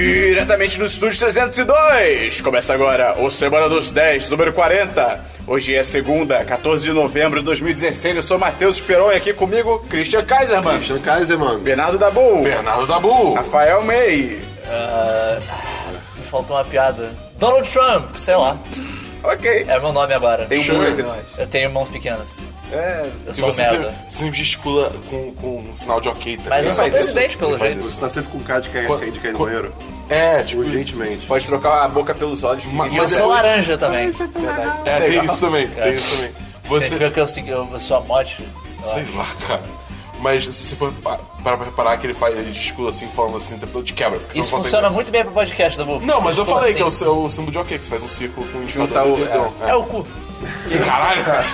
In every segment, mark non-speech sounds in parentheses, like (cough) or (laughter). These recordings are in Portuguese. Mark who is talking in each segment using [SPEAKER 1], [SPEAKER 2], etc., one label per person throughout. [SPEAKER 1] diretamente do Estúdio 302. Começa agora o Semana dos 10, número 40. Hoje é segunda, 14 de novembro de 2016. Eu sou Matheus Peron e aqui comigo Christian Kaiserman,
[SPEAKER 2] Christian Kaiser, mano.
[SPEAKER 1] Bernardo Dabu,
[SPEAKER 2] Bernardo Dabu.
[SPEAKER 1] Rafael May.
[SPEAKER 3] Ah, ah, me faltou uma piada. Donald Trump, sei lá.
[SPEAKER 1] Ok.
[SPEAKER 3] É meu nome agora.
[SPEAKER 1] Tem um
[SPEAKER 2] Sure.
[SPEAKER 1] muro entre nós.
[SPEAKER 3] Eu tenho mãos pequenas.
[SPEAKER 1] É.
[SPEAKER 3] Eu
[SPEAKER 2] E
[SPEAKER 3] sou um
[SPEAKER 2] você
[SPEAKER 3] merda.
[SPEAKER 2] sempre, sempre gesticula com, com um sinal de ok também.
[SPEAKER 3] Mas eu sou um
[SPEAKER 1] faz isso?
[SPEAKER 3] presidente, pelo
[SPEAKER 2] Ele faz
[SPEAKER 3] jeito.
[SPEAKER 2] isso.
[SPEAKER 4] Você tá sempre com cara de cair,
[SPEAKER 2] Qua-
[SPEAKER 4] cair de cair no
[SPEAKER 2] qua-
[SPEAKER 4] banheiro?
[SPEAKER 2] É, tipo,
[SPEAKER 4] Urgentemente.
[SPEAKER 1] Pode trocar a boca pelos olhos.
[SPEAKER 2] Ma-
[SPEAKER 1] porque
[SPEAKER 3] E eu
[SPEAKER 2] mas
[SPEAKER 1] ninguém-
[SPEAKER 3] sou um laranja também. Você
[SPEAKER 1] Verdade.
[SPEAKER 2] é, tem
[SPEAKER 1] Legal.
[SPEAKER 2] isso também, tem isso também.
[SPEAKER 3] Significa
[SPEAKER 2] Você,
[SPEAKER 3] que eu segui eu sou a morte?
[SPEAKER 2] sei lá, cara. Mas se você for pa- parar pra reparar que ele faz, ele gesticula assim, falando assim, o tempo todo de quebra. porque você
[SPEAKER 3] Isso
[SPEAKER 2] não consegue
[SPEAKER 3] funciona
[SPEAKER 2] ver.
[SPEAKER 3] muito bem pro podcast da Wolf.
[SPEAKER 2] Não, mas eu
[SPEAKER 3] Tipo
[SPEAKER 2] falei que é o,
[SPEAKER 3] assim,
[SPEAKER 2] é o símbolo de ok, que você faz um círculo com o
[SPEAKER 1] Juntar
[SPEAKER 2] indicador
[SPEAKER 1] o-
[SPEAKER 2] do dedão.
[SPEAKER 3] É o cu.
[SPEAKER 2] É.
[SPEAKER 1] (laughs)
[SPEAKER 2] Caralho, cara.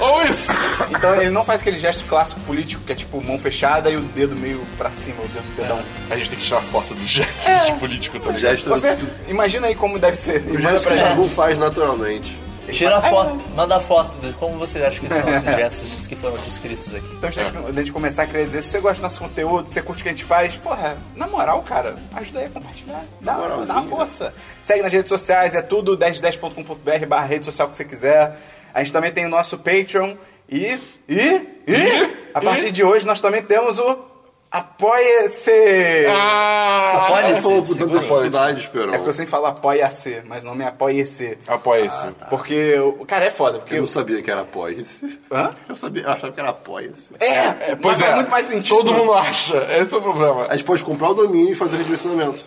[SPEAKER 2] Ou isso.
[SPEAKER 1] Então ele não faz aquele gesto clássico político que é tipo mão fechada e o dedo meio pra cima, o dedo do dedão.
[SPEAKER 2] A gente tem que tirar foto do gesto
[SPEAKER 3] É.
[SPEAKER 2] de político também.
[SPEAKER 4] Gesto
[SPEAKER 1] Você imagina aí como deve ser.
[SPEAKER 4] o
[SPEAKER 1] Imagina
[SPEAKER 4] gesto
[SPEAKER 1] pra
[SPEAKER 4] que o
[SPEAKER 1] gente.
[SPEAKER 4] Jabu faz naturalmente.
[SPEAKER 3] Tira
[SPEAKER 2] Ah,
[SPEAKER 3] a
[SPEAKER 2] é.
[SPEAKER 1] Ai,
[SPEAKER 3] foto,
[SPEAKER 1] não.
[SPEAKER 3] manda a foto de como você acha que são
[SPEAKER 2] (laughs)
[SPEAKER 3] esses gestos que foram descritos aqui.
[SPEAKER 1] Então, antes de- antes de começar, queria dizer, se você gosta do nosso conteúdo, se você curte o que a gente faz, porra, na moral, cara, ajuda aí a compartilhar, dá,
[SPEAKER 4] Moralzinha.
[SPEAKER 1] dá uma força. Segue nas redes sociais, é tudo 1010.com.br barra rede social que você quiser. A gente também tem o nosso Patreon e... E... E... a partir de hoje, nós também temos o Apoia-se!
[SPEAKER 2] Ah,
[SPEAKER 3] Olha
[SPEAKER 4] Você
[SPEAKER 3] esse-
[SPEAKER 4] falou com
[SPEAKER 3] segura
[SPEAKER 4] tanta
[SPEAKER 3] aí.
[SPEAKER 4] dificuldade, Esperon.
[SPEAKER 1] É porque eu sempre falo apoia-se, mas não me apoia-se.
[SPEAKER 2] Apoia-se.
[SPEAKER 1] Porque, o cara, é foda, porque...
[SPEAKER 4] Eu não sabia que era apoia-se.
[SPEAKER 1] Hã?
[SPEAKER 4] Eu sabia, eu achava que era apoia-se.
[SPEAKER 1] É,
[SPEAKER 2] É,
[SPEAKER 1] mas
[SPEAKER 2] pois é.
[SPEAKER 1] faz muito mais sentido.
[SPEAKER 2] Todo mundo acha. Esse é o problema.
[SPEAKER 4] A gente pode comprar o domínio e fazer redirecionamento.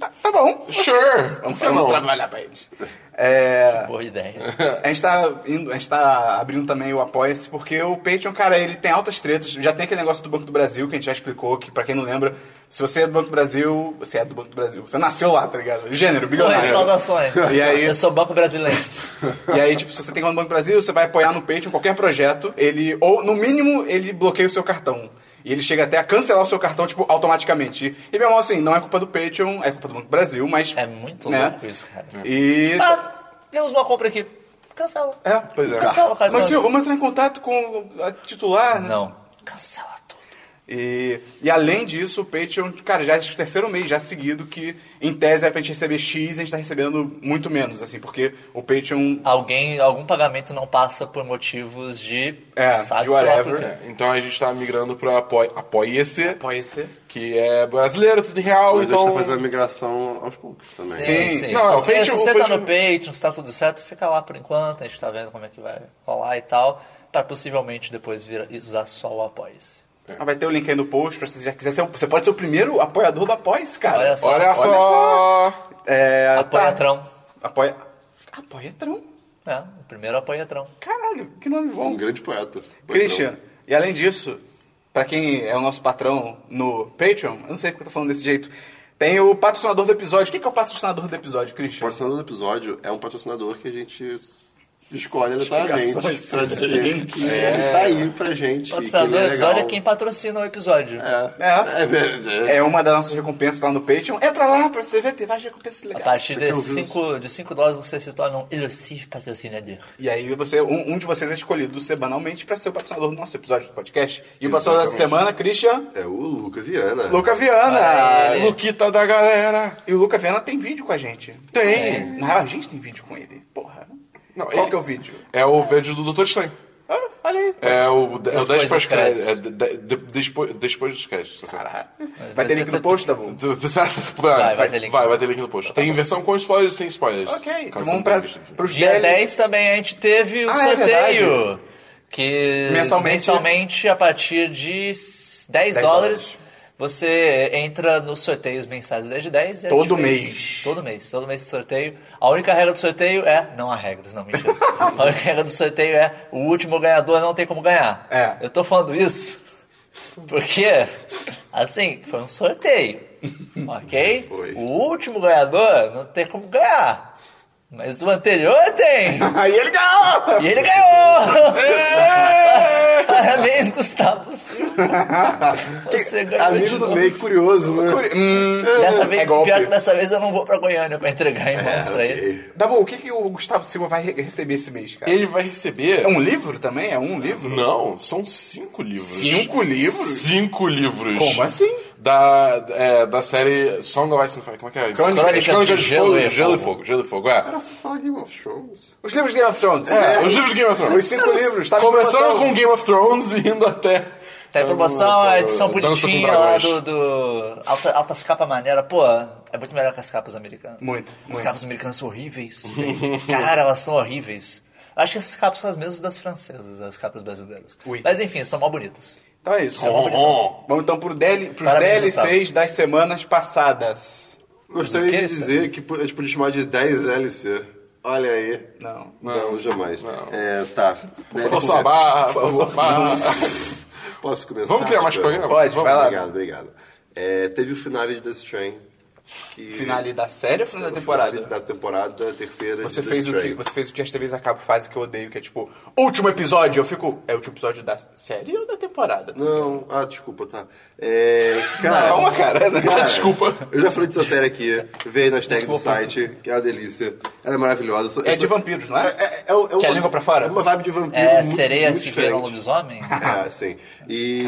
[SPEAKER 1] Tá, tá bom.
[SPEAKER 2] Sure.
[SPEAKER 1] Vamos,
[SPEAKER 2] Por que
[SPEAKER 1] vamos
[SPEAKER 2] não?
[SPEAKER 1] trabalhar pra eles. É...
[SPEAKER 3] Ah, Boa ideia.
[SPEAKER 2] (laughs)
[SPEAKER 1] A gente, tá indo, a gente tá abrindo também o Apoia-se, porque o Patreon, cara, ele tem altas tretas. Já tem aquele negócio do Banco do Brasil, que a gente já explicou, que pra quem não lembra, se você é do Banco do Brasil, você é do Banco do Brasil. Você nasceu lá, tá ligado? Gênero,
[SPEAKER 3] Oi,
[SPEAKER 1] bilionário.
[SPEAKER 3] é saudações.
[SPEAKER 1] E aí?
[SPEAKER 3] Eu sou banco brasileiro.
[SPEAKER 1] E aí, tipo, se você tem conta no Banco do Brasil, você vai apoiar no Patreon qualquer projeto, ele, ou no mínimo, ele bloqueia o seu cartão. E ele chega até a cancelar o seu cartão, tipo, automaticamente. E, e meu mal, assim, não é culpa do Patreon, é culpa do Banco do Brasil, mas.
[SPEAKER 3] É muito
[SPEAKER 1] né?
[SPEAKER 3] louco isso, cara.
[SPEAKER 1] E.
[SPEAKER 3] Ah, temos uma compra aqui. Cancela.
[SPEAKER 1] É.
[SPEAKER 2] Pois é.
[SPEAKER 3] Cancela o cartão.
[SPEAKER 1] Mas, senhor, vamos entrar em contato com a titular, né?
[SPEAKER 3] Não. Cancela tudo.
[SPEAKER 1] E, e além disso, o Patreon, cara, já é o terceiro mês já seguido que, em tese, era pra gente receber X, a gente tá recebendo muito menos, assim, porque o Patreon.
[SPEAKER 3] Alguém, algum pagamento não passa por motivos de...
[SPEAKER 1] É, de
[SPEAKER 3] sei lá
[SPEAKER 1] whatever.
[SPEAKER 3] por quê.
[SPEAKER 2] É, então a gente tá migrando pra apoia- Apoia-se,
[SPEAKER 1] Pode ser.
[SPEAKER 2] que é brasileiro, tudo em
[SPEAKER 4] Mas
[SPEAKER 2] real,
[SPEAKER 4] a gente
[SPEAKER 2] então...
[SPEAKER 4] tá fazendo a migração aos poucos também.
[SPEAKER 1] Sim, sim.
[SPEAKER 2] Não,
[SPEAKER 3] Então,
[SPEAKER 2] o
[SPEAKER 3] se-
[SPEAKER 2] Patreon-
[SPEAKER 3] se
[SPEAKER 2] o
[SPEAKER 3] você tá
[SPEAKER 2] Patreon-
[SPEAKER 3] no Patreon, se tá tudo certo, fica lá por enquanto, a gente tá vendo como é que vai rolar e tal, pra possivelmente depois vir usar só o apoia-se.
[SPEAKER 1] Vai ter o link aí no post pra se você já quiser ser. o- Você pode ser o primeiro apoiador da Pós, cara.
[SPEAKER 3] Olha só.
[SPEAKER 2] Olha só!
[SPEAKER 1] É, tá.
[SPEAKER 3] Apoiatrão.
[SPEAKER 1] Apoia. Apoiatrão?
[SPEAKER 3] É, o primeiro apoiatrão.
[SPEAKER 1] Caralho, que nome bom.
[SPEAKER 4] Um grande poeta.
[SPEAKER 1] Christian, e além disso, pra quem é o nosso patrão no Patreon, eu não sei porque eu tô falando desse jeito, tem o patrocinador do episódio. O que que é o patrocinador do episódio,
[SPEAKER 4] O
[SPEAKER 1] Christian?
[SPEAKER 4] patrocinador do episódio é um patrocinador que a gente escolhe
[SPEAKER 1] Explicações
[SPEAKER 4] aleatoriamente pra dizer
[SPEAKER 1] sem
[SPEAKER 4] que ele tá aí pra gente. e que ele
[SPEAKER 3] Patrocinador
[SPEAKER 4] é
[SPEAKER 3] do episódio é
[SPEAKER 4] legal.
[SPEAKER 3] quem patrocina o episódio.
[SPEAKER 1] É.
[SPEAKER 4] É, é, é.
[SPEAKER 1] É uma das nossas recompensas lá no Patreon. Entra lá pra você ver, tem várias recompensas
[SPEAKER 3] A
[SPEAKER 1] legais.
[SPEAKER 3] partir
[SPEAKER 4] Você quer
[SPEAKER 3] de
[SPEAKER 4] ouvir
[SPEAKER 3] 5 de cinco dólares você se torna um elusivo patrocinador.
[SPEAKER 1] E aí você, um, um de vocês é escolhido semanalmente pra ser o patrocinador do nosso episódio do podcast. E o patrocinador da semana, Christian,
[SPEAKER 4] É o Luca Viana.
[SPEAKER 1] Luca Viana. É.
[SPEAKER 3] Aê.
[SPEAKER 2] Luquita da galera!
[SPEAKER 1] E o Luca Viana tem vídeo com a gente. É.
[SPEAKER 2] Tem!
[SPEAKER 1] Na real, a gente tem vídeo com ele. Porra.
[SPEAKER 2] Não,
[SPEAKER 1] Qual
[SPEAKER 2] ele-
[SPEAKER 1] que é o vídeo?
[SPEAKER 2] É o vídeo do Doutor Estranho.
[SPEAKER 1] Ah, olha aí.
[SPEAKER 2] É o, é o
[SPEAKER 3] Depois
[SPEAKER 2] 10
[SPEAKER 3] dos
[SPEAKER 2] pós crédito.
[SPEAKER 3] créditos.
[SPEAKER 2] É de- de- de- despo- depois dos créditos. tá certo.
[SPEAKER 1] Vai ter link
[SPEAKER 2] tá
[SPEAKER 1] no post, Dabu?
[SPEAKER 2] (laughs) Vai,
[SPEAKER 3] vai ter link.
[SPEAKER 2] Vai, vai ter link no post. Tem versão com spoilers e sem spoilers.
[SPEAKER 1] Tá Ok, então vamos
[SPEAKER 2] Caso você não
[SPEAKER 1] pra,
[SPEAKER 2] tenha visto.
[SPEAKER 1] pros
[SPEAKER 3] Dia
[SPEAKER 1] DL.
[SPEAKER 3] 10 também a gente teve o
[SPEAKER 1] Ah, é
[SPEAKER 3] sorteio. que
[SPEAKER 1] Mensalmente- né?
[SPEAKER 3] mensalmente, a partir de s- 10,
[SPEAKER 1] 10
[SPEAKER 3] dólares, você entra nos sorteios mensais do 10 de 10. e a
[SPEAKER 1] Todo
[SPEAKER 3] gente fez
[SPEAKER 1] mês.
[SPEAKER 3] Todo mês. Todo mês de sorteio. A única regra do sorteio é... Não há regras, não, mentira.
[SPEAKER 1] (laughs)
[SPEAKER 3] a única regra do sorteio é o último ganhador não tem como ganhar.
[SPEAKER 1] É.
[SPEAKER 3] Eu tô falando isso porque, assim, foi um
[SPEAKER 4] (laughs)
[SPEAKER 3] sorteio, ok?
[SPEAKER 4] Foi.
[SPEAKER 3] O último ganhador não tem como ganhar. Mas o anterior tem!
[SPEAKER 1] Aí ele ganhou!
[SPEAKER 3] E
[SPEAKER 4] (laughs)
[SPEAKER 3] ele ganhou! Parabéns,
[SPEAKER 4] (laughs)
[SPEAKER 3] Gustavo Silva! Você ganhou de
[SPEAKER 4] Amigo do
[SPEAKER 3] novo.
[SPEAKER 4] meio, curioso, né?
[SPEAKER 3] Dessa vez,
[SPEAKER 1] É golpe.
[SPEAKER 3] pior que dessa vez eu não vou pra Goiânia pra entregar em
[SPEAKER 4] É,
[SPEAKER 3] mãos pra ele.
[SPEAKER 1] Dabu, o que, que o Gustavo Silva vai re- receber esse mês, cara?
[SPEAKER 2] Ele vai receber...
[SPEAKER 1] É um livro também? É um livro?
[SPEAKER 2] Não, são cinco livros.
[SPEAKER 1] Cinco livros?
[SPEAKER 2] Cinco livros.
[SPEAKER 1] Como assim?
[SPEAKER 2] da, é, da série Song of Ice and Fire. Como é que é isso?
[SPEAKER 3] Crônicas de Gelo
[SPEAKER 2] Fogo.
[SPEAKER 3] e
[SPEAKER 2] Gelo e
[SPEAKER 3] Fogo.
[SPEAKER 2] Fogo. Gelo e Fogo, é.
[SPEAKER 4] Cara, você fala Game of Thrones.
[SPEAKER 1] Os livros de Game of Thrones.
[SPEAKER 2] É, os livros de Game of Thrones.
[SPEAKER 1] Os cinco livros. Tá em
[SPEAKER 2] Começando
[SPEAKER 1] promoção.
[SPEAKER 2] com Game of Thrones e indo até.
[SPEAKER 3] Tá em promoção,
[SPEAKER 2] até
[SPEAKER 3] a
[SPEAKER 2] o-
[SPEAKER 3] edição
[SPEAKER 2] Dança com
[SPEAKER 3] bonitinha lá
[SPEAKER 2] Dragões.
[SPEAKER 3] do. do alta- altas capas maneira. Pô, é muito melhor que as capas americanas.
[SPEAKER 1] Muito,
[SPEAKER 3] As
[SPEAKER 1] muito.
[SPEAKER 3] capas americanas são horríveis. Cara, elas são horríveis. Acho que essas capas são as mesmas das francesas, as capas brasileiras.
[SPEAKER 1] Ui.
[SPEAKER 3] Mas enfim, são mal bonitas.
[SPEAKER 1] Então é isso.
[SPEAKER 2] Ron, ron.
[SPEAKER 1] Vamos então pro DL, pros
[SPEAKER 3] Parabéns,
[SPEAKER 1] DLCs das semanas passadas.
[SPEAKER 4] Gostaria
[SPEAKER 3] quê,
[SPEAKER 4] de dizer que a gente podia chamar de 10 LC. Olha aí.
[SPEAKER 1] Não.
[SPEAKER 4] Não, jamais.
[SPEAKER 2] não.
[SPEAKER 4] É, tá.
[SPEAKER 2] Força a barra, força a barra.
[SPEAKER 4] (laughs) Posso começar?
[SPEAKER 2] Vamos criar mais programa?
[SPEAKER 1] Pode,
[SPEAKER 2] Vamos.
[SPEAKER 1] vai lá.
[SPEAKER 4] Obrigado, obrigado. É, teve o finale de Death Train. Que
[SPEAKER 1] Finale da série ou
[SPEAKER 4] É,
[SPEAKER 1] final
[SPEAKER 4] o
[SPEAKER 1] da
[SPEAKER 4] finale
[SPEAKER 1] temporada?
[SPEAKER 4] Da temporada terceira
[SPEAKER 1] Você
[SPEAKER 4] de
[SPEAKER 1] fez,
[SPEAKER 4] Death
[SPEAKER 1] o que,
[SPEAKER 4] Train.
[SPEAKER 1] você fez o que as TVs acabam fase que eu odeio, que é tipo, último episódio. Eu fico, é o último episódio da série ou da temporada?
[SPEAKER 4] Não, ah, desculpa, tá.
[SPEAKER 1] (laughs)
[SPEAKER 4] É, cara,
[SPEAKER 1] Calma, cara. (laughs)
[SPEAKER 4] Cara,
[SPEAKER 2] Desculpa.
[SPEAKER 4] Eu já falei dessa série aqui, veio nas tags do
[SPEAKER 1] Desculpa.
[SPEAKER 4] site, que é uma delícia. Ela é maravilhosa. Só-
[SPEAKER 1] É
[SPEAKER 4] só-
[SPEAKER 1] de vampiros, não é?
[SPEAKER 4] É, é, um- é
[SPEAKER 1] Que a
[SPEAKER 4] uma-
[SPEAKER 1] língua pra fora?
[SPEAKER 4] É uma vibe de vampiro.
[SPEAKER 3] É,
[SPEAKER 4] muito,
[SPEAKER 3] sereia
[SPEAKER 4] muito
[SPEAKER 3] que viram
[SPEAKER 4] diferente.
[SPEAKER 3] lobisomem?
[SPEAKER 4] (laughs) É, sim. E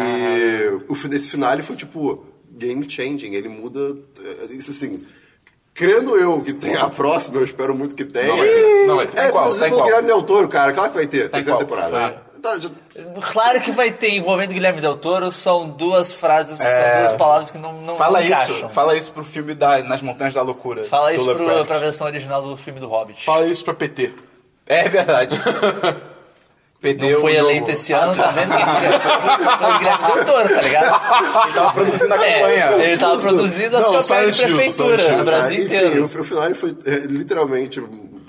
[SPEAKER 4] o, fi- esse finale foi tipo game changing. Ele muda. é, Isso assim. Crendo eu que tenha a próxima, eu espero muito que tenha.
[SPEAKER 2] Não vai ter, não vai ter.
[SPEAKER 1] tá
[SPEAKER 2] Tem
[SPEAKER 4] É,
[SPEAKER 2] qual?
[SPEAKER 4] vocês
[SPEAKER 2] Tem
[SPEAKER 4] vão
[SPEAKER 2] qual?
[SPEAKER 4] criar Del Toro, cara. Claro que vai ter.
[SPEAKER 1] qual?
[SPEAKER 4] terceira temporada. Tá, já-
[SPEAKER 3] Claro que vai ter envolvendo Guilherme Del Toro, são duas frases, são duas palavras que não, não
[SPEAKER 1] É. Fala
[SPEAKER 3] não encaixam.
[SPEAKER 1] isso, fala isso pro filme da, Nas Montanhas da Loucura.
[SPEAKER 3] Fala
[SPEAKER 1] do
[SPEAKER 3] isso pro,
[SPEAKER 1] Lovecraft.
[SPEAKER 3] pra versão original do filme do Hobbit.
[SPEAKER 2] Fala isso pra PT.
[SPEAKER 1] É
[SPEAKER 2] (laughs)
[SPEAKER 1] verdade.
[SPEAKER 3] não
[SPEAKER 1] Perdeu
[SPEAKER 3] foi
[SPEAKER 1] o jogo.
[SPEAKER 3] eleito esse ano,
[SPEAKER 1] (laughs)
[SPEAKER 3] tá vendo? Foi o Guilherme Del Toro, tá ligado?
[SPEAKER 1] Ele Ah, tava produzindo a campanha.
[SPEAKER 3] (laughs) É, ele tava produzindo as
[SPEAKER 2] Não,
[SPEAKER 3] campanhas de
[SPEAKER 2] Silent Hill,
[SPEAKER 3] prefeitura
[SPEAKER 2] Silent
[SPEAKER 3] no
[SPEAKER 2] Hill.
[SPEAKER 3] Brasil
[SPEAKER 4] Ah, Enfim,
[SPEAKER 3] inteiro.
[SPEAKER 4] o, o final foi é, literalmente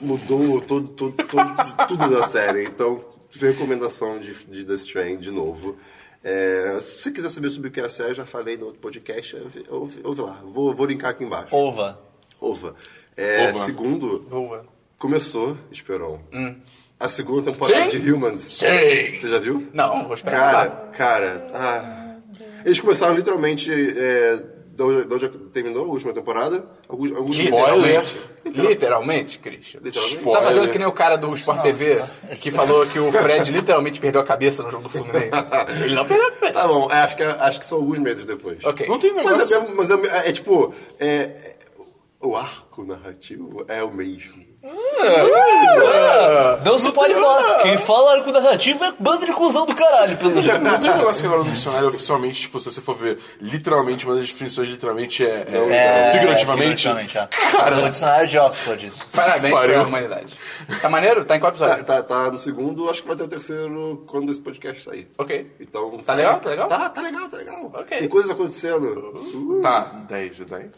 [SPEAKER 4] mudou todo, todo, todo- (laughs) tudo da série. Então, foi recomendação de, de The Strain de novo. É, se você quiser saber sobre o que é a série, já falei no outro podcast, é, ouve, ouve- ouve lá. Vou, vou linkar aqui embaixo.
[SPEAKER 3] Ova.
[SPEAKER 4] Ova. É,
[SPEAKER 2] Ova.
[SPEAKER 4] Segundo,
[SPEAKER 1] Voa.
[SPEAKER 4] começou, Esperon, a segunda temporada
[SPEAKER 1] Sim?
[SPEAKER 4] de Humans.
[SPEAKER 2] Sim.
[SPEAKER 4] Você já viu?
[SPEAKER 1] Não, vou esperar.
[SPEAKER 4] Cara,
[SPEAKER 1] acabar.
[SPEAKER 4] cara, ah. Eles começaram literalmente. É, de onde, de onde terminou a última temporada? Alguns, alguns
[SPEAKER 2] Spoiler.
[SPEAKER 1] Literalmente, Christian.
[SPEAKER 4] Literalmente.
[SPEAKER 1] Você tá fazendo
[SPEAKER 2] Spoiler.
[SPEAKER 1] que nem o cara do Sport TV que falou que o Fred literalmente perdeu a cabeça no jogo do Fluminense. Ele não perdeu a cabeça.
[SPEAKER 4] Tá bom, é, acho que, acho que são alguns meses depois.
[SPEAKER 1] Ok.
[SPEAKER 2] Não tem negócio.
[SPEAKER 4] Mas, é, mesmo- mas é, mesmo- é, é tipo. é, é, o arco narrativo é o mesmo.
[SPEAKER 3] Não se pode falar. Quem fala arco narrativo é bando de cuzão do caralho, pelo jeito.
[SPEAKER 2] Não tem um negócio que agora no dicionário oficialmente, tipo, se você for ver literalmente, uma das definições literalmente é, é, figurativamente.
[SPEAKER 3] é. Cara, no dicionário de Oxford isso.
[SPEAKER 1] Parabéns
[SPEAKER 2] Pariu.
[SPEAKER 1] pra humanidade. Tá maneiro? Tá em qual
[SPEAKER 4] Tá,
[SPEAKER 1] episódio?
[SPEAKER 4] tá, tá no segundo, acho que vai ter o terceiro quando esse podcast sair.
[SPEAKER 1] Ok.
[SPEAKER 4] Então.
[SPEAKER 1] Tá legal? Tá legal?
[SPEAKER 4] Tá, tá legal, tá legal.
[SPEAKER 1] Ok.
[SPEAKER 4] Tem coisas acontecendo. Uh,
[SPEAKER 2] Tá, 10 de 10.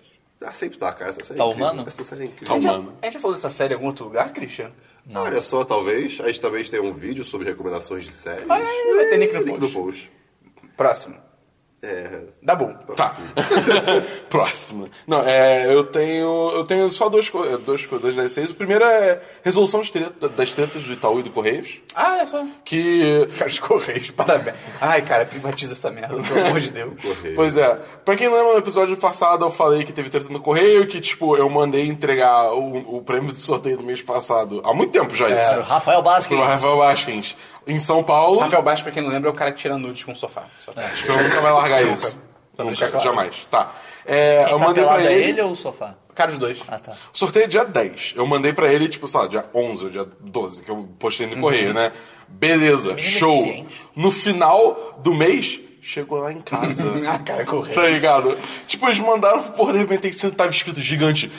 [SPEAKER 4] ah, sempre tá, cara. Essa série
[SPEAKER 3] Tá
[SPEAKER 4] é incrível.
[SPEAKER 3] humano?
[SPEAKER 4] Essa série é incrível.
[SPEAKER 2] Tá humano.
[SPEAKER 1] A gente já falou dessa série em algum outro lugar, Christian?
[SPEAKER 4] Olha só, talvez. A gente talvez tenha um vídeo sobre recomendações de séries.
[SPEAKER 1] Olha aí, vai ter link no post. Próximo.
[SPEAKER 4] É.
[SPEAKER 1] Dabu.
[SPEAKER 2] Tá. Próximo. Não, é, eu tenho. Eu tenho só dois, co- dois, co- dois DLCs. O primeiro é resolução de treta, das tretas do Itaú e do Correios.
[SPEAKER 1] Ah, olha só.
[SPEAKER 2] Que.
[SPEAKER 1] Cara, os Correios, parabéns. Ai, cara, privatiza essa merda, pelo amor de Deus.
[SPEAKER 4] (laughs) Correio.
[SPEAKER 2] (laughs) Pois é. Pra quem lembra, no episódio passado eu falei que teve treta no correio, que, tipo, eu mandei entregar o, o prêmio de sorteio do mês passado. Há muito tempo já isso.
[SPEAKER 3] Era o Rafael tá
[SPEAKER 2] Pro
[SPEAKER 3] Basquez.
[SPEAKER 2] Rafael Basquins. Em São Paulo.
[SPEAKER 1] Rafael Baixo, pra quem não lembra, é o cara que tira nudes com o sofá. Só pra-
[SPEAKER 2] Acho que eu nunca vai largar isso.
[SPEAKER 1] Só
[SPEAKER 2] Nunca,
[SPEAKER 1] deixar claro.
[SPEAKER 2] jamais. Tá. É, eu
[SPEAKER 3] Quem tá
[SPEAKER 2] mandei
[SPEAKER 3] pelado
[SPEAKER 2] pra
[SPEAKER 3] é
[SPEAKER 2] ele.
[SPEAKER 3] ele ou o sofá?
[SPEAKER 1] Cara, os dois.
[SPEAKER 3] Ah, tá.
[SPEAKER 2] Sorteio é dia 10. Eu mandei pra ele, tipo, sei lá, dia 11 ou dia 12, que eu postei no correio, né? Beleza,
[SPEAKER 3] Uhum. Menino
[SPEAKER 2] show.
[SPEAKER 3] eficiente.
[SPEAKER 2] No final do mês, chegou lá em casa.
[SPEAKER 1] (laughs)
[SPEAKER 3] (laughs)
[SPEAKER 1] Ah, cara,
[SPEAKER 2] Tá
[SPEAKER 1] Correios.
[SPEAKER 2] ligado? Tipo, eles mandaram, porra, de repente tem que tava escrito gigante,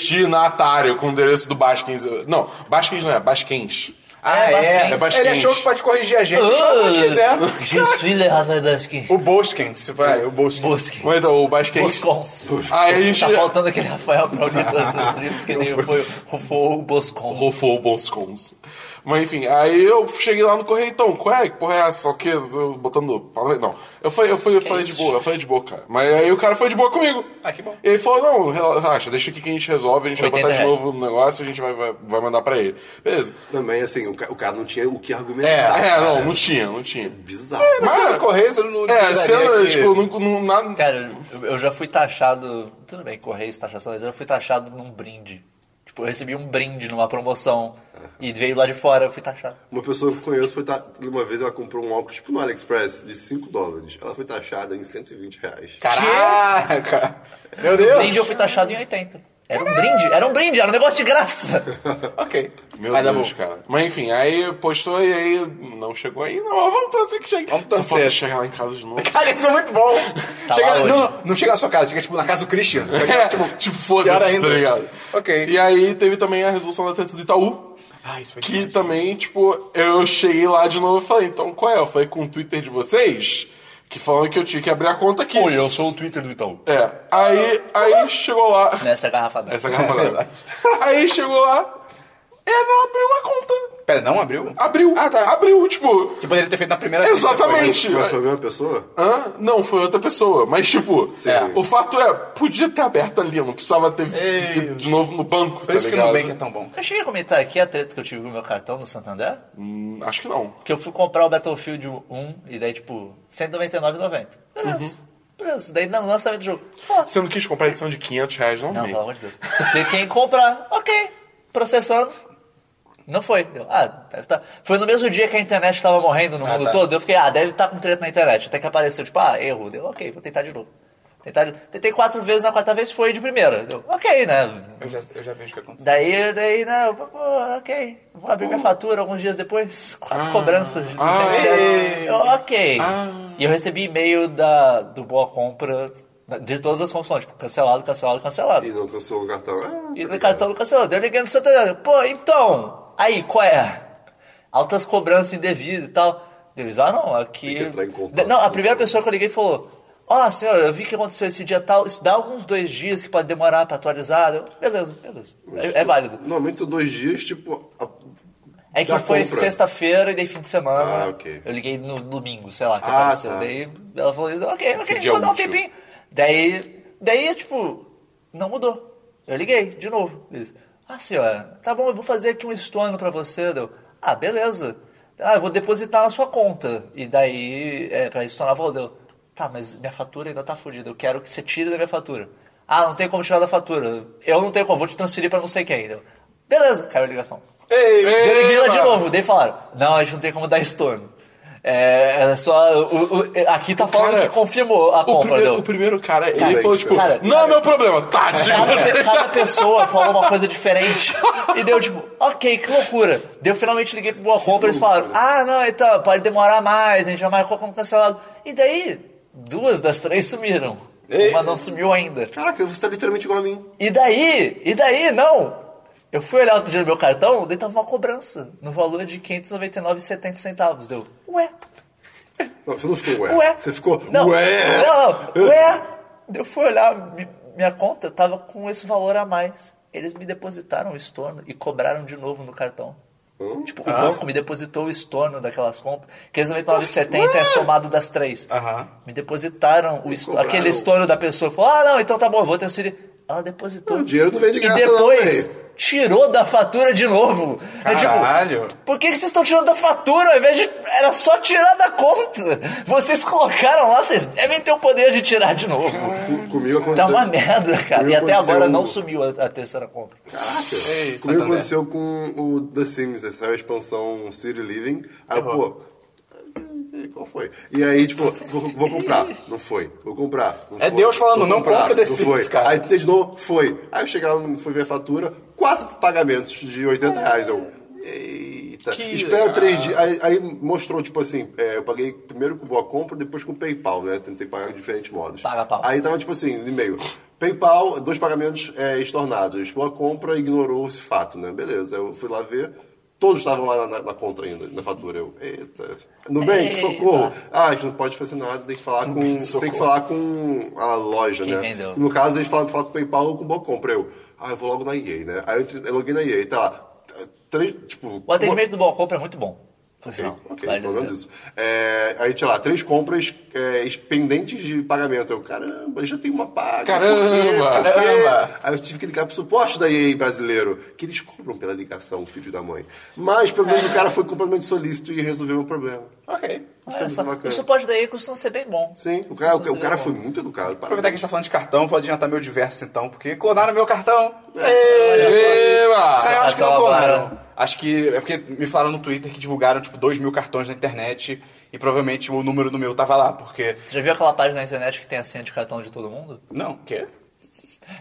[SPEAKER 2] destinatário, com o endereço do Basquens. Não, Basquens não é, Basquens.
[SPEAKER 1] Ah,
[SPEAKER 3] É,
[SPEAKER 1] é.
[SPEAKER 3] Basquens.
[SPEAKER 2] É Basquens.
[SPEAKER 1] Ele achou que pode corrigir a gente. A gente fala o que
[SPEAKER 2] (laughs)
[SPEAKER 1] quiser.
[SPEAKER 3] Je suis le Rafael Basquez.
[SPEAKER 1] O Boskins, vai, o Boskins.
[SPEAKER 3] Bosque.
[SPEAKER 2] Mas então, o Basquens.
[SPEAKER 3] Boscons.
[SPEAKER 2] Aí a gente-
[SPEAKER 3] Tá faltando aquele Rafael pra alguém todas essas tribos que nem foi o Fogo Boscon.
[SPEAKER 2] Rofou bons cons. Mas enfim, aí eu cheguei lá no correio, então, qual é? Que porra é essa? O quê? Eu Botando. palavra- Não. Eu falei, eu falei, eu falei de boa, eu falei de boa, cara. Mas aí o cara foi de boa comigo.
[SPEAKER 1] Ah, que bom.
[SPEAKER 2] E ele falou, não, rela- relaxa, deixa aqui que a gente resolve, a gente vai
[SPEAKER 3] 80
[SPEAKER 2] botar de
[SPEAKER 3] reais.
[SPEAKER 2] novo no negócio, a gente vai, vai, vai mandar pra ele. Beleza.
[SPEAKER 4] Também, assim, o, ca- o cara não tinha o que
[SPEAKER 1] É,
[SPEAKER 4] argumentar.
[SPEAKER 2] é, não, não tinha, não tinha.
[SPEAKER 4] Bizarro.
[SPEAKER 1] Mas sendo Correios, eu não
[SPEAKER 2] É,
[SPEAKER 1] duvidaria
[SPEAKER 2] sendo,
[SPEAKER 1] que-
[SPEAKER 2] tipo, não, não, nada.
[SPEAKER 3] Cara, eu, eu já fui taxado. Tudo bem, Correios, taxação, mas eu já fui taxado num brinde. Tipo, Tipo, eu recebi um brinde numa promoção e veio lá de fora, eu fui taxado.
[SPEAKER 4] Uma pessoa que eu conheço foi ta... uma vez ela comprou um óculos tipo no AliExpress de 5 dólares. Ela foi taxada em 120 reais.
[SPEAKER 1] Caraca! Meu
[SPEAKER 3] O
[SPEAKER 1] Deus!
[SPEAKER 3] brinde eu fui taxado em 80. Era um brinde, era um brinde, era um negócio de graça.
[SPEAKER 1] (laughs) Ok.
[SPEAKER 2] Meu
[SPEAKER 1] Vai dar
[SPEAKER 2] Deus,
[SPEAKER 1] bom.
[SPEAKER 2] cara. Mas enfim, aí postou e aí não chegou aí. Não, mas vamos torcer que chegue.
[SPEAKER 1] Vamos
[SPEAKER 2] Só falta
[SPEAKER 1] torcer.
[SPEAKER 2] chegar lá em casa de novo.
[SPEAKER 1] Cara, isso é muito bom.
[SPEAKER 3] Tá
[SPEAKER 1] chega,
[SPEAKER 3] lá hoje.
[SPEAKER 1] não, não chega na sua casa, chega tipo na casa do Christian.
[SPEAKER 2] É, tipo, tipo
[SPEAKER 1] pior
[SPEAKER 2] foda-se,
[SPEAKER 1] ainda.
[SPEAKER 2] tá ligado?
[SPEAKER 1] Ok.
[SPEAKER 2] E aí teve também a resolução da treta do Itaú.
[SPEAKER 1] Ah, isso foi
[SPEAKER 2] Que
[SPEAKER 1] demais.
[SPEAKER 2] também, tipo, eu cheguei lá de novo e falei, então qual é? Eu falei com o Twitter de vocês, que falando que eu tinha que abrir a conta aqui.
[SPEAKER 3] eu sou o Twitter do Itaú.
[SPEAKER 2] É, aí, aí chegou lá. (laughs)
[SPEAKER 3] Nessa garrafa d'água.
[SPEAKER 2] Essa é garrafa
[SPEAKER 1] É
[SPEAKER 2] d'água. Aí chegou lá, ela abriu uma conta.
[SPEAKER 1] Pera, não abriu?
[SPEAKER 2] Abriu.
[SPEAKER 1] Ah, tá.
[SPEAKER 2] Abriu, tipo.
[SPEAKER 1] Que poderia ter feito na primeira
[SPEAKER 2] Exatamente.
[SPEAKER 1] vez.
[SPEAKER 2] Gente,
[SPEAKER 4] Mas foi a mesma pessoa?
[SPEAKER 2] Hã? Não, foi outra pessoa. Mas, tipo,
[SPEAKER 1] É.
[SPEAKER 2] o fato é, podia ter aberto ali, não precisava ter
[SPEAKER 1] Ei.
[SPEAKER 2] de, de novo no banco,
[SPEAKER 1] Por isso
[SPEAKER 2] tá
[SPEAKER 1] que o
[SPEAKER 2] ligado?
[SPEAKER 1] Nubank é tão bom.
[SPEAKER 3] Eu cheguei a comentar aqui a treta que eu tive com o meu cartão no Santander.
[SPEAKER 2] Hum, Acho que não.
[SPEAKER 3] Que eu fui comprar o Battlefield 1 e daí, tipo, 199,90. Beleza. Beleza. Isso Daí no lançamento do jogo. Pô,
[SPEAKER 2] Você não quis comprar a edição de 500 reais, não?
[SPEAKER 3] Não,
[SPEAKER 2] Ney?
[SPEAKER 3] pelo amor de Deus. Cliquei em comprar. Ok. Processando. Não foi. Deu, ah, deve tá. Foi no mesmo dia que a internet tava morrendo no
[SPEAKER 1] Ah,
[SPEAKER 3] mundo
[SPEAKER 1] tá.
[SPEAKER 3] todo. Eu fiquei, ah, deve estar tá com treta na internet. Até que apareceu, tipo, ah, erro. Deu, ok, vou tentar de novo. Tentar de- Tentei quatro vezes, na quarta vez foi de primeira. Deu, ok, né?
[SPEAKER 1] Eu já, eu já vejo o que aconteceu.
[SPEAKER 3] Daí, daí, não, pô, pô, ok. Vou abrir
[SPEAKER 1] Hum.
[SPEAKER 3] minha fatura alguns dias depois. Quatro cobranças de 200
[SPEAKER 2] Ah.
[SPEAKER 3] reais. Eu, ok.
[SPEAKER 1] Ah.
[SPEAKER 3] E eu recebi e-mail da, do Boa Compra, da- de todas as compras, falando, tipo, cancelado, cancelado, cancelado.
[SPEAKER 4] E não cancelou o cartão. Ah,
[SPEAKER 3] E
[SPEAKER 4] tá
[SPEAKER 3] no
[SPEAKER 4] ligado.
[SPEAKER 3] cartão assim, não cancelou. Daí eu liguei no Santander. Pô, então, aí, qual é? Altas cobranças indevidas e tal. Deus, ah, não, aqui...
[SPEAKER 4] Tem que entrar em contato. né?
[SPEAKER 3] Não, a primeira pessoa que eu liguei falou... Ó, senhor, eu vi que aconteceu esse dia tal. Isso dá alguns dois dias que pode demorar pra atualizar. Eu, beleza, beleza. É- é válido.
[SPEAKER 4] Normalmente dois dias, tipo. a-
[SPEAKER 3] É que
[SPEAKER 4] da
[SPEAKER 3] foi
[SPEAKER 4] compra.
[SPEAKER 3] sexta-feira e daí fim de semana.
[SPEAKER 4] Ah, ok.
[SPEAKER 3] Eu liguei no domingo, sei lá, que
[SPEAKER 4] Ah,
[SPEAKER 3] apareceu.
[SPEAKER 4] tá.
[SPEAKER 3] Daí ela falou isso, ok,
[SPEAKER 2] Esse
[SPEAKER 3] ok,
[SPEAKER 2] dia
[SPEAKER 3] vou dar um
[SPEAKER 2] útil.
[SPEAKER 3] tempinho. Daí, daí, tipo, não mudou. Eu liguei, de novo. Disse, ah, senhora, tá bom, eu vou fazer aqui um estorno pra você. Deu, ah, beleza. Ah, eu vou depositar na sua conta. E daí, é, pra estornar, falou, deu, tá, mas minha fatura ainda tá fodida, eu quero que você tire da minha fatura. Ah, não tem como tirar da fatura. Eu não tenho como, vou te transferir pra não sei quem. Deu, beleza, caiu a ligação.
[SPEAKER 1] Ei,
[SPEAKER 2] Ei,
[SPEAKER 3] Daí Vila de
[SPEAKER 2] mano.
[SPEAKER 3] novo, daí falaram, não, a gente não tem como dar estorno. É, é só. o- o- é, aqui tá falando
[SPEAKER 2] Cara,
[SPEAKER 3] que confirmou a
[SPEAKER 2] O
[SPEAKER 3] compra,
[SPEAKER 2] primeiro,
[SPEAKER 3] deu.
[SPEAKER 2] o primeiro cara, ele
[SPEAKER 4] Cara,
[SPEAKER 2] falou,
[SPEAKER 4] gente,
[SPEAKER 2] tipo,
[SPEAKER 3] cara,
[SPEAKER 2] não é meu problema, tá,
[SPEAKER 3] Cada,
[SPEAKER 2] tipo, (laughs)
[SPEAKER 3] pe- cada pessoa falou uma coisa diferente. E deu tipo, ok, que loucura. Deu finalmente liguei pro Boa Compra e eles falaram, ah, não, então, pode demorar mais, a gente já marcou como cancelado. E daí, duas das três sumiram.
[SPEAKER 1] Ei.
[SPEAKER 3] Uma não sumiu ainda.
[SPEAKER 4] Caraca, você tá literalmente igual a mim.
[SPEAKER 3] E daí, e daí, não. Eu fui olhar outro dia no meu cartão, daí tava uma cobrança no valor de 599,70 centavos. Deu, ué,
[SPEAKER 4] Não, você não ficou ué.
[SPEAKER 3] Ué.
[SPEAKER 4] Você ficou
[SPEAKER 3] não,
[SPEAKER 4] ué.
[SPEAKER 3] Não, não, ué. Eu fui olhar mi- minha conta, tava com esse valor a mais. Eles me depositaram o estorno e cobraram de novo no cartão. Tipo,
[SPEAKER 4] Ah.
[SPEAKER 3] o banco me depositou o estorno daquelas compras. Que 99,70 é somado das três.
[SPEAKER 1] Aham.
[SPEAKER 3] Me depositaram o estorno,
[SPEAKER 4] cobraram.
[SPEAKER 3] aquele estorno da pessoa. Falou, ah, não, então tá bom, eu vou transferir. Ela depositou.
[SPEAKER 4] Não, o dinheiro não vem de graça
[SPEAKER 3] E
[SPEAKER 4] não,
[SPEAKER 3] depois
[SPEAKER 4] véi.
[SPEAKER 3] tirou da fatura de novo. É tipo,
[SPEAKER 1] Caralho.
[SPEAKER 3] por que, que vocês estão tirando da fatura ao invés de. Era só tirar da conta! Vocês colocaram lá, vocês devem ter o poder de tirar de novo.
[SPEAKER 4] Com- Comigo
[SPEAKER 3] Tá
[SPEAKER 4] aconteceu.
[SPEAKER 3] uma merda, cara. E
[SPEAKER 4] Comigo
[SPEAKER 3] até agora
[SPEAKER 4] é. aconteceu- um-
[SPEAKER 3] não sumiu a, a terceira compra.
[SPEAKER 4] Caraca.
[SPEAKER 1] Ei,
[SPEAKER 4] Comigo
[SPEAKER 1] Santander.
[SPEAKER 4] aconteceu com o The Sims, essa é a expansão City Living. Aí, eu, pô. Qual foi? E aí, tipo, vou, vou comprar. Não foi. Vou comprar. Não
[SPEAKER 1] É
[SPEAKER 4] foi.
[SPEAKER 1] Deus falando,
[SPEAKER 4] Vou
[SPEAKER 1] não
[SPEAKER 4] comprar.
[SPEAKER 1] compra The
[SPEAKER 4] Não
[SPEAKER 1] Sims,
[SPEAKER 4] foi.
[SPEAKER 1] cara.
[SPEAKER 4] Aí tentei de novo, foi. Aí eu cheguei lá, fui ver a fatura, quatro pagamentos de 80 reais. Eu. Eita.
[SPEAKER 2] Que-
[SPEAKER 4] Espera três
[SPEAKER 3] ah.
[SPEAKER 4] dias. Aí, aí mostrou, tipo assim, é, eu paguei primeiro com boa compra, depois com PayPal, né? Tentei pagar de diferentes modos.
[SPEAKER 3] Paga pau.
[SPEAKER 4] Aí tava tipo assim, no e-mail. PayPal, dois pagamentos é, estornados. Uma compra ignorou esse fato, né? Beleza, eu fui lá ver. Todos estavam lá na, na conta ainda, na fatura. Eu, eita. Nubank,
[SPEAKER 3] Eita.
[SPEAKER 4] socorro. Ah, a gente não pode fazer nada, tem que falar com, tem que falar com a loja,
[SPEAKER 3] Quem
[SPEAKER 4] né?
[SPEAKER 3] vendeu.
[SPEAKER 4] No caso, eles falam, falam com o PayPal ou com o Boa Compra. Eu, ah, eu vou logo na EA, né? Aí eu, entrei- eu loguei na EA, tá lá. t- Três, tipo.
[SPEAKER 3] O atendimento do Bom Compra é muito bom. Pois não,
[SPEAKER 4] Ok,
[SPEAKER 3] vale
[SPEAKER 4] pelo menos
[SPEAKER 3] dizer.
[SPEAKER 4] isso. É, aí, sei lá, três compras é, pendentes de pagamento. Eu, caramba, eu já tenho uma paga.
[SPEAKER 2] Caramba!
[SPEAKER 4] por quê? Por quê?
[SPEAKER 1] Caramba!
[SPEAKER 4] Aí eu tive que ligar pro suporte da EA brasileiro, que eles cobram pela ligação, filho da mãe. Mas, pelo menos, o cara foi completamente solícito e resolveu o problema.
[SPEAKER 1] Ok.
[SPEAKER 4] Isso foi
[SPEAKER 3] Olha só,
[SPEAKER 4] muito
[SPEAKER 3] o
[SPEAKER 4] bacana.
[SPEAKER 3] suporte daí costuma ser bem bom.
[SPEAKER 4] Sim, o cara, o,
[SPEAKER 3] Costuma ser
[SPEAKER 4] cara
[SPEAKER 3] bem
[SPEAKER 4] foi
[SPEAKER 3] bom.
[SPEAKER 4] muito educado.
[SPEAKER 1] Aproveitar que a gente tá falando de cartão, vou adiantar meu diverso então, porque clonaram meu cartão. Ah,
[SPEAKER 2] Eba!
[SPEAKER 1] eu acho que não
[SPEAKER 3] Então,
[SPEAKER 1] clonaram.
[SPEAKER 3] agora-
[SPEAKER 1] Acho que é porque me falaram no Twitter que divulgaram tipo 2 mil cartões na internet e provavelmente o número do meu tava lá, porque.
[SPEAKER 3] Você já viu aquela página na internet que tem a senha de cartão de todo mundo?
[SPEAKER 1] Não, o quê? (laughs)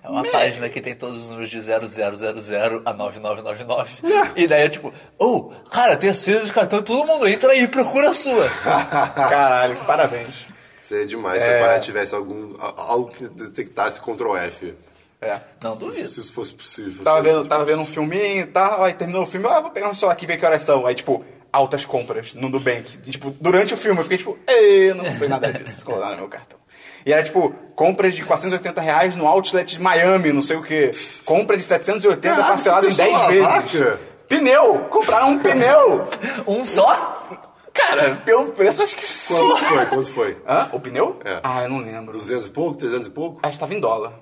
[SPEAKER 3] É uma página que tem todos os números de 0000 a 9999. E daí é tipo, oh, cara, tem a senha de cartão de todo mundo, entra aí e procura
[SPEAKER 4] (laughs)
[SPEAKER 3] a sua.
[SPEAKER 1] Caralho, parabéns.
[SPEAKER 4] Seria demais se
[SPEAKER 1] É.
[SPEAKER 4] a parada tivesse algum, a- algo que detectasse Ctrl F.
[SPEAKER 1] É.
[SPEAKER 3] Não
[SPEAKER 4] Se,
[SPEAKER 3] duvido.
[SPEAKER 4] se isso fosse possível.
[SPEAKER 1] Tava
[SPEAKER 4] seria
[SPEAKER 1] vendo, tava vendo um filminho e tal, aí terminou o filme, ah, vou pegar um celular aqui e ver que horas são. Aí, tipo, altas compras no Nubank. E, tipo, durante o filme eu fiquei tipo, ei, não comprei nada disso, colocaram no meu cartão. E era tipo, compras de 480 reais no outlet de Miami, não sei o quê. Compra de 780
[SPEAKER 4] Caraca,
[SPEAKER 1] parcelada
[SPEAKER 4] que
[SPEAKER 1] em 10
[SPEAKER 4] pessoa
[SPEAKER 1] vezes.
[SPEAKER 4] babaca.
[SPEAKER 1] Pneu! Compraram um pneu!
[SPEAKER 3] Um só?
[SPEAKER 1] Cara, pelo preço acho que sim.
[SPEAKER 4] Quanto foi? Quanto foi?
[SPEAKER 1] Hã? O pneu?
[SPEAKER 4] É.
[SPEAKER 1] Ah, eu não lembro.
[SPEAKER 4] 200 e pouco? 300 e pouco?
[SPEAKER 1] Acho que tava em dólar.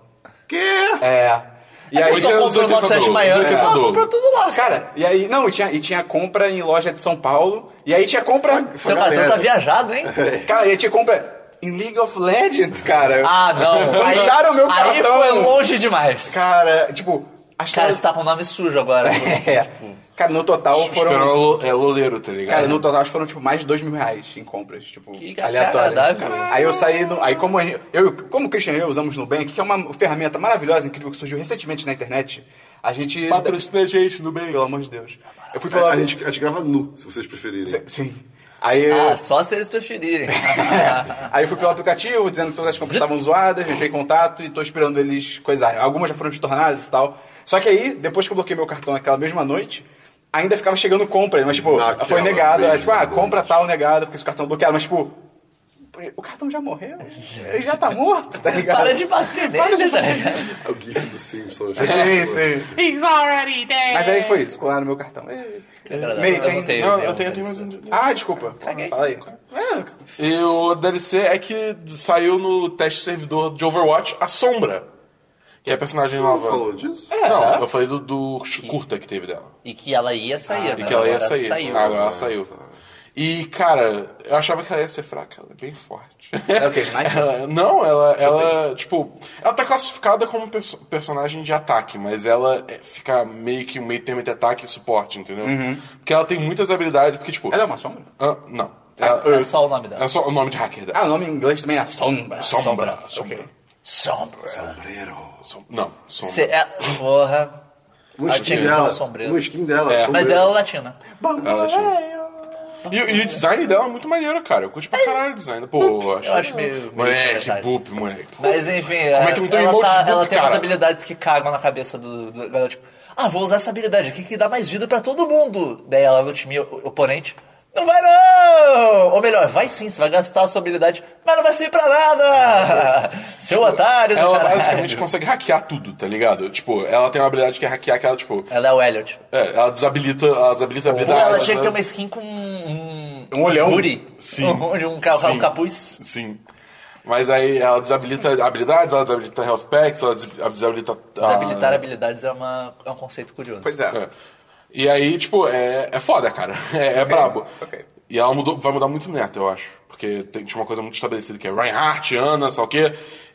[SPEAKER 4] Quê?
[SPEAKER 1] É. E
[SPEAKER 3] É que
[SPEAKER 1] aí,
[SPEAKER 3] eu só comprou no
[SPEAKER 2] 280
[SPEAKER 3] offset de Miami.
[SPEAKER 2] dólares.
[SPEAKER 3] Ela comprou tudo lá, cara.
[SPEAKER 1] Cara, e aí, não, e tinha, e tinha compra em loja de São Paulo, e aí tinha compra.
[SPEAKER 3] Seu
[SPEAKER 4] Galera.
[SPEAKER 3] cartão tá viajado, hein?
[SPEAKER 1] Cara, e aí tinha compra em League of Legends, cara.
[SPEAKER 3] Ah, não. Aí-
[SPEAKER 1] Baixaram meu
[SPEAKER 3] Aí
[SPEAKER 1] cartão.
[SPEAKER 3] foi longe demais. Cara,
[SPEAKER 1] Cara, tipo, acho
[SPEAKER 3] você tá com o nome
[SPEAKER 2] (laughs)
[SPEAKER 3] sujo agora.
[SPEAKER 1] (laughs) É. Cara, no total foram.
[SPEAKER 2] Esperou é loleiro, tá ligado?
[SPEAKER 1] Cara, no total acho que foram tipo, mais de dois mil reais em compras, tipo,
[SPEAKER 3] Que
[SPEAKER 1] aleatórias.
[SPEAKER 3] agradável.
[SPEAKER 1] Aí eu saí do. Aí como a gente- eu, como o Christian e eu usamos Nubank, que é uma ferramenta maravilhosa, incrível, que surgiu recentemente na internet, a gente.
[SPEAKER 2] Patrocina a gente, no bem.
[SPEAKER 1] Pelo amor de Deus. Eu fui
[SPEAKER 4] A,
[SPEAKER 1] pela.
[SPEAKER 4] a gente, a gente grava nu, se vocês preferirem.
[SPEAKER 1] Sim. Aí
[SPEAKER 2] É.
[SPEAKER 1] eu.
[SPEAKER 3] Ah, só se eles preferirem.
[SPEAKER 1] (laughs) Aí eu fui pelo aplicativo, dizendo que todas as compras estavam zoadas, entrei em contato e tô esperando eles coisarem. Algumas já foram estornadas e tal. Só que aí, depois que eu bloqueei meu cartão naquela mesma noite, ainda ficava chegando compra, mas tipo,
[SPEAKER 4] Naquela
[SPEAKER 1] foi negado.
[SPEAKER 4] mesma
[SPEAKER 1] Aí, tipo, ah,
[SPEAKER 4] noite.
[SPEAKER 1] compra tal negada, porque esse cartão bloqueado, mas tipo. O cartão já morreu, ele já tá morto, tá ligado?
[SPEAKER 3] Para de bater
[SPEAKER 1] Para de
[SPEAKER 3] nele, né?
[SPEAKER 1] bater.
[SPEAKER 3] velho.
[SPEAKER 4] É o GIF do
[SPEAKER 1] (laughs)
[SPEAKER 4] Simpsons.
[SPEAKER 1] É, Sim, sim.
[SPEAKER 5] He's already dead.
[SPEAKER 1] Mas aí foi isso, colaram meu cartão. Ei. Meio,
[SPEAKER 3] Eu não
[SPEAKER 1] tem...
[SPEAKER 3] tenho.
[SPEAKER 2] Não,
[SPEAKER 3] nenhum
[SPEAKER 2] eu tenho, eu tenho mais
[SPEAKER 3] deles.
[SPEAKER 2] um.
[SPEAKER 1] Ah, desculpa.
[SPEAKER 3] Caguei.
[SPEAKER 1] Fala aí. É,
[SPEAKER 2] E o DLC é que saiu no teste servidor de Overwatch a Sombra, que é a personagem nova. É.
[SPEAKER 4] falou disso?
[SPEAKER 3] É.
[SPEAKER 2] Não, eu falei do, do curta que teve dela.
[SPEAKER 3] E que ela ia sair,
[SPEAKER 2] Ah, E
[SPEAKER 3] né?
[SPEAKER 2] que ela ia
[SPEAKER 3] Agora
[SPEAKER 2] sair.
[SPEAKER 3] Saiu.
[SPEAKER 2] Ah, Agora ela saiu. E, cara, eu achava que ela ia ser fraca, ela é bem forte.
[SPEAKER 1] É o quê, sniper?
[SPEAKER 2] Ela- não, ela, ela tipo, ela tá classificada como perso- personagem de ataque, mas ela é- fica meio que um meio termo entre ataque e suporte, entendeu?
[SPEAKER 3] Uhum.
[SPEAKER 2] Porque ela tem muitas habilidades, porque, tipo...
[SPEAKER 1] Ela é uma sombra?
[SPEAKER 2] Ah, não.
[SPEAKER 3] É só o nome dela.
[SPEAKER 2] é um só o nome de hacker dela.
[SPEAKER 1] Ah, o nome em inglês também é Sombra.
[SPEAKER 2] Sombra.
[SPEAKER 3] Sombra.
[SPEAKER 2] Sombra.
[SPEAKER 3] Sombra.
[SPEAKER 4] Sombreiro.
[SPEAKER 2] Som- Não, sombra.
[SPEAKER 3] Cê, é, porra.
[SPEAKER 4] Uma
[SPEAKER 3] Ah,
[SPEAKER 4] skin
[SPEAKER 3] tinha que usar
[SPEAKER 4] dela.
[SPEAKER 3] o sombreiro.
[SPEAKER 4] Uma skin dela.
[SPEAKER 2] É.
[SPEAKER 3] Mas
[SPEAKER 4] sombreiro.
[SPEAKER 3] ela é latina.
[SPEAKER 2] tipo- E, e o design dela é muito maneiro, cara. Eu curti pra caralho o design. Pô, eu acho.
[SPEAKER 3] É, Eu acho meio.
[SPEAKER 2] Moleque,
[SPEAKER 3] meio
[SPEAKER 2] boop, moleque.
[SPEAKER 3] Mas enfim,
[SPEAKER 2] Como é que não tem um
[SPEAKER 3] ela,
[SPEAKER 2] emote
[SPEAKER 3] tá-
[SPEAKER 2] de boop,
[SPEAKER 3] ela tem umas
[SPEAKER 2] cara?
[SPEAKER 3] habilidades que cagam na cabeça do, do dela, Tipo, ah, vou usar essa habilidade aqui que dá mais vida pra todo mundo. Daí ela no time o- oponente. Não vai não! Ou melhor, vai sim, você vai gastar a sua habilidade, mas não vai servir
[SPEAKER 2] (laughs)
[SPEAKER 3] pra nada! Seu otário do
[SPEAKER 2] Ela
[SPEAKER 3] caralho.
[SPEAKER 2] É basicamente consegue hackear tudo, tá ligado? Tipo, ela tem uma habilidade que é hackear que ela, tipo.
[SPEAKER 3] Ela é o Elliot.
[SPEAKER 2] É, ela desabilita, ela desabilita a
[SPEAKER 3] Pô,
[SPEAKER 2] habilidade.
[SPEAKER 3] ela tinha que ter uma skin com um...
[SPEAKER 1] Um olhão.
[SPEAKER 3] hoodie.
[SPEAKER 2] é Sim.
[SPEAKER 3] Um, hoodie, um, ca-
[SPEAKER 2] Sim.
[SPEAKER 3] um capuz.
[SPEAKER 2] Sim. Mas aí ela desabilita habilidades, ela desabilita health packs, ela des- desabilita.
[SPEAKER 3] Desabilitar
[SPEAKER 2] ah,
[SPEAKER 3] habilidades é, uma, é um conceito curioso.
[SPEAKER 1] Pois é.
[SPEAKER 2] É. E aí, tipo, é, é foda, cara. (laughs) É, é brabo.
[SPEAKER 1] ok.
[SPEAKER 2] E ela mudou, vai mudar muito neta, eu acho. Porque tem, tinha uma coisa muito estabelecida que é Reinhardt, Ana, sei lá o quê.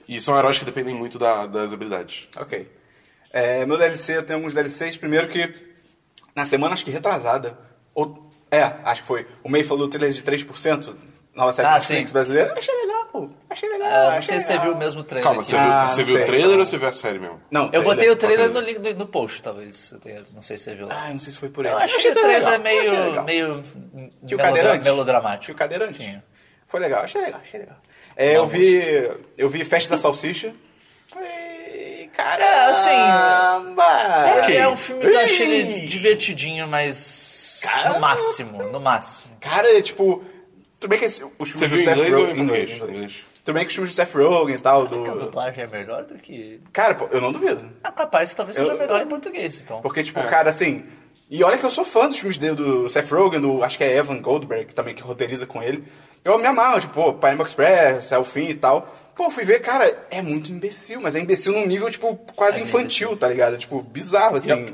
[SPEAKER 2] E são heróis que dependem muito da- das habilidades.
[SPEAKER 1] Ok. É, meu DLC, eu tenho alguns DLCs. Primeiro que na semana, acho que retrasada. Ou, é, acho que foi. O May falou do trailer de 3%, nova série
[SPEAKER 3] Ah,
[SPEAKER 1] Netflix
[SPEAKER 3] sim.
[SPEAKER 1] brasileira. Achei legal, pô. Achei legal.
[SPEAKER 3] Ah, não
[SPEAKER 1] achei
[SPEAKER 3] sei se você
[SPEAKER 1] legal.
[SPEAKER 3] viu o mesmo trailer.
[SPEAKER 2] Calma,
[SPEAKER 3] aqui.
[SPEAKER 2] você
[SPEAKER 1] Ah,
[SPEAKER 2] viu, você
[SPEAKER 1] não
[SPEAKER 2] viu
[SPEAKER 1] sei.
[SPEAKER 2] o trailer ou você viu a série mesmo?
[SPEAKER 1] Não,
[SPEAKER 3] Eu
[SPEAKER 1] trailer.
[SPEAKER 3] botei o trailer no,
[SPEAKER 2] trailer.
[SPEAKER 3] link, no, no post, talvez. Eu tenha- não sei se você viu lá.
[SPEAKER 1] Ah, não sei se foi por ele.
[SPEAKER 3] eu achei que o
[SPEAKER 1] legal,
[SPEAKER 3] trailer é
[SPEAKER 1] eu achei
[SPEAKER 3] meio,
[SPEAKER 1] legal.
[SPEAKER 3] meio
[SPEAKER 1] Tinha o
[SPEAKER 3] melodra-
[SPEAKER 1] cadeirante. Tinha
[SPEAKER 3] melodramático.
[SPEAKER 1] o cadeirante.
[SPEAKER 3] Tinha.
[SPEAKER 1] Foi legal, achei legal, achei legal. É, eu vi. Eu vi Festa da Salsicha. E, cara,
[SPEAKER 3] É, assim,
[SPEAKER 1] Caramba!
[SPEAKER 3] É, é um filme que eu achei ele
[SPEAKER 1] Ih!
[SPEAKER 3] divertidinho, mas no máximo, no máximo.
[SPEAKER 1] Cara, é tipo. Tudo bem que esse- os
[SPEAKER 2] Você
[SPEAKER 1] filmes
[SPEAKER 2] viu
[SPEAKER 1] do
[SPEAKER 2] em
[SPEAKER 1] Seth
[SPEAKER 2] inglês ou
[SPEAKER 1] Rogen.
[SPEAKER 2] em português?
[SPEAKER 1] inglês, inglês.
[SPEAKER 2] Inglês.
[SPEAKER 1] Tudo bem que os filmes do Seth Rogen e tal.
[SPEAKER 3] A
[SPEAKER 1] Do...
[SPEAKER 3] dublagem é melhor do que...
[SPEAKER 1] Cara, pô, eu não duvido.
[SPEAKER 3] Ah, capaz, talvez seja
[SPEAKER 1] Eu-
[SPEAKER 3] melhor em português, então.
[SPEAKER 1] Porque, tipo,
[SPEAKER 2] É.
[SPEAKER 1] cara, assim. E olha que eu sou fã dos filmes dele, do Seth Rogen, do acho que é Evan Goldberg, que também que roteiriza com ele. Eu me amarro, tipo, pô, Panama Express, é o fim e tal. Pô, fui ver, cara, é muito imbecil, mas é imbecil num nível, tipo, quase infantil, tá ligado? É, Tipo, bizarro, assim.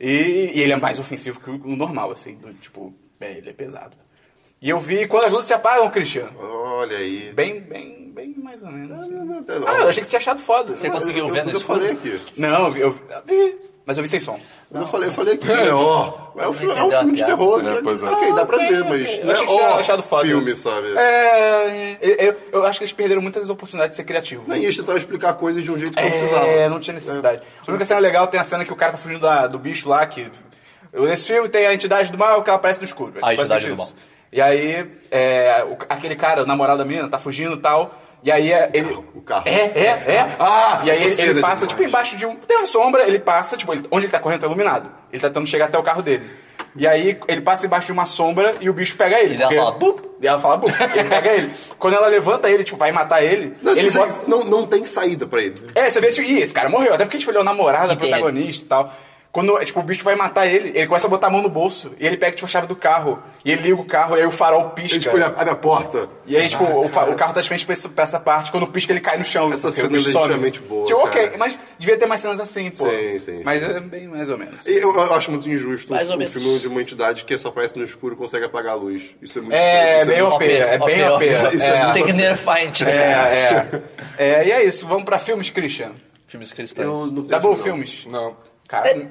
[SPEAKER 1] E, e ele é mais ofensivo que o normal, assim, do, tipo, é, ele é pesado. E eu vi quando as luzes se apagam, Christian.
[SPEAKER 4] Olha aí.
[SPEAKER 1] Bem, bem, bem mais ou menos.
[SPEAKER 4] Não, não, não, não.
[SPEAKER 1] Ah, eu achei que tinha achado foda.
[SPEAKER 3] Você conseguiu
[SPEAKER 4] eu,
[SPEAKER 3] ver
[SPEAKER 4] eu,
[SPEAKER 3] no
[SPEAKER 4] eu
[SPEAKER 3] escuro?
[SPEAKER 4] falei aqui.
[SPEAKER 1] Não, eu vi, eu vi, mas eu vi sem som.
[SPEAKER 4] Eu falei, eu
[SPEAKER 1] (laughs)
[SPEAKER 4] falei aqui, né? Ó, é um filme, é um
[SPEAKER 3] entendeu a
[SPEAKER 4] filme de
[SPEAKER 3] piada.
[SPEAKER 4] terror.
[SPEAKER 2] É,
[SPEAKER 4] que-
[SPEAKER 2] pois é.
[SPEAKER 4] Ok, dá pra
[SPEAKER 1] Ah, ok,
[SPEAKER 4] ver, mas
[SPEAKER 1] ok.
[SPEAKER 4] não
[SPEAKER 1] Eu
[SPEAKER 4] é
[SPEAKER 1] achei que tinha
[SPEAKER 4] ó
[SPEAKER 1] achado foda.
[SPEAKER 4] filme, sabe?
[SPEAKER 1] É, eu, eu acho que eles perderam muitas oportunidades de ser criativo.
[SPEAKER 4] Não, E eles tentaram explicar coisas de um jeito que não precisava.
[SPEAKER 1] É, não tinha necessidade. A única cena legal tem a cena que o cara tá fugindo da- do bicho lá, que. Nesse filme tem a entidade do mal que ela aparece no escuro.
[SPEAKER 3] A
[SPEAKER 1] Quase
[SPEAKER 3] entidade
[SPEAKER 1] isso.
[SPEAKER 3] do mal.
[SPEAKER 1] E aí, é, o- aquele cara, o namorado da menina, tá fugindo e tal. E aí é, ele.
[SPEAKER 4] o Um carro.
[SPEAKER 1] É, é, é. Ah! E aí
[SPEAKER 4] essa
[SPEAKER 1] ele,
[SPEAKER 4] cena
[SPEAKER 1] ele
[SPEAKER 4] é
[SPEAKER 1] passa,
[SPEAKER 4] demais.
[SPEAKER 1] tipo, embaixo de um. Tem uma sombra, ele passa, tipo, ele- onde ele tá correndo tá iluminado. Ele tá tentando chegar até o carro dele. E aí ele passa embaixo de uma sombra e o bicho pega ele.
[SPEAKER 3] E ela
[SPEAKER 1] porque-
[SPEAKER 3] fala, "Bup".
[SPEAKER 1] E ela fala, "Bup". Ele pega ele. Quando ela levanta ele, tipo, vai matar ele,
[SPEAKER 4] Não, tipo,
[SPEAKER 1] ele
[SPEAKER 4] assim,
[SPEAKER 1] bota.
[SPEAKER 4] não, não tem saída pra ele.
[SPEAKER 1] É, você vê, tipo, ih, esse cara morreu. Até porque, tipo, ele é o namorado da
[SPEAKER 3] Entendo.
[SPEAKER 1] protagonista e tal. Quando, tipo, o bicho vai matar ele, ele começa a botar a mão no bolso. E ele pega, tipo, a chave do carro. E ele liga o carro, e aí o farol
[SPEAKER 4] Ele, tipo, ele
[SPEAKER 1] pisca.
[SPEAKER 4] abre a porta.
[SPEAKER 1] E aí, tipo, o, fa- o carro tá de frente pra essa, pra essa parte. Quando pisca, ele cai no chão.
[SPEAKER 4] Essa
[SPEAKER 1] porque
[SPEAKER 4] cena
[SPEAKER 1] o bicho
[SPEAKER 4] é
[SPEAKER 1] some.
[SPEAKER 4] legitimamente boa,
[SPEAKER 1] Tipo, ok,
[SPEAKER 4] cara.
[SPEAKER 1] mas devia ter mais cenas assim, pô.
[SPEAKER 4] Sim, sim,
[SPEAKER 1] Mas
[SPEAKER 4] sim.
[SPEAKER 1] é bem mais ou menos.
[SPEAKER 4] E Eu, eu acho muito injusto um,
[SPEAKER 3] Mais ou
[SPEAKER 4] um
[SPEAKER 3] menos.
[SPEAKER 4] filme de uma entidade que só aparece no escuro e consegue apagar a luz. Isso é muito
[SPEAKER 1] É,
[SPEAKER 4] estranho, isso
[SPEAKER 1] meio
[SPEAKER 4] muito-
[SPEAKER 1] OP, é bem OP.
[SPEAKER 4] Isso
[SPEAKER 1] é,
[SPEAKER 4] é muito-
[SPEAKER 3] Tem que nerfar a gente. né?
[SPEAKER 1] é,
[SPEAKER 4] ah,
[SPEAKER 1] é. (laughs) É, e é isso. Vamos pra filmes, Christian.
[SPEAKER 3] Filmes
[SPEAKER 4] Eu
[SPEAKER 3] cristãos.
[SPEAKER 4] não tenho
[SPEAKER 1] Tá bom,
[SPEAKER 4] não.
[SPEAKER 1] filmes?
[SPEAKER 2] Não.
[SPEAKER 1] Cara...
[SPEAKER 3] É,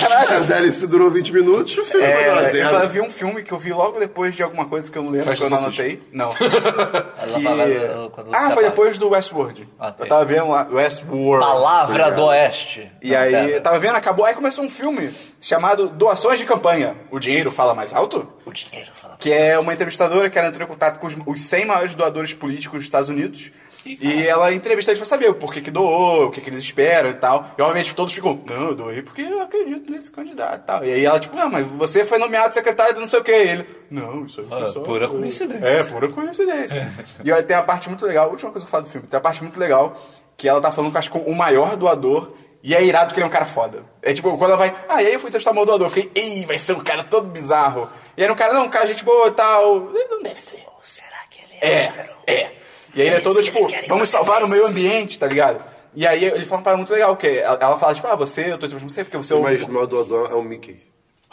[SPEAKER 1] (laughs) Caralho.
[SPEAKER 4] DLC durou 20 minutos, o filme vai dar
[SPEAKER 1] É, eu só
[SPEAKER 4] zero.
[SPEAKER 1] vi um filme que eu vi logo depois de alguma coisa que eu não lembro,
[SPEAKER 2] Festa
[SPEAKER 1] que eu não
[SPEAKER 2] da
[SPEAKER 1] anotei.
[SPEAKER 4] (laughs)
[SPEAKER 1] Não.
[SPEAKER 3] Ela fala, eh,
[SPEAKER 1] que...
[SPEAKER 3] quando
[SPEAKER 1] Ah,
[SPEAKER 3] se
[SPEAKER 1] foi
[SPEAKER 3] apaga.
[SPEAKER 1] depois do Westworld.
[SPEAKER 3] Ah, tá.
[SPEAKER 1] Eu tava vendo lá, Westworld.
[SPEAKER 3] Palavra do É. Oeste.
[SPEAKER 1] E aí, tá- tava vendo, acabou. Aí começou um filme chamado Doações de Campanha. O dinheiro fala mais alto?
[SPEAKER 3] O dinheiro fala.
[SPEAKER 1] Que é uma entrevistadora que ela entrou em contato com os, os 100 maiores doadores políticos dos Estados Unidos. E ela entrevista eles pra saber o porquê que doou, o que, que eles esperam e tal. E obviamente todos ficam, não, eu doei porque eu acredito nesse candidato e tal. E aí ela, tipo, não, mas você foi nomeado secretário do não sei o quê. E ele, não, isso aí foi
[SPEAKER 3] Ah,
[SPEAKER 1] só.
[SPEAKER 3] pura
[SPEAKER 1] foi-
[SPEAKER 3] coincidência.
[SPEAKER 1] É, pura coincidência. e aí tem a parte muito legal, a última coisa que eu falo do filme, tem a parte muito legal que ela tá falando com, acho que, o maior doador. E é irado que ele é um cara foda. É tipo, quando ela vai, ah, e aí eu fui testar o meu doador. Eu fiquei, ei, vai ser um cara todo bizarro. E aí um cara, não, um cara gente boa e tal. Ele Não deve ser.
[SPEAKER 3] Ou será que ele
[SPEAKER 1] É, é. E aí ele é
[SPEAKER 3] É
[SPEAKER 1] todo
[SPEAKER 3] isso que
[SPEAKER 1] tipo,
[SPEAKER 3] eles querem,
[SPEAKER 1] vamos
[SPEAKER 3] você
[SPEAKER 1] salvar o
[SPEAKER 3] fez.
[SPEAKER 1] meio ambiente, tá ligado? E aí ele fala uma parada muito legal, que ela ela fala tipo, ah, você, eu tô entrevistando você porque você é o...
[SPEAKER 4] Mas o maior doador é o Mickey.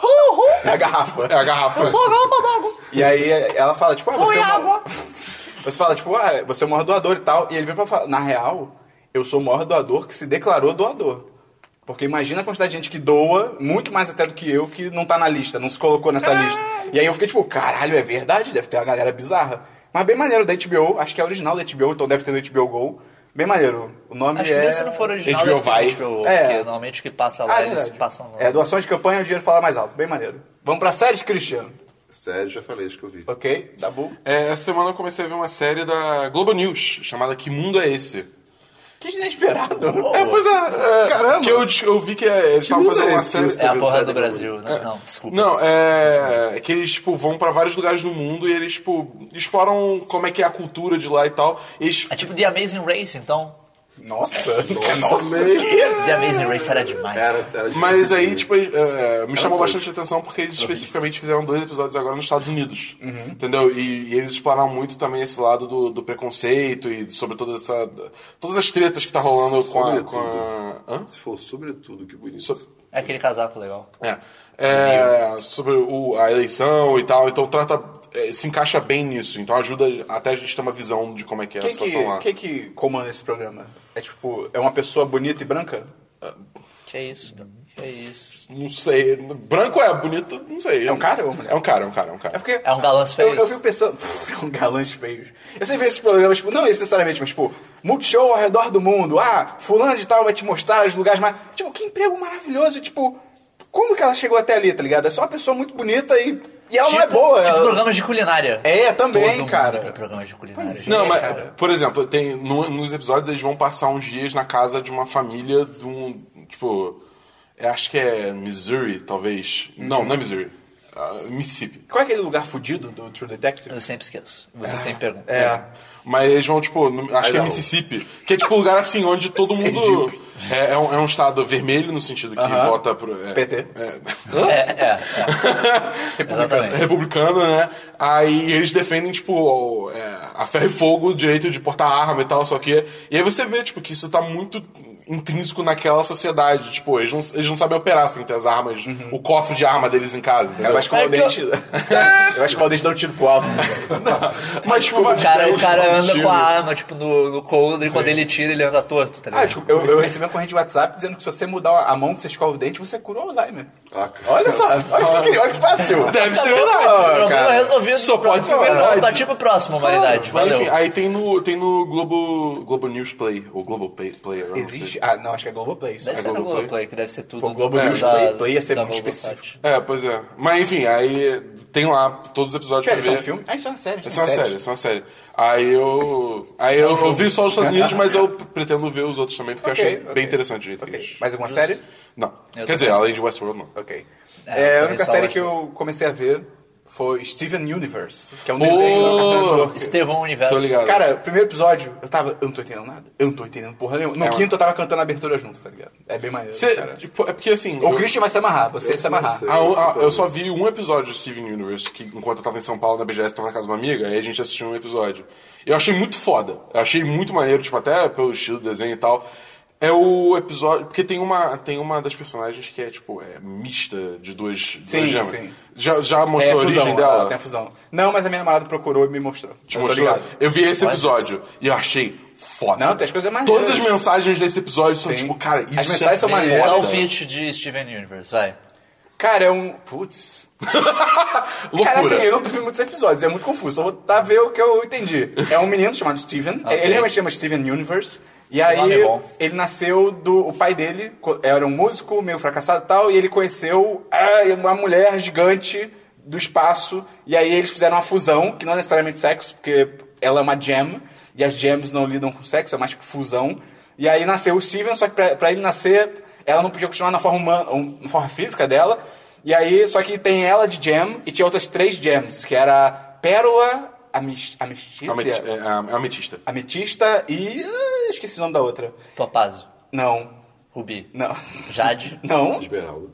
[SPEAKER 1] Hu, hu! É a garrafa.
[SPEAKER 2] É a garrafa.
[SPEAKER 1] E aí ela fala, tipo, ah, você. é o maior-
[SPEAKER 3] água.
[SPEAKER 1] Você fala, tipo, ah, você é o maior doador e tal. E ele vem pra falar, na real, eu sou o maior doador que se declarou doador. Porque imagina a quantidade de gente que doa, muito mais até do que eu, que não tá na lista, não se colocou nessa lista. E aí eu fiquei tipo, caralho, é verdade? Deve ter uma galera bizarra. Mas bem maneiro, da HBO, acho que é original da HBO, então deve ter no HBO Go. Bem maneiro. O nome
[SPEAKER 3] Acho que
[SPEAKER 1] é...
[SPEAKER 3] nem se não for original,
[SPEAKER 2] HBO
[SPEAKER 3] deve ter
[SPEAKER 2] vai.
[SPEAKER 3] HBO,
[SPEAKER 1] É.
[SPEAKER 3] porque normalmente o que passa lá,
[SPEAKER 1] Ah,
[SPEAKER 3] eles
[SPEAKER 1] verdade.
[SPEAKER 3] passam lá.
[SPEAKER 1] É, doações de campanha, o dinheiro fala mais alto. Bem maneiro. Vamos pra séries, Christian?
[SPEAKER 4] Sério, já falei, acho que eu vi.
[SPEAKER 1] Ok, tá bom.
[SPEAKER 2] É, essa semana eu comecei a ver uma série da Globo News, chamada Que Mundo É Esse?
[SPEAKER 1] Que inesperado.
[SPEAKER 2] É, pois é. é,
[SPEAKER 1] Caramba.
[SPEAKER 2] Que eu, des- eu vi que é, eles estavam
[SPEAKER 4] mundo
[SPEAKER 2] fazendo
[SPEAKER 4] é
[SPEAKER 2] uma
[SPEAKER 4] esse que
[SPEAKER 2] série...
[SPEAKER 4] você
[SPEAKER 3] É a porra do
[SPEAKER 4] Sério,
[SPEAKER 3] Brasil, né? Não, desculpa.
[SPEAKER 2] Ah, Não, é. Que eles, tipo, vão pra vários lugares do mundo e eles, tipo, exploram como é que é a cultura de lá e tal. Eles.
[SPEAKER 3] É tipo The Amazing Race, então.
[SPEAKER 1] (laughs) Nossa. (laughs) É, Nossa. (laughs)
[SPEAKER 4] meio-
[SPEAKER 3] The Amazing Race era demais.
[SPEAKER 4] Era, era de-
[SPEAKER 2] Mas aí, tipo, é, me chamou
[SPEAKER 4] dois.
[SPEAKER 2] bastante atenção porque eles especificamente fizeram dois episódios agora nos Estados Unidos. Entendeu? E, e eles exploraram muito também esse lado do, do preconceito e sobre toda essa. Todas as tretas que tá rolando com a. Com a hã?
[SPEAKER 4] Se for sobretudo, que bonito.
[SPEAKER 2] So-
[SPEAKER 3] É aquele casaco legal.
[SPEAKER 2] É. É, sobre o- a eleição e tal, então trata. é, se encaixa bem nisso, então ajuda até a gente ter uma visão de como é que é a
[SPEAKER 1] Quem
[SPEAKER 2] situação lá.
[SPEAKER 1] que, quem que comanda esse programa? É tipo, é uma pessoa bonita e branca?
[SPEAKER 3] Que é isso, que isso.
[SPEAKER 2] Não sei. Branco é, bonito, não sei.
[SPEAKER 1] É um cara ou uma mulher?
[SPEAKER 2] É um cara, é um cara, é um cara.
[SPEAKER 1] É porque.
[SPEAKER 3] É um galãs
[SPEAKER 1] eu,
[SPEAKER 3] feios.
[SPEAKER 1] eu fico pensando. (laughs) É um galãs feios. Eu sempre vejo esses programas, tipo, não necessariamente, mas tipo, Multishow ao redor do mundo. Ah, fulano de tal vai te mostrar os lugares mais. Tipo, que emprego maravilhoso, tipo, como que ela chegou até ali, tá ligado? É só uma pessoa muito bonita e. E ela não é
[SPEAKER 3] Tipo-
[SPEAKER 1] boa,
[SPEAKER 3] Tipo
[SPEAKER 1] ela-
[SPEAKER 3] programas de culinária.
[SPEAKER 1] É, também,
[SPEAKER 3] Todo
[SPEAKER 1] cara.
[SPEAKER 3] Mundo tem programas de culinária.
[SPEAKER 1] Pois é.
[SPEAKER 2] Não, mas,
[SPEAKER 1] cara.
[SPEAKER 2] por exemplo, tem, no- nos episódios eles vão passar uns dias na casa de uma família de um. Tipo. é, acho que é Missouri, talvez.
[SPEAKER 1] Uhum.
[SPEAKER 2] Não, não é Missouri. Ah, Mississippi.
[SPEAKER 1] Qual é aquele lugar fudido do True Detective?
[SPEAKER 3] Eu sempre esqueço. Você sempre pergunta.
[SPEAKER 1] É.
[SPEAKER 2] Mas eles vão, tipo, no- acho que é
[SPEAKER 4] Idaho.
[SPEAKER 2] Mississippi. Que é tipo um lugar assim onde todo mundo.
[SPEAKER 1] Sergipe.
[SPEAKER 2] É, é um, é um estado vermelho no sentido que
[SPEAKER 1] Aham.
[SPEAKER 2] vota pro. é,
[SPEAKER 1] PT.
[SPEAKER 2] é,
[SPEAKER 3] É,
[SPEAKER 1] (laughs)
[SPEAKER 3] é, é. Exatamente.
[SPEAKER 2] republicana, né? Aí eles defendem, tipo, o- é, a ferro e fogo, o direito de portar arma e tal, só que. E aí você vê, tipo, que isso tá muito intrínseco naquela sociedade. Tipo, eles não, eles não sabem operar sem ter as armas,
[SPEAKER 3] Uhum.
[SPEAKER 2] o cofre de arma deles em casa,
[SPEAKER 1] O cara
[SPEAKER 2] entendeu?
[SPEAKER 1] vai escovar o
[SPEAKER 3] É que eu-
[SPEAKER 1] dente. (laughs) Eu vai escovar o dente e dá um tiro pro alto.
[SPEAKER 2] Mas, tipo, vai-
[SPEAKER 3] O cara, o cara anda
[SPEAKER 1] um
[SPEAKER 2] tiro.
[SPEAKER 3] com a arma, tipo, no, no coldre, e quando ele tira, ele anda torto, tá
[SPEAKER 2] É.
[SPEAKER 1] Ah,
[SPEAKER 3] ligado?
[SPEAKER 1] desculpa, eu, eu recebi uma corrente de WhatsApp dizendo que se você mudar a mão que você escova o dente, você cura o Alzheimer.
[SPEAKER 4] Ah, cara.
[SPEAKER 1] Olha só, olha que, olha que fácil.
[SPEAKER 2] Deve ser
[SPEAKER 3] Pô,
[SPEAKER 2] verdade.
[SPEAKER 1] Ah,
[SPEAKER 3] problema
[SPEAKER 1] cara,
[SPEAKER 3] resolvido.
[SPEAKER 2] só pode ser
[SPEAKER 3] Pô,
[SPEAKER 2] verdade.
[SPEAKER 3] Vamos partir pro próximo, humanidade.
[SPEAKER 2] Mas
[SPEAKER 3] Valeu.
[SPEAKER 2] enfim, aí tem no, tem no Globo, Globo News Play, ou Globo Play, Play agora não sei.
[SPEAKER 1] Existe. Ah, não, acho que é Globoplay isso.
[SPEAKER 3] Deve ser no
[SPEAKER 2] Globoplay.
[SPEAKER 3] Globoplay, que deve ser tudo.
[SPEAKER 1] Pô, Globo
[SPEAKER 3] da-
[SPEAKER 1] News
[SPEAKER 3] da-
[SPEAKER 1] Play- Play ia ser
[SPEAKER 3] da
[SPEAKER 1] muito
[SPEAKER 3] Globosat.
[SPEAKER 1] específico.
[SPEAKER 2] É, pois é. Mas enfim, aí tem lá todos os episódios
[SPEAKER 1] Pera,
[SPEAKER 2] pra
[SPEAKER 1] isso é um
[SPEAKER 2] ver.
[SPEAKER 1] filme? Ah, isso é uma série.
[SPEAKER 2] Isso é uma série, isso é uma série. Aí eu. Aí eu, eu vi só os Estados Unidos, mas eu pretendo ver os outros também, porque
[SPEAKER 1] Ok,
[SPEAKER 2] eu achei
[SPEAKER 1] ok.
[SPEAKER 2] bem interessante o jeito que
[SPEAKER 1] Ok.
[SPEAKER 2] eles-
[SPEAKER 1] Mais alguma série?
[SPEAKER 2] Não.
[SPEAKER 3] Eu
[SPEAKER 2] Quer dizer,
[SPEAKER 3] também.
[SPEAKER 2] além de Westworld, não.
[SPEAKER 1] Ok.
[SPEAKER 3] É,
[SPEAKER 1] É, a
[SPEAKER 3] também
[SPEAKER 1] única
[SPEAKER 3] só
[SPEAKER 1] série
[SPEAKER 3] acho
[SPEAKER 1] que eu comecei a ver foi Steven Universe, que é um
[SPEAKER 2] Pô!
[SPEAKER 1] desenho do cartoon network.
[SPEAKER 3] Estevão Universo.
[SPEAKER 2] Tô ligado.
[SPEAKER 1] Cara, primeiro episódio, eu tava. Eu não tô entendendo nada. Eu não tô entendendo porra nenhuma. No
[SPEAKER 2] É,
[SPEAKER 1] quinto eu tava cantando a abertura junto, tá ligado? É bem maneiro.
[SPEAKER 2] Você,
[SPEAKER 1] cara.
[SPEAKER 2] tipo, é porque assim.
[SPEAKER 1] O
[SPEAKER 2] eu-
[SPEAKER 1] Christian vai se amarrar, você vai se amarrar.
[SPEAKER 4] sei.
[SPEAKER 2] Ah, eu, ah, eu só vi um episódio de Steven Universe, que enquanto eu tava em São Paulo na BGS, tava na casa de uma amiga, aí a gente assistiu um episódio. Eu achei muito foda. Eu achei muito maneiro, tipo, até pelo estilo do desenho e tal. É o episódio. Porque tem uma, tem uma das personagens que é, tipo, é mista de duas,
[SPEAKER 1] Sim,
[SPEAKER 2] duas gemas.
[SPEAKER 1] sim.
[SPEAKER 2] Já, já
[SPEAKER 1] É,
[SPEAKER 2] mostrou a
[SPEAKER 1] fusão,
[SPEAKER 2] origem
[SPEAKER 1] ela
[SPEAKER 2] dela?
[SPEAKER 1] tem a fusão. Não, mas a minha namorada procurou e me mostrou.
[SPEAKER 2] Te
[SPEAKER 1] eu tô
[SPEAKER 2] mostrou?
[SPEAKER 1] ligado.
[SPEAKER 2] Eu vi esse
[SPEAKER 3] Spoilers.
[SPEAKER 2] episódio e eu achei foda.
[SPEAKER 1] Não, tem as coisas maneiras.
[SPEAKER 2] Todas as mensagens desse episódio são,
[SPEAKER 1] Sim.
[SPEAKER 2] tipo, cara, isso
[SPEAKER 1] As mensagens
[SPEAKER 2] é
[SPEAKER 1] são
[SPEAKER 2] foda.
[SPEAKER 1] maneiras.
[SPEAKER 3] Dá o pitch de Steven Universe, vai.
[SPEAKER 1] Cara, é um. Putz.
[SPEAKER 2] (laughs) Loucura.
[SPEAKER 1] Cara, assim, eu não tô vendo muitos episódios, é muito confuso. Só vou tá ver o que eu entendi. É um menino chamado Steven,
[SPEAKER 2] (laughs) Ah,
[SPEAKER 3] Ok.
[SPEAKER 1] ele realmente chama Steven Universe. E
[SPEAKER 3] nome
[SPEAKER 1] aí,
[SPEAKER 3] é bom.
[SPEAKER 1] ele nasceu do. O pai dele co- era um músico meio fracassado e tal, e ele conheceu ah, uma mulher gigante do espaço. E aí, eles fizeram uma fusão, que não é necessariamente sexo, porque ela é uma gem, e as gems não lidam com sexo, é mais tipo fusão. E aí nasceu o Steven, só que pra, pra ele nascer, ela não podia continuar na forma humana, um- na forma física dela. E aí, só que tem ela de gem e tinha outras três gems, que era a Pérola, a, mis, a Mestícia,
[SPEAKER 2] Ameti- é, é, ametista.
[SPEAKER 1] Ametista e. ah, esqueci o nome da outra.
[SPEAKER 3] Topazio,
[SPEAKER 1] Não.
[SPEAKER 3] Rubi,
[SPEAKER 1] Não.
[SPEAKER 3] Jade.
[SPEAKER 1] Não.
[SPEAKER 4] Esmeralda.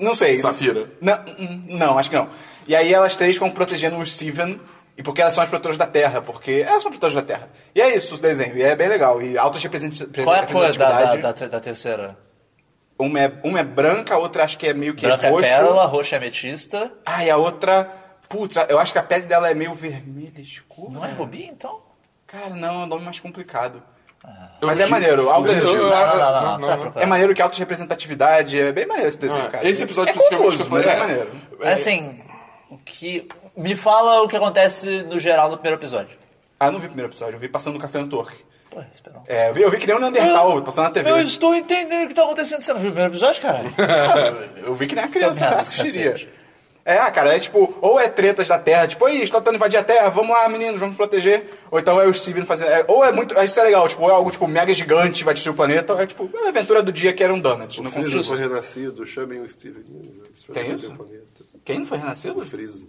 [SPEAKER 1] Não sei.
[SPEAKER 2] Safira.
[SPEAKER 1] Não, hum, não, acho que não. E aí elas três ficam protegendo o Steven. E porque elas são as protetoras da Terra, porque elas são protetoras da Terra. E é isso o desenho, e é bem legal. E altas represent-
[SPEAKER 3] Qual é a cor da,
[SPEAKER 1] representatividade.
[SPEAKER 3] da, da- da terceira?
[SPEAKER 1] Uma, é, uma é branca, a outra acho que é meio que
[SPEAKER 3] Branca
[SPEAKER 1] roxo.
[SPEAKER 3] é pérola, roxa é ametista.
[SPEAKER 1] Ah, e a outra. Putz, eu acho que a pele dela é meio vermelha escura.
[SPEAKER 3] Não é rubi, então?
[SPEAKER 1] Cara, não, é um nome mais complicado.
[SPEAKER 2] Ah. Eu
[SPEAKER 1] Mas é
[SPEAKER 2] vi-
[SPEAKER 1] maneiro, algo
[SPEAKER 2] Eu- eu-
[SPEAKER 1] Não,
[SPEAKER 3] Não, não, não, não.
[SPEAKER 2] Ah, não,
[SPEAKER 3] você vai
[SPEAKER 2] não.
[SPEAKER 3] procurar.
[SPEAKER 1] É maneiro que a autorrepresentatividade é bem maneiro esse desenho,
[SPEAKER 2] Ah,
[SPEAKER 1] cara.
[SPEAKER 2] esse
[SPEAKER 1] é
[SPEAKER 2] episódio especificamente
[SPEAKER 1] confuso,
[SPEAKER 2] que eu
[SPEAKER 1] mas
[SPEAKER 2] falei,
[SPEAKER 1] é
[SPEAKER 2] é.
[SPEAKER 1] maneiro.
[SPEAKER 3] Assim, o que... Me fala o que acontece no geral no primeiro episódio.
[SPEAKER 1] Ah, eu não vi o primeiro episódio, eu vi passando no Cartoon Network.
[SPEAKER 3] Pô, espera.
[SPEAKER 1] É, eu vi, eu vi que nem um Neandertal passando na né? TV.
[SPEAKER 3] Eu estou entendendo o que tá acontecendo. Você não viu o primeiro episódio, (laughs) caralho?
[SPEAKER 1] (laughs) Eu vi que nem a criança
[SPEAKER 3] Então,
[SPEAKER 1] assistiria.
[SPEAKER 3] cacete.
[SPEAKER 1] É, ah, cara, é tipo, ou é tretas da Terra, tipo, aí, estão tentando invadir a Terra, vamos lá, meninos, vamos proteger. Ou então é o Steven fazendo. é, ou é muito. Isso é legal, tipo, ou é algo tipo mega gigante, vai destruir o planeta, ou é tipo, é a aventura do dia que era um donut. Não
[SPEAKER 4] O Freeza foi
[SPEAKER 1] consigo.
[SPEAKER 4] renascido, chamem o né? Steven Universe. pra
[SPEAKER 1] Tem
[SPEAKER 4] fazer
[SPEAKER 1] isso?
[SPEAKER 4] o um planeta.
[SPEAKER 1] Quem não foi
[SPEAKER 4] O
[SPEAKER 1] renascido? (laughs)
[SPEAKER 4] Freeza.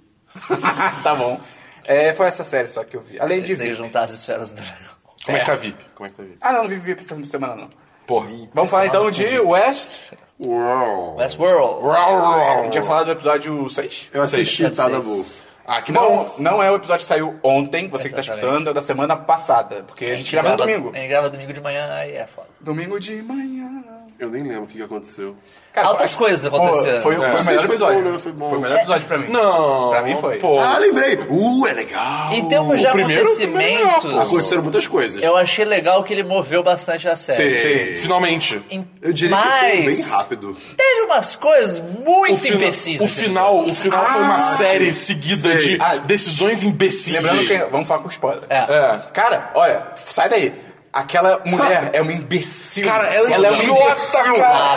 [SPEAKER 1] tá bom. É, foi essa série só que eu vi. Além de
[SPEAKER 3] Tem que
[SPEAKER 1] VIP.
[SPEAKER 3] juntar as esferas do dragão.
[SPEAKER 2] Como é que tá VIP? Como é que tá VIP?
[SPEAKER 1] Ah, não, não vi VIP essa semana, não.
[SPEAKER 2] Porra.
[SPEAKER 1] Vamos falar então de West.
[SPEAKER 4] Uau.
[SPEAKER 3] Westworld.
[SPEAKER 1] A gente tinha falado do episódio 6.
[SPEAKER 4] Eu assisti, tá na
[SPEAKER 3] Seis.
[SPEAKER 4] boa.
[SPEAKER 2] Ah, que bom.
[SPEAKER 1] Não, não é o episódio que saiu ontem, você que tá
[SPEAKER 3] Exatamente.
[SPEAKER 1] escutando, é da semana passada. Porque a gente grava no domingo.
[SPEAKER 3] A gente grava domingo de manhã, aí é foda.
[SPEAKER 1] Domingo de manhã.
[SPEAKER 2] Eu nem lembro o que, que aconteceu.
[SPEAKER 3] Altas
[SPEAKER 1] foi-
[SPEAKER 3] coisas
[SPEAKER 1] foi-
[SPEAKER 3] aconteceram.
[SPEAKER 1] Foi, foi
[SPEAKER 2] É.
[SPEAKER 1] o melhor
[SPEAKER 4] Foi
[SPEAKER 1] episódio.
[SPEAKER 4] bom, né? Foi bom.
[SPEAKER 1] o melhor episódio pra mim.
[SPEAKER 2] Não.
[SPEAKER 1] Pra mim foi.
[SPEAKER 2] Pô.
[SPEAKER 4] Ah, lembrei! Uh, é legal!
[SPEAKER 3] Em termos de
[SPEAKER 2] o primeiro
[SPEAKER 3] acontecimentos,
[SPEAKER 2] também é uma
[SPEAKER 4] Aconteceram muitas coisas.
[SPEAKER 3] eu achei legal que ele moveu bastante a série.
[SPEAKER 4] Sim.
[SPEAKER 2] Finalmente.
[SPEAKER 3] Em-
[SPEAKER 4] Eu diria que foi
[SPEAKER 3] Mas
[SPEAKER 4] bem rápido.
[SPEAKER 3] teve umas coisas
[SPEAKER 2] O,
[SPEAKER 3] muito
[SPEAKER 2] fina-
[SPEAKER 3] imbecis.
[SPEAKER 2] o
[SPEAKER 3] nesse
[SPEAKER 2] final,
[SPEAKER 3] episódio.
[SPEAKER 2] o final foi uma série seguida de
[SPEAKER 1] Ah.
[SPEAKER 2] decisões imbecis.
[SPEAKER 1] Lembrando que. Vamos falar com spoiler.
[SPEAKER 2] É.
[SPEAKER 1] Cara, olha, sai daí. Aquela mulher é uma imbecil. um
[SPEAKER 2] Cara, ela é
[SPEAKER 1] uma
[SPEAKER 2] idiota,
[SPEAKER 1] imbecil.
[SPEAKER 2] cara.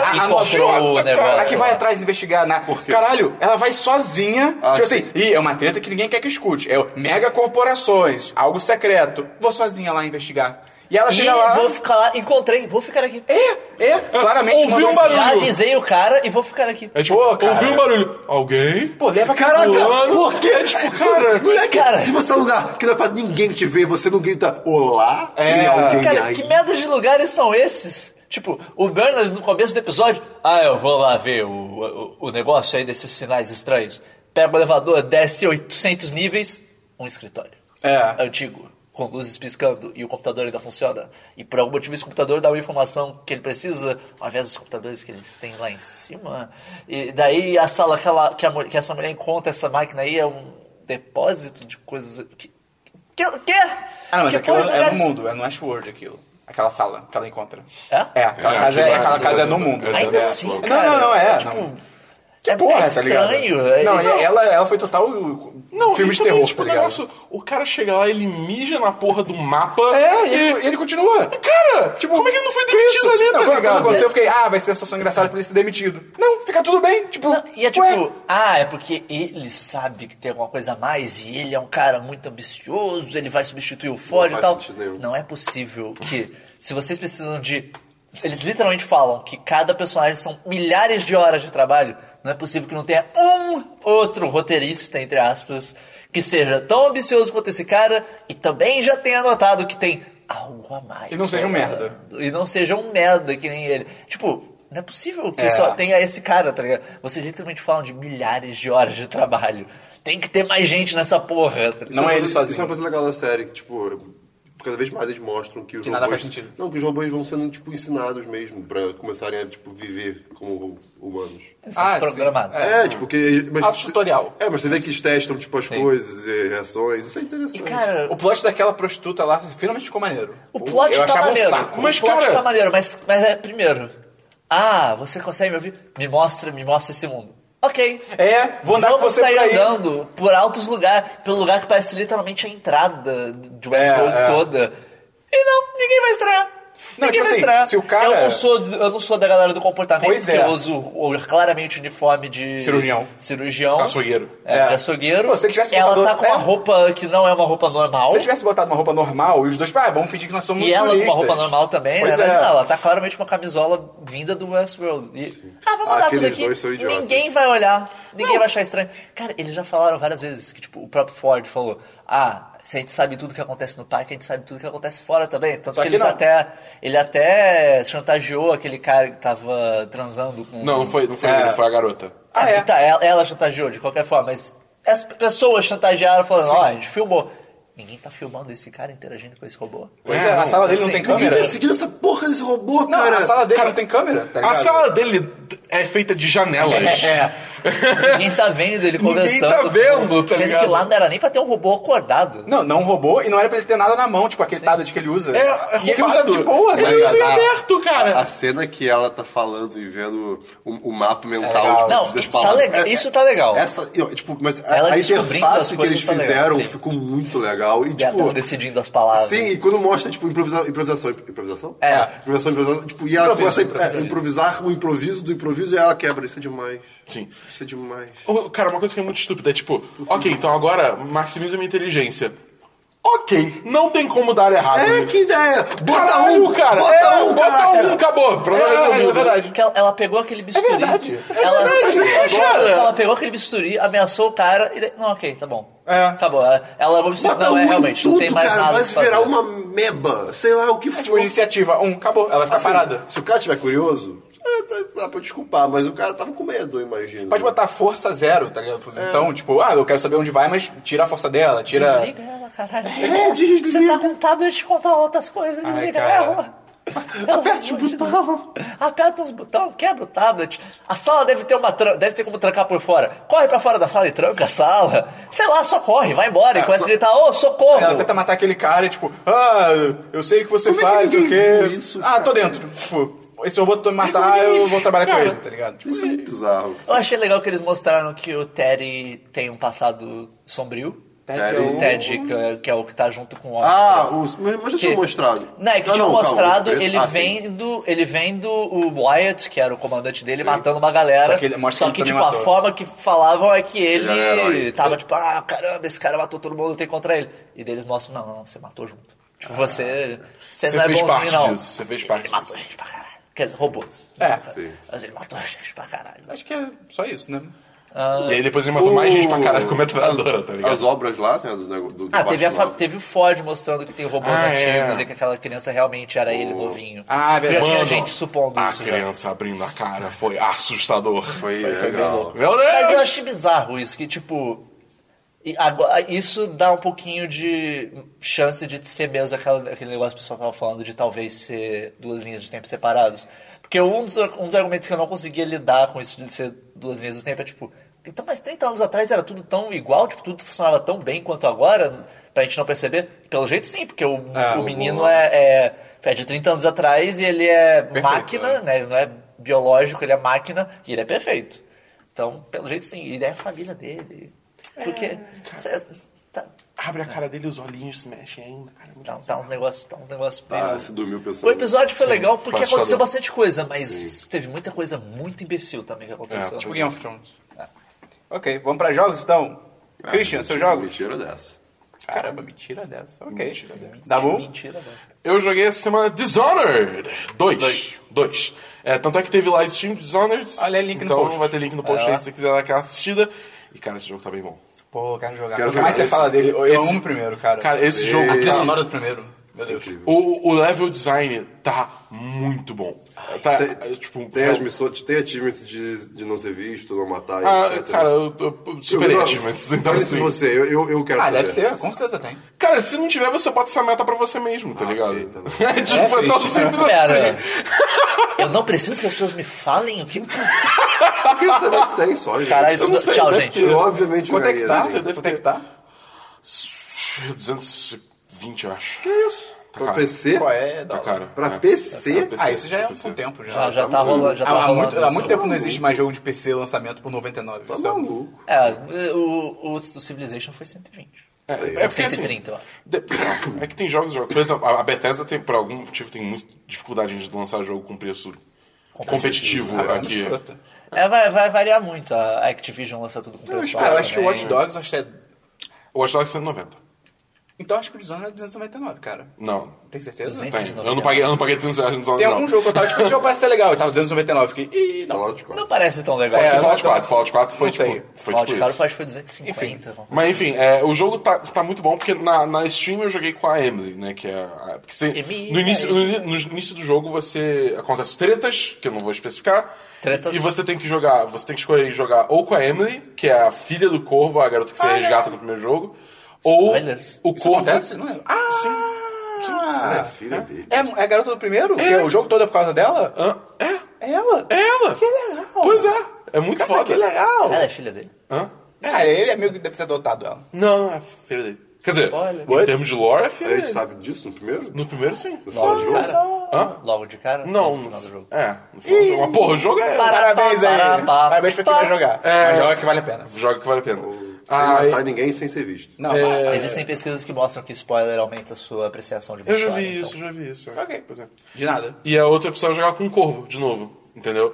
[SPEAKER 3] Ah, que
[SPEAKER 1] A, a,
[SPEAKER 3] comprou
[SPEAKER 1] idiota,
[SPEAKER 3] o
[SPEAKER 1] cara.
[SPEAKER 3] negócio,
[SPEAKER 1] A que vai
[SPEAKER 3] né?
[SPEAKER 1] atrás investigar na.
[SPEAKER 4] quê?
[SPEAKER 1] Caralho, ela vai sozinha.
[SPEAKER 4] Ah,
[SPEAKER 1] tipo assim, e é uma treta que ninguém quer que escute. É o mega corporações, algo secreto. Vou sozinha lá investigar. E ela
[SPEAKER 3] E
[SPEAKER 1] chega lá.
[SPEAKER 3] vou ficar lá, encontrei, vou ficar aqui.
[SPEAKER 1] É, é, claramente.
[SPEAKER 2] Ouviu
[SPEAKER 1] mandou
[SPEAKER 2] um
[SPEAKER 1] mensagem.
[SPEAKER 2] barulho.
[SPEAKER 3] Já avisei o cara e vou ficar aqui.
[SPEAKER 2] É tipo,
[SPEAKER 1] Pô, cara. Ah,
[SPEAKER 2] ouviu um barulho. Alguém?
[SPEAKER 1] Pô, leva aquela
[SPEAKER 4] Caraca!
[SPEAKER 2] Fulano.
[SPEAKER 4] Por quê?
[SPEAKER 3] (laughs)
[SPEAKER 4] Tipo, cara, moleque,
[SPEAKER 3] Cara.
[SPEAKER 4] se você tá num lugar que não é pra ninguém te ver, você não grita olá
[SPEAKER 1] É.
[SPEAKER 4] e alguém
[SPEAKER 3] Cara,
[SPEAKER 4] aí.
[SPEAKER 3] que merda de lugares são esses? Tipo, o Bernard no começo do episódio, ah, eu vou lá ver o, o, o negócio aí desses sinais estranhos. Pega o elevador, desce 800 níveis, um escritório.
[SPEAKER 1] É.
[SPEAKER 3] Antigo, com luzes piscando e o computador ainda funciona. E por algum motivo esse computador dá uma informação que ele precisa, ao invés dos computadores que eles têm lá em cima. E daí a sala que, ela, que, a mu- que essa mulher encontra essa máquina aí é um depósito de coisas. Que? Que? que?
[SPEAKER 1] Ah, não, mas
[SPEAKER 3] que
[SPEAKER 1] aquilo
[SPEAKER 3] porra de
[SPEAKER 1] é no
[SPEAKER 3] lugares-
[SPEAKER 1] mundo, é no Ashworld aquilo. Aquela sala que ela encontra.
[SPEAKER 3] É?
[SPEAKER 1] É, aquela,
[SPEAKER 2] É,
[SPEAKER 1] casa, é,
[SPEAKER 2] aquilo é-
[SPEAKER 1] aquela casa é no
[SPEAKER 2] é-
[SPEAKER 1] mundo.
[SPEAKER 2] é-
[SPEAKER 1] É.
[SPEAKER 3] Ainda
[SPEAKER 2] é-
[SPEAKER 3] assim,
[SPEAKER 2] Não,
[SPEAKER 3] cara,
[SPEAKER 1] não, não, é,
[SPEAKER 3] Tipo,
[SPEAKER 1] não.
[SPEAKER 3] é,
[SPEAKER 1] Porra,
[SPEAKER 3] é
[SPEAKER 1] tá ligado?
[SPEAKER 3] estranho. é-
[SPEAKER 1] Não,
[SPEAKER 3] não,
[SPEAKER 1] ela, ela foi total o-
[SPEAKER 2] Não,
[SPEAKER 1] filme
[SPEAKER 2] e
[SPEAKER 1] de
[SPEAKER 2] também,
[SPEAKER 1] terror,
[SPEAKER 2] tipo,
[SPEAKER 1] tá
[SPEAKER 2] o
[SPEAKER 1] ligado?
[SPEAKER 2] negócio, o cara chega lá, ele mija na porra do mapa.
[SPEAKER 1] É, e
[SPEAKER 2] e-
[SPEAKER 1] ele, e ele continua.
[SPEAKER 2] Cara, como é que ele não foi
[SPEAKER 1] Tipo, que
[SPEAKER 2] demitido
[SPEAKER 1] isso?
[SPEAKER 2] ali,
[SPEAKER 1] Não,
[SPEAKER 2] tá
[SPEAKER 1] quando,
[SPEAKER 2] ligado?
[SPEAKER 1] quando aconteceu, eu fiquei, ah, vai ser a situação engraçada pra ele ser demitido. Não, fica tudo bem. Tipo,
[SPEAKER 3] e é tipo,
[SPEAKER 1] ué.
[SPEAKER 3] ah, é porque ele sabe que tem alguma coisa a mais e ele é um cara muito ambicioso, ele vai substituir o Ford e
[SPEAKER 4] faz
[SPEAKER 3] tal.
[SPEAKER 4] sentido nenhum.
[SPEAKER 3] Não é possível que, se vocês precisam de. Eles literalmente falam que cada personagem são milhares de horas de trabalho. Não é possível que não tenha um outro roteirista, entre aspas, que seja tão ambicioso quanto esse cara e também já tenha notado que tem algo a mais.
[SPEAKER 1] E não seja um
[SPEAKER 3] cara.
[SPEAKER 1] merda.
[SPEAKER 3] E não seja um merda que nem ele. Tipo, não é possível que
[SPEAKER 1] É.
[SPEAKER 3] só tenha esse cara, tá ligado? Vocês literalmente falam de milhares de horas de trabalho. Tem que ter mais gente nessa porra. tá ligado?
[SPEAKER 1] Não
[SPEAKER 4] uma
[SPEAKER 1] é
[SPEAKER 4] coisa-
[SPEAKER 1] ele sozinho.
[SPEAKER 4] Isso é uma coisa legal da série, que, tipo, cada vez mais eles mostram que os
[SPEAKER 1] Que nada
[SPEAKER 4] robôs...
[SPEAKER 1] faz sentido.
[SPEAKER 4] Não, que os robôs vão sendo, tipo, ensinados mesmo pra começarem a, tipo, viver como humanos.
[SPEAKER 3] Isso é
[SPEAKER 1] Ah, sim.
[SPEAKER 3] programado.
[SPEAKER 1] É.
[SPEAKER 4] É, tipo, que... Mas,
[SPEAKER 1] Acho tutorial.
[SPEAKER 4] É, mas você vê que eles testam, tipo, as
[SPEAKER 3] Sim.
[SPEAKER 4] coisas e reações. Isso é interessante.
[SPEAKER 3] E cara,
[SPEAKER 1] O plot daquela prostituta lá finalmente ficou maneiro.
[SPEAKER 3] o plot
[SPEAKER 1] eu
[SPEAKER 3] tá
[SPEAKER 1] achava
[SPEAKER 3] maneiro.
[SPEAKER 1] um saco.
[SPEAKER 2] Mas,
[SPEAKER 3] o plot
[SPEAKER 2] cara-
[SPEAKER 3] tá maneiro, mas, mas é primeiro. Ah, você consegue me ouvir? Me mostra, me mostra esse mundo. Ok.
[SPEAKER 1] É, vou andar
[SPEAKER 3] Vamos
[SPEAKER 1] com você
[SPEAKER 3] sair
[SPEAKER 1] por aí.
[SPEAKER 3] andando por altos lugares, pelo lugar que parece literalmente a entrada de uma
[SPEAKER 1] É,
[SPEAKER 3] escola
[SPEAKER 1] é.
[SPEAKER 3] toda. E não, ninguém vai estranhar.
[SPEAKER 1] Não,
[SPEAKER 3] ninguém
[SPEAKER 1] tipo
[SPEAKER 3] vai
[SPEAKER 1] assim,
[SPEAKER 3] estranhar.
[SPEAKER 1] se o cara-
[SPEAKER 3] Eu não sou, eu não sou da galera do comportamento,
[SPEAKER 1] Pois
[SPEAKER 3] porque
[SPEAKER 1] é.
[SPEAKER 3] eu uso o- claramente uniforme de...
[SPEAKER 1] Cirurgião.
[SPEAKER 3] Cirurgião.
[SPEAKER 2] Açougueiro.
[SPEAKER 3] É,
[SPEAKER 1] É.
[SPEAKER 3] de açougueiro.
[SPEAKER 1] Pô, se ele tivesse
[SPEAKER 3] ela tá
[SPEAKER 1] botado-
[SPEAKER 3] com uma
[SPEAKER 1] é.
[SPEAKER 3] roupa que não é uma roupa normal.
[SPEAKER 1] Se eu tivesse botado uma roupa normal, e os dois, ah, vamos fingir que nós somos
[SPEAKER 3] E ela com uma
[SPEAKER 1] turistas.
[SPEAKER 3] roupa normal também,
[SPEAKER 1] Pois
[SPEAKER 3] né? Mas
[SPEAKER 1] é.
[SPEAKER 3] não, ela tá claramente com uma camisola vinda do Westworld. E, ah, vamos
[SPEAKER 4] Ah,
[SPEAKER 3] mudar tudo
[SPEAKER 4] aqueles
[SPEAKER 3] aqui.
[SPEAKER 4] dois são idiotas.
[SPEAKER 3] Ninguém vai olhar, ninguém vai achar estranho. Cara, eles já falaram várias vezes que, tipo, o próprio Ford falou: ah, se a gente sabe tudo que acontece no parque, a gente sabe tudo que acontece fora também. Tanto
[SPEAKER 1] Só
[SPEAKER 3] que
[SPEAKER 1] que
[SPEAKER 3] eles
[SPEAKER 1] não.
[SPEAKER 3] até. Ele até chantageou aquele cara que tava transando com.
[SPEAKER 2] Não, não foi, não foi
[SPEAKER 1] É.
[SPEAKER 2] ele, foi a garota.
[SPEAKER 1] Ah,
[SPEAKER 3] Ah,
[SPEAKER 1] é.
[SPEAKER 3] Tá, ela, ela chantageou de qualquer forma, mas as pessoas chantagearam falando, ó, a gente filmou. Ninguém tá filmando esse cara interagindo com esse robô.
[SPEAKER 1] Pois
[SPEAKER 2] É,
[SPEAKER 1] é,
[SPEAKER 2] não,
[SPEAKER 1] a sala dele não
[SPEAKER 3] assim,
[SPEAKER 1] tem
[SPEAKER 4] Ninguém
[SPEAKER 1] câmera.
[SPEAKER 4] tá seguindo essa porra desse robô,
[SPEAKER 1] Não,
[SPEAKER 4] cara.
[SPEAKER 1] a sala dele
[SPEAKER 2] cara,
[SPEAKER 1] não tem câmera, tá
[SPEAKER 2] A
[SPEAKER 1] ligado?
[SPEAKER 2] sala dele é feita de janelas.
[SPEAKER 1] É.
[SPEAKER 3] (laughs) Ninguém tá vendo ele
[SPEAKER 2] Ninguém
[SPEAKER 3] conversando.
[SPEAKER 2] tá vendo, tá
[SPEAKER 3] Sendo
[SPEAKER 2] ligado?
[SPEAKER 3] que lá não era nem pra ter um robô acordado.
[SPEAKER 1] Não, não roubou e não era pra ele ter nada na mão, tipo aquele tablet que ele usa.
[SPEAKER 2] É, é
[SPEAKER 1] e ele usa
[SPEAKER 2] roubado.
[SPEAKER 1] de boa, tá
[SPEAKER 2] Ele
[SPEAKER 1] ligado?
[SPEAKER 2] usa em
[SPEAKER 3] é
[SPEAKER 4] Ah,
[SPEAKER 2] aberto,
[SPEAKER 4] A,
[SPEAKER 2] cara.
[SPEAKER 4] a cena que ela tá falando e vendo o, o mapa mental
[SPEAKER 1] legal.
[SPEAKER 4] tipo,
[SPEAKER 3] Não,
[SPEAKER 4] das
[SPEAKER 3] tá
[SPEAKER 4] palavras. É,
[SPEAKER 3] legal. Isso tá legal.
[SPEAKER 4] Essa, eu, tipo, mas a-
[SPEAKER 3] Ela
[SPEAKER 4] a
[SPEAKER 3] descobrindo as
[SPEAKER 4] interface que
[SPEAKER 3] coisas
[SPEAKER 4] eles
[SPEAKER 3] tá legal,
[SPEAKER 4] fizeram
[SPEAKER 3] sim.
[SPEAKER 4] ficou muito legal. E,
[SPEAKER 3] E ela tava
[SPEAKER 4] tipo,
[SPEAKER 3] tá decidindo as palavras.
[SPEAKER 4] Sim, e quando mostra, tipo, improvisa- improvisação. Improvisação?
[SPEAKER 3] É.
[SPEAKER 4] Improvisação, improvisação. Tipo, e ela
[SPEAKER 1] Improviso,
[SPEAKER 4] começa a imp- é, improvisar o improviso do improviso e ela quebra. Isso é demais.
[SPEAKER 2] Sim.
[SPEAKER 4] Isso é demais.
[SPEAKER 2] Ô, Cara, uma coisa que é muito estúpida é tipo, ok, então agora maximiza minha inteligência. Ok, não tem como dar errado.
[SPEAKER 4] É, que ideia! Bota
[SPEAKER 2] Caralho,
[SPEAKER 4] um,
[SPEAKER 2] cara!
[SPEAKER 4] Bota
[SPEAKER 2] é,
[SPEAKER 4] um,
[SPEAKER 2] bota
[SPEAKER 4] caraca.
[SPEAKER 2] um, acabou. Problema
[SPEAKER 1] É,
[SPEAKER 2] resolvido.
[SPEAKER 1] isso é verdade.
[SPEAKER 3] Porque ela, ela pegou aquele bisturi.
[SPEAKER 1] verdade. É
[SPEAKER 3] Ela,
[SPEAKER 2] verdade,
[SPEAKER 3] ela-
[SPEAKER 2] cara.
[SPEAKER 3] ela pegou aquele bisturi, ameaçou o cara e. daí- Não, ok, tá bom.
[SPEAKER 1] É.
[SPEAKER 3] Tá bom. Ela, ela
[SPEAKER 4] Bota
[SPEAKER 3] não,
[SPEAKER 4] um
[SPEAKER 3] é
[SPEAKER 4] em
[SPEAKER 3] realmente,
[SPEAKER 4] tudo,
[SPEAKER 3] não tem mais
[SPEAKER 4] cara,
[SPEAKER 3] nada.
[SPEAKER 4] Vai
[SPEAKER 3] pra fazer.
[SPEAKER 4] virar uma meba. Sei lá,
[SPEAKER 2] É
[SPEAKER 4] o que
[SPEAKER 1] Tipo,
[SPEAKER 4] for.
[SPEAKER 1] iniciativa, um, acabou,
[SPEAKER 2] tá
[SPEAKER 1] ela fica
[SPEAKER 4] Assim,
[SPEAKER 1] parada.
[SPEAKER 4] Se o cara tiver curioso, é, tá- dá pra desculpar, mas o cara tava com medo, eu imagino.
[SPEAKER 1] Pode botar força zero, tá ligado?
[SPEAKER 4] É.
[SPEAKER 1] Então, tipo, ah, eu quero saber onde vai, mas tira a força dela, tira.
[SPEAKER 3] Desliga ela, caralho.
[SPEAKER 4] É, desliga.
[SPEAKER 3] Você tá com um tablet de contar outras coisas,
[SPEAKER 1] Ai,
[SPEAKER 3] desliga
[SPEAKER 1] cara.
[SPEAKER 3] ela. Aperta os botões. Aperta os botões, quebra o tablet. A sala deve ter uma tran- deve ter como trancar por fora. Corre pra fora da sala e tranca a sala. Sei lá, só corre, vai embora e começa a gritar, ô, socorro!
[SPEAKER 1] É, Ela tenta matar aquele cara e, tipo, ah, eu sei o que você
[SPEAKER 4] Como é que
[SPEAKER 1] faz, sei o
[SPEAKER 4] ninguém
[SPEAKER 1] quê.
[SPEAKER 4] viu isso,
[SPEAKER 1] ah, tô dentro. Tipo, esse robô tentou me matar, eu vou trabalhar com ele, tá ligado? Tipo,
[SPEAKER 4] Isso é bizarro.
[SPEAKER 3] Eu achei legal que eles mostraram que o Terry tem um passado sombrio.
[SPEAKER 1] Ted
[SPEAKER 4] Ted
[SPEAKER 1] é
[SPEAKER 3] O
[SPEAKER 1] o-
[SPEAKER 3] Ted, que é- que é o que tá junto com o Homem
[SPEAKER 4] Ah, os, mas mas já tinha
[SPEAKER 3] Que-
[SPEAKER 4] mostrado.
[SPEAKER 3] Não, é que
[SPEAKER 4] Ah,
[SPEAKER 3] tinha
[SPEAKER 4] calma,
[SPEAKER 3] mostrado
[SPEAKER 4] preto.
[SPEAKER 3] ele,
[SPEAKER 4] Ah, sim.
[SPEAKER 3] vendo, ele vendo o Wyatt, que era o comandante dele, matando uma galera.
[SPEAKER 1] Só que ele mostra
[SPEAKER 3] Só
[SPEAKER 1] que
[SPEAKER 3] que,
[SPEAKER 1] ele
[SPEAKER 3] tipo,
[SPEAKER 1] também
[SPEAKER 3] a
[SPEAKER 1] matou.
[SPEAKER 3] forma que falavam é que ele,
[SPEAKER 4] Ele era herói.
[SPEAKER 3] tava tipo, ah, caramba, esse cara matou todo mundo, tem contra ele. E daí eles mostram, não, não, você matou junto. Tipo, você, você,
[SPEAKER 2] Você
[SPEAKER 3] não é
[SPEAKER 2] fez
[SPEAKER 3] bonzinho,
[SPEAKER 2] parte
[SPEAKER 3] não.
[SPEAKER 2] disso, você fez parte
[SPEAKER 3] Ele matou gente pra caralho. Quer dizer, robôs.
[SPEAKER 1] É,
[SPEAKER 4] sim.
[SPEAKER 3] Mas ele matou (laughs) gente pra caralho.
[SPEAKER 1] Acho que é só isso, né?
[SPEAKER 2] E aí depois ele matou mais gente pra caralho com metralhadora,
[SPEAKER 4] as,
[SPEAKER 2] tá ligado?
[SPEAKER 4] as obras lá, né, do, nego- do, do
[SPEAKER 3] Ah, teve, a fa-
[SPEAKER 4] Batman.
[SPEAKER 3] teve o Ford mostrando que tem robôs
[SPEAKER 2] Ah, é.
[SPEAKER 3] antigos e que aquela criança realmente era ele novinho.
[SPEAKER 1] Ah,
[SPEAKER 3] Já
[SPEAKER 1] verdade.
[SPEAKER 3] tinha
[SPEAKER 2] Mano,
[SPEAKER 3] gente supondo
[SPEAKER 2] a
[SPEAKER 3] isso. né? já.
[SPEAKER 2] criança abrindo a cara foi assustador.
[SPEAKER 4] Foi,
[SPEAKER 1] Foi- foi bem
[SPEAKER 4] é legal.
[SPEAKER 1] louco.
[SPEAKER 2] Meu
[SPEAKER 3] Mas eu
[SPEAKER 2] Deus!
[SPEAKER 3] achei bizarro isso, que tipo. e agora- Isso dá um pouquinho de chance de ser mesmo aquela- aquele negócio que o pessoal estava falando de talvez ser duas linhas de tempo separados. Porque um dos, um dos argumentos que eu não conseguia lidar com isso de ser duas linhas do tempo é tipo. Então, mas 30 anos atrás era tudo tão igual, tipo, tudo funcionava tão bem quanto agora, pra gente não perceber? Pelo jeito sim, porque o,
[SPEAKER 1] É,
[SPEAKER 3] o
[SPEAKER 1] o-
[SPEAKER 3] menino é, é, é de 30 anos atrás e ele é
[SPEAKER 1] né?
[SPEAKER 3] máquina, né? Ele não é biológico, ele é máquina e ele é perfeito. Então, pelo jeito, sim. E daí a família dele. Porque. cê- tá,
[SPEAKER 2] Abre a cara dele os olhinhos se mexem ainda, cara. é
[SPEAKER 3] tá, tá uns negócios. Tá uns negócios
[SPEAKER 4] Ah,
[SPEAKER 3] meio-
[SPEAKER 4] você dormiu pensando.
[SPEAKER 3] O episódio foi
[SPEAKER 2] Sim,
[SPEAKER 3] legal porque
[SPEAKER 2] foi assustador.
[SPEAKER 3] aconteceu bastante coisa, mas teve muita coisa muito imbecil também que aconteceu.
[SPEAKER 2] É,
[SPEAKER 1] Tipo Game of Thrones. Ok, vamos pra jogos então?
[SPEAKER 4] Ah,
[SPEAKER 1] Christian, seus
[SPEAKER 4] mentira-
[SPEAKER 1] jogos?
[SPEAKER 4] Mentira dessa.
[SPEAKER 1] Caramba, mentira dessa. Ok.
[SPEAKER 2] Mentira dessa.
[SPEAKER 1] Dá bom?
[SPEAKER 3] Tipo, Mentira, dessa.
[SPEAKER 2] Eu joguei essa semana Dishonored 2.
[SPEAKER 1] Dois.
[SPEAKER 2] 2. É, tanto é que teve live stream de Dishonored.
[SPEAKER 1] Olha aí, link no
[SPEAKER 2] então
[SPEAKER 1] post.
[SPEAKER 2] vai ter link no post
[SPEAKER 3] Vai
[SPEAKER 2] aí
[SPEAKER 3] lá.
[SPEAKER 2] se você quiser dar aquela assistida. E cara, esse jogo tá bem bom.
[SPEAKER 1] Pô, quero jogar.
[SPEAKER 4] Quero
[SPEAKER 1] Quanto mais
[SPEAKER 4] jogar
[SPEAKER 1] você
[SPEAKER 4] esse-
[SPEAKER 1] fala dele, eu
[SPEAKER 2] esse-
[SPEAKER 1] amo o primeiro, cara.
[SPEAKER 2] Cara, esse
[SPEAKER 1] Sim.
[SPEAKER 2] jogo.
[SPEAKER 1] A trilha
[SPEAKER 2] tá-
[SPEAKER 1] sonora do primeiro. Meu Deus.
[SPEAKER 2] o, o level design tá muito bom. Tá, é, tipo,
[SPEAKER 4] Tem
[SPEAKER 2] é-
[SPEAKER 4] as missões, tem achievement de, de não ser visto, não matar,
[SPEAKER 2] Ah,
[SPEAKER 4] etc.
[SPEAKER 2] cara, eu, eu, eu superei
[SPEAKER 4] Eu-
[SPEAKER 2] achievements, então
[SPEAKER 4] Olha se
[SPEAKER 2] assim.
[SPEAKER 4] você, eu, eu, eu quero
[SPEAKER 1] Ah,
[SPEAKER 4] saber.
[SPEAKER 1] deve ter,
[SPEAKER 2] tá
[SPEAKER 1] com certeza tem.
[SPEAKER 2] Cara, se não tiver, você bota essa meta pra você mesmo, tá ligado?
[SPEAKER 4] ok,
[SPEAKER 2] (laughs)
[SPEAKER 4] tá bom.
[SPEAKER 2] É, tipo, é, tão
[SPEAKER 1] triste.
[SPEAKER 2] simples
[SPEAKER 3] Pera.
[SPEAKER 2] assim.
[SPEAKER 3] Eu não preciso que as pessoas me falem o que.
[SPEAKER 4] Por que será que tem só, gente? (laughs)
[SPEAKER 3] Caralho,
[SPEAKER 2] Eu não sei,
[SPEAKER 3] tchau,
[SPEAKER 2] deve
[SPEAKER 3] gente.
[SPEAKER 4] Eu obviamente
[SPEAKER 1] Quanto é que
[SPEAKER 4] jogaria
[SPEAKER 1] tá?
[SPEAKER 4] assim.
[SPEAKER 2] deve
[SPEAKER 1] Quanto é
[SPEAKER 2] ter.
[SPEAKER 1] que tá?
[SPEAKER 2] assim. 220, eu acho.
[SPEAKER 4] Que isso? Pra
[SPEAKER 2] Tá
[SPEAKER 4] PC?
[SPEAKER 1] Qual é?
[SPEAKER 2] Tá
[SPEAKER 1] dólar?
[SPEAKER 2] caro.
[SPEAKER 4] Pra Tá
[SPEAKER 2] É.
[SPEAKER 4] PC?
[SPEAKER 2] É, pra
[SPEAKER 1] Ah, isso já é
[SPEAKER 2] pra
[SPEAKER 1] um bom tempo já.
[SPEAKER 3] Já, já
[SPEAKER 4] tá
[SPEAKER 3] tá
[SPEAKER 4] maluco.
[SPEAKER 3] rolando. Já tá
[SPEAKER 1] Há, há
[SPEAKER 3] rolando
[SPEAKER 1] muito, há
[SPEAKER 3] isso.
[SPEAKER 1] muito tempo não existe mais jogo de PC lançamento por 99.
[SPEAKER 4] Tá
[SPEAKER 1] isso é-
[SPEAKER 4] maluco.
[SPEAKER 3] É, o, o, o Civilization foi 120.
[SPEAKER 2] É,
[SPEAKER 4] né?
[SPEAKER 2] é porque, assim,
[SPEAKER 3] 130, eu acho.
[SPEAKER 2] de- é que tem jogos, jogos- por exemplo, a Bethesda tem, por algum motivo, tem muita dificuldade de lançar jogo com preço competitivo
[SPEAKER 1] Ah, é muito
[SPEAKER 2] aqui.
[SPEAKER 1] escroto.
[SPEAKER 3] É, vai, vai variar muito. A Activision lança tudo com
[SPEAKER 1] Eu
[SPEAKER 3] preço
[SPEAKER 1] acho, ah, eu acho que o
[SPEAKER 3] também.
[SPEAKER 1] Watch Dogs, eu acho que é...
[SPEAKER 2] O Watch Dogs é 190.
[SPEAKER 1] Então eu acho que o Dishonored é 299, cara.
[SPEAKER 2] Não,
[SPEAKER 1] Tem certeza?
[SPEAKER 3] 200?
[SPEAKER 2] tem.
[SPEAKER 3] 190.
[SPEAKER 2] Eu não paguei, eu não paguei 300 reais no Zona
[SPEAKER 1] Tem
[SPEAKER 2] não.
[SPEAKER 1] algum jogo que eu tava tipo, esse jogo parece ser legal, e tava 299, fiquei, ih, não.
[SPEAKER 4] Fallout 4.
[SPEAKER 3] Não parece tão legal.
[SPEAKER 1] É,
[SPEAKER 2] Pode ser
[SPEAKER 1] eu
[SPEAKER 2] Fallout
[SPEAKER 1] não-
[SPEAKER 2] 4. Fallout 4 foi
[SPEAKER 1] não
[SPEAKER 2] tipo.
[SPEAKER 1] sei.
[SPEAKER 2] Foi
[SPEAKER 3] Fallout
[SPEAKER 2] tipo
[SPEAKER 3] cara,
[SPEAKER 2] isso.
[SPEAKER 3] acho que foi 250. não.
[SPEAKER 2] Mas enfim, é, o jogo tá, tá muito bom porque na, na stream eu joguei com a Emily, né? Que é a- porque você-
[SPEAKER 3] Emily.
[SPEAKER 2] no, início, no, ini- no início do jogo você. Acontece tretas, que eu não vou especificar.
[SPEAKER 3] Tretas.
[SPEAKER 2] E você tem que jogar. Você tem que escolher jogar ou com a Emily, que é a filha do Corvo, a garota que você resgata no primeiro jogo. Ou
[SPEAKER 3] Ah, Spoilers.
[SPEAKER 2] o
[SPEAKER 1] Isso
[SPEAKER 2] Corvo.
[SPEAKER 1] acontece? Não é? Ah!
[SPEAKER 2] Sim. Sim.
[SPEAKER 1] Ah,
[SPEAKER 4] É a filha dele.
[SPEAKER 1] É, é a garota do primeiro? Que o jogo todo é por causa dela?
[SPEAKER 2] Hã? é?
[SPEAKER 1] É ela?
[SPEAKER 2] É ela!
[SPEAKER 1] Que legal!
[SPEAKER 2] Pois é, é muito
[SPEAKER 1] Cara,
[SPEAKER 2] foda.
[SPEAKER 1] que legal!
[SPEAKER 3] Ela é filha dele?
[SPEAKER 2] Hã?
[SPEAKER 1] Ah, ele é meio que deve ter adotado ela.
[SPEAKER 2] Não, não, é filha dele. Quer dizer,
[SPEAKER 3] Spoiler.
[SPEAKER 2] em termos de lore, é filha
[SPEAKER 4] A gente tá
[SPEAKER 2] dele.
[SPEAKER 4] sabe disso no primeiro?
[SPEAKER 2] No primeiro, sim.
[SPEAKER 4] final do jogo?
[SPEAKER 2] Hã?
[SPEAKER 3] Logo de cara?
[SPEAKER 2] Não,
[SPEAKER 3] No final do jogo.
[SPEAKER 2] É, no final do jogo. Mas, porra, o jogo é.
[SPEAKER 3] Para-
[SPEAKER 1] Parabéns aí.
[SPEAKER 3] Pá, pá, pá,
[SPEAKER 1] Parabéns pra quem
[SPEAKER 3] pá.
[SPEAKER 1] vai jogar.
[SPEAKER 2] É.
[SPEAKER 1] Mas joga que vale a pena.
[SPEAKER 2] Joga que vale a pena.
[SPEAKER 4] Sem
[SPEAKER 2] Ah,
[SPEAKER 1] tá
[SPEAKER 4] matar ninguém sem ser visto.
[SPEAKER 1] Não,
[SPEAKER 2] É.
[SPEAKER 3] Ah, Existem pesquisas que mostram que spoiler aumenta a sua apreciação de uma
[SPEAKER 2] eu já
[SPEAKER 3] história,
[SPEAKER 2] vi
[SPEAKER 3] então.
[SPEAKER 2] isso, eu já vi isso. é.
[SPEAKER 1] Ok.
[SPEAKER 2] Pois é.
[SPEAKER 1] de nada.
[SPEAKER 2] E a outra opção é jogar com um corvo, de novo. Entendeu?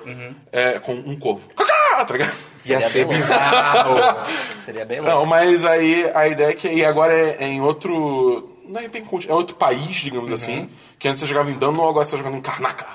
[SPEAKER 2] É, com um corvo. Cacá! Tá ligado?
[SPEAKER 3] Seria
[SPEAKER 1] Uhum. Ia ser
[SPEAKER 3] bem louco.
[SPEAKER 1] bizarro.
[SPEAKER 3] (laughs) Seria bem
[SPEAKER 2] Não,
[SPEAKER 3] louco.
[SPEAKER 2] mas aí a ideia é que e agora é, é em outro. Não é bem conti- é outro país,
[SPEAKER 1] Uhum.
[SPEAKER 2] digamos assim. Que antes você jogava em Dano, agora você tá jogando em Karnaka.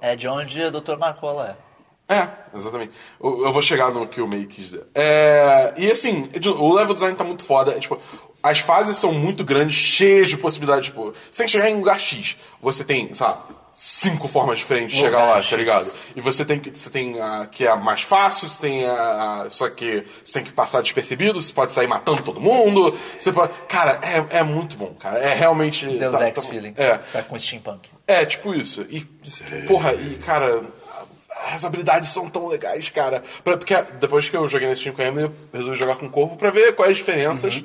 [SPEAKER 3] É de onde o Dr. Marcola é.
[SPEAKER 2] É, exatamente. Eu, eu vou chegar no que o May quis dizer. É, e assim, de- o level design tá muito foda. É, tipo, as fases são muito grandes, cheias de possibilidades. Tipo, você tem que chegar em lugar X. Você tem, sei lá, cinco formas diferentes de chegar lá,
[SPEAKER 3] Lugar
[SPEAKER 2] tá
[SPEAKER 3] X.
[SPEAKER 2] ligado? E você tem que. Você tem a que é a mais fácil, você tem a. a- Só que você tem que passar despercebido, você pode sair matando todo mundo. Você pode. Cara, é, é muito bom, cara. É realmente.
[SPEAKER 3] Deus
[SPEAKER 2] tá-
[SPEAKER 3] Ex
[SPEAKER 2] tá-
[SPEAKER 3] Feelings.
[SPEAKER 2] É.
[SPEAKER 3] Só que com steampunk.
[SPEAKER 2] É, tipo isso. E, porra, e, cara, as habilidades são tão legais, cara. Pra- porque depois que eu joguei nesse time com a Emily, eu resolvi jogar com o Corvo pra ver quais as diferenças,
[SPEAKER 3] Uhum.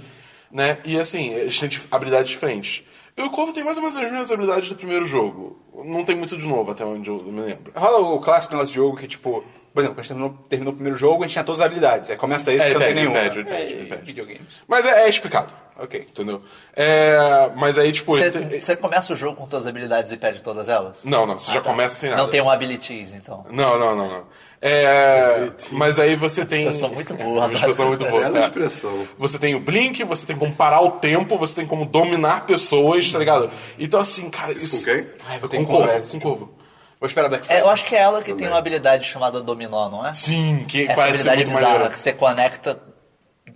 [SPEAKER 2] né? E, assim, eles têm dif- habilidades diferentes. E o Corvo tem mais ou menos as mesmas habilidades do primeiro jogo. Não tem muito de novo, até onde eu me lembro.
[SPEAKER 1] Rola o clássico nosso jogo que, tipo, por exemplo, quando a gente terminou, terminou o primeiro jogo, a gente tinha todas as habilidades. Aí começa esse
[SPEAKER 2] É,
[SPEAKER 1] e você não tem
[SPEAKER 2] pede,
[SPEAKER 1] nenhuma.
[SPEAKER 2] pede, pede,
[SPEAKER 1] É,
[SPEAKER 2] pede.
[SPEAKER 1] Videogames.
[SPEAKER 2] Mas é, é explicado.
[SPEAKER 1] Ok.
[SPEAKER 2] Entendeu? É, mas aí, tipo... tem-
[SPEAKER 3] Você começa o jogo com todas as habilidades e perde todas elas? Ah,
[SPEAKER 2] Não, não, você já começa sem nada.
[SPEAKER 3] Não tem um abilities, então.
[SPEAKER 2] Não, não, não, não. É, mas aí você tem.
[SPEAKER 3] expressão muito boa,
[SPEAKER 2] É uma expressão
[SPEAKER 3] adoro
[SPEAKER 2] muito
[SPEAKER 3] essa
[SPEAKER 2] boa.
[SPEAKER 4] Bela
[SPEAKER 2] é.
[SPEAKER 4] expressão.
[SPEAKER 2] Você tem o blink, você tem como parar o tempo, você tem como dominar pessoas, tá ligado? Então, assim, cara, isso.
[SPEAKER 4] com quem?
[SPEAKER 2] Ai, vou
[SPEAKER 1] ter
[SPEAKER 2] com
[SPEAKER 1] que
[SPEAKER 2] corvo.
[SPEAKER 1] comprar esse
[SPEAKER 2] Com corvo.
[SPEAKER 1] Vou esperar Black
[SPEAKER 3] É,
[SPEAKER 1] Friday.
[SPEAKER 3] eu acho que é ela que tem uma habilidade chamada dominó, não é?
[SPEAKER 2] Sim, que
[SPEAKER 3] Essa
[SPEAKER 2] parece ser
[SPEAKER 3] habilidade
[SPEAKER 2] muito
[SPEAKER 3] bizarra
[SPEAKER 2] maneiro.
[SPEAKER 3] que você conecta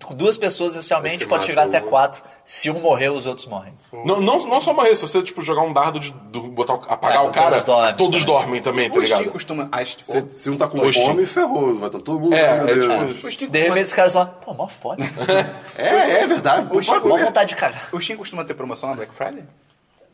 [SPEAKER 3] com duas pessoas
[SPEAKER 4] Aí
[SPEAKER 3] inicialmente,
[SPEAKER 4] você
[SPEAKER 3] pode
[SPEAKER 4] mata
[SPEAKER 3] chegar até
[SPEAKER 4] um.
[SPEAKER 3] quatro. Se um morrer, os outros morrem.
[SPEAKER 2] Não, não, não só morrer, se você tipo, jogar um dardo de do- botar, o-
[SPEAKER 3] É,
[SPEAKER 2] apagar o
[SPEAKER 3] todos
[SPEAKER 2] cara, todos dormem,
[SPEAKER 3] dormem também.
[SPEAKER 2] também, tá
[SPEAKER 1] O Steam
[SPEAKER 2] ligado?
[SPEAKER 1] costuma. ah, Steam-
[SPEAKER 4] Se, se um tá com
[SPEAKER 2] Oxi.
[SPEAKER 4] fome, ferrou. Vai estar todo mundo.
[SPEAKER 2] É,
[SPEAKER 4] meu
[SPEAKER 2] é
[SPEAKER 4] Deus.
[SPEAKER 2] tipo-
[SPEAKER 1] o Steam costuma-
[SPEAKER 3] De repente, os caras lá, pô, mó foda.
[SPEAKER 2] (laughs)
[SPEAKER 4] é, é verdade. Pô,
[SPEAKER 1] Oxi,
[SPEAKER 4] pode
[SPEAKER 3] Mó
[SPEAKER 4] comer.
[SPEAKER 3] vontade de cagar.
[SPEAKER 1] O Steam costuma ter promoção na Black Friday?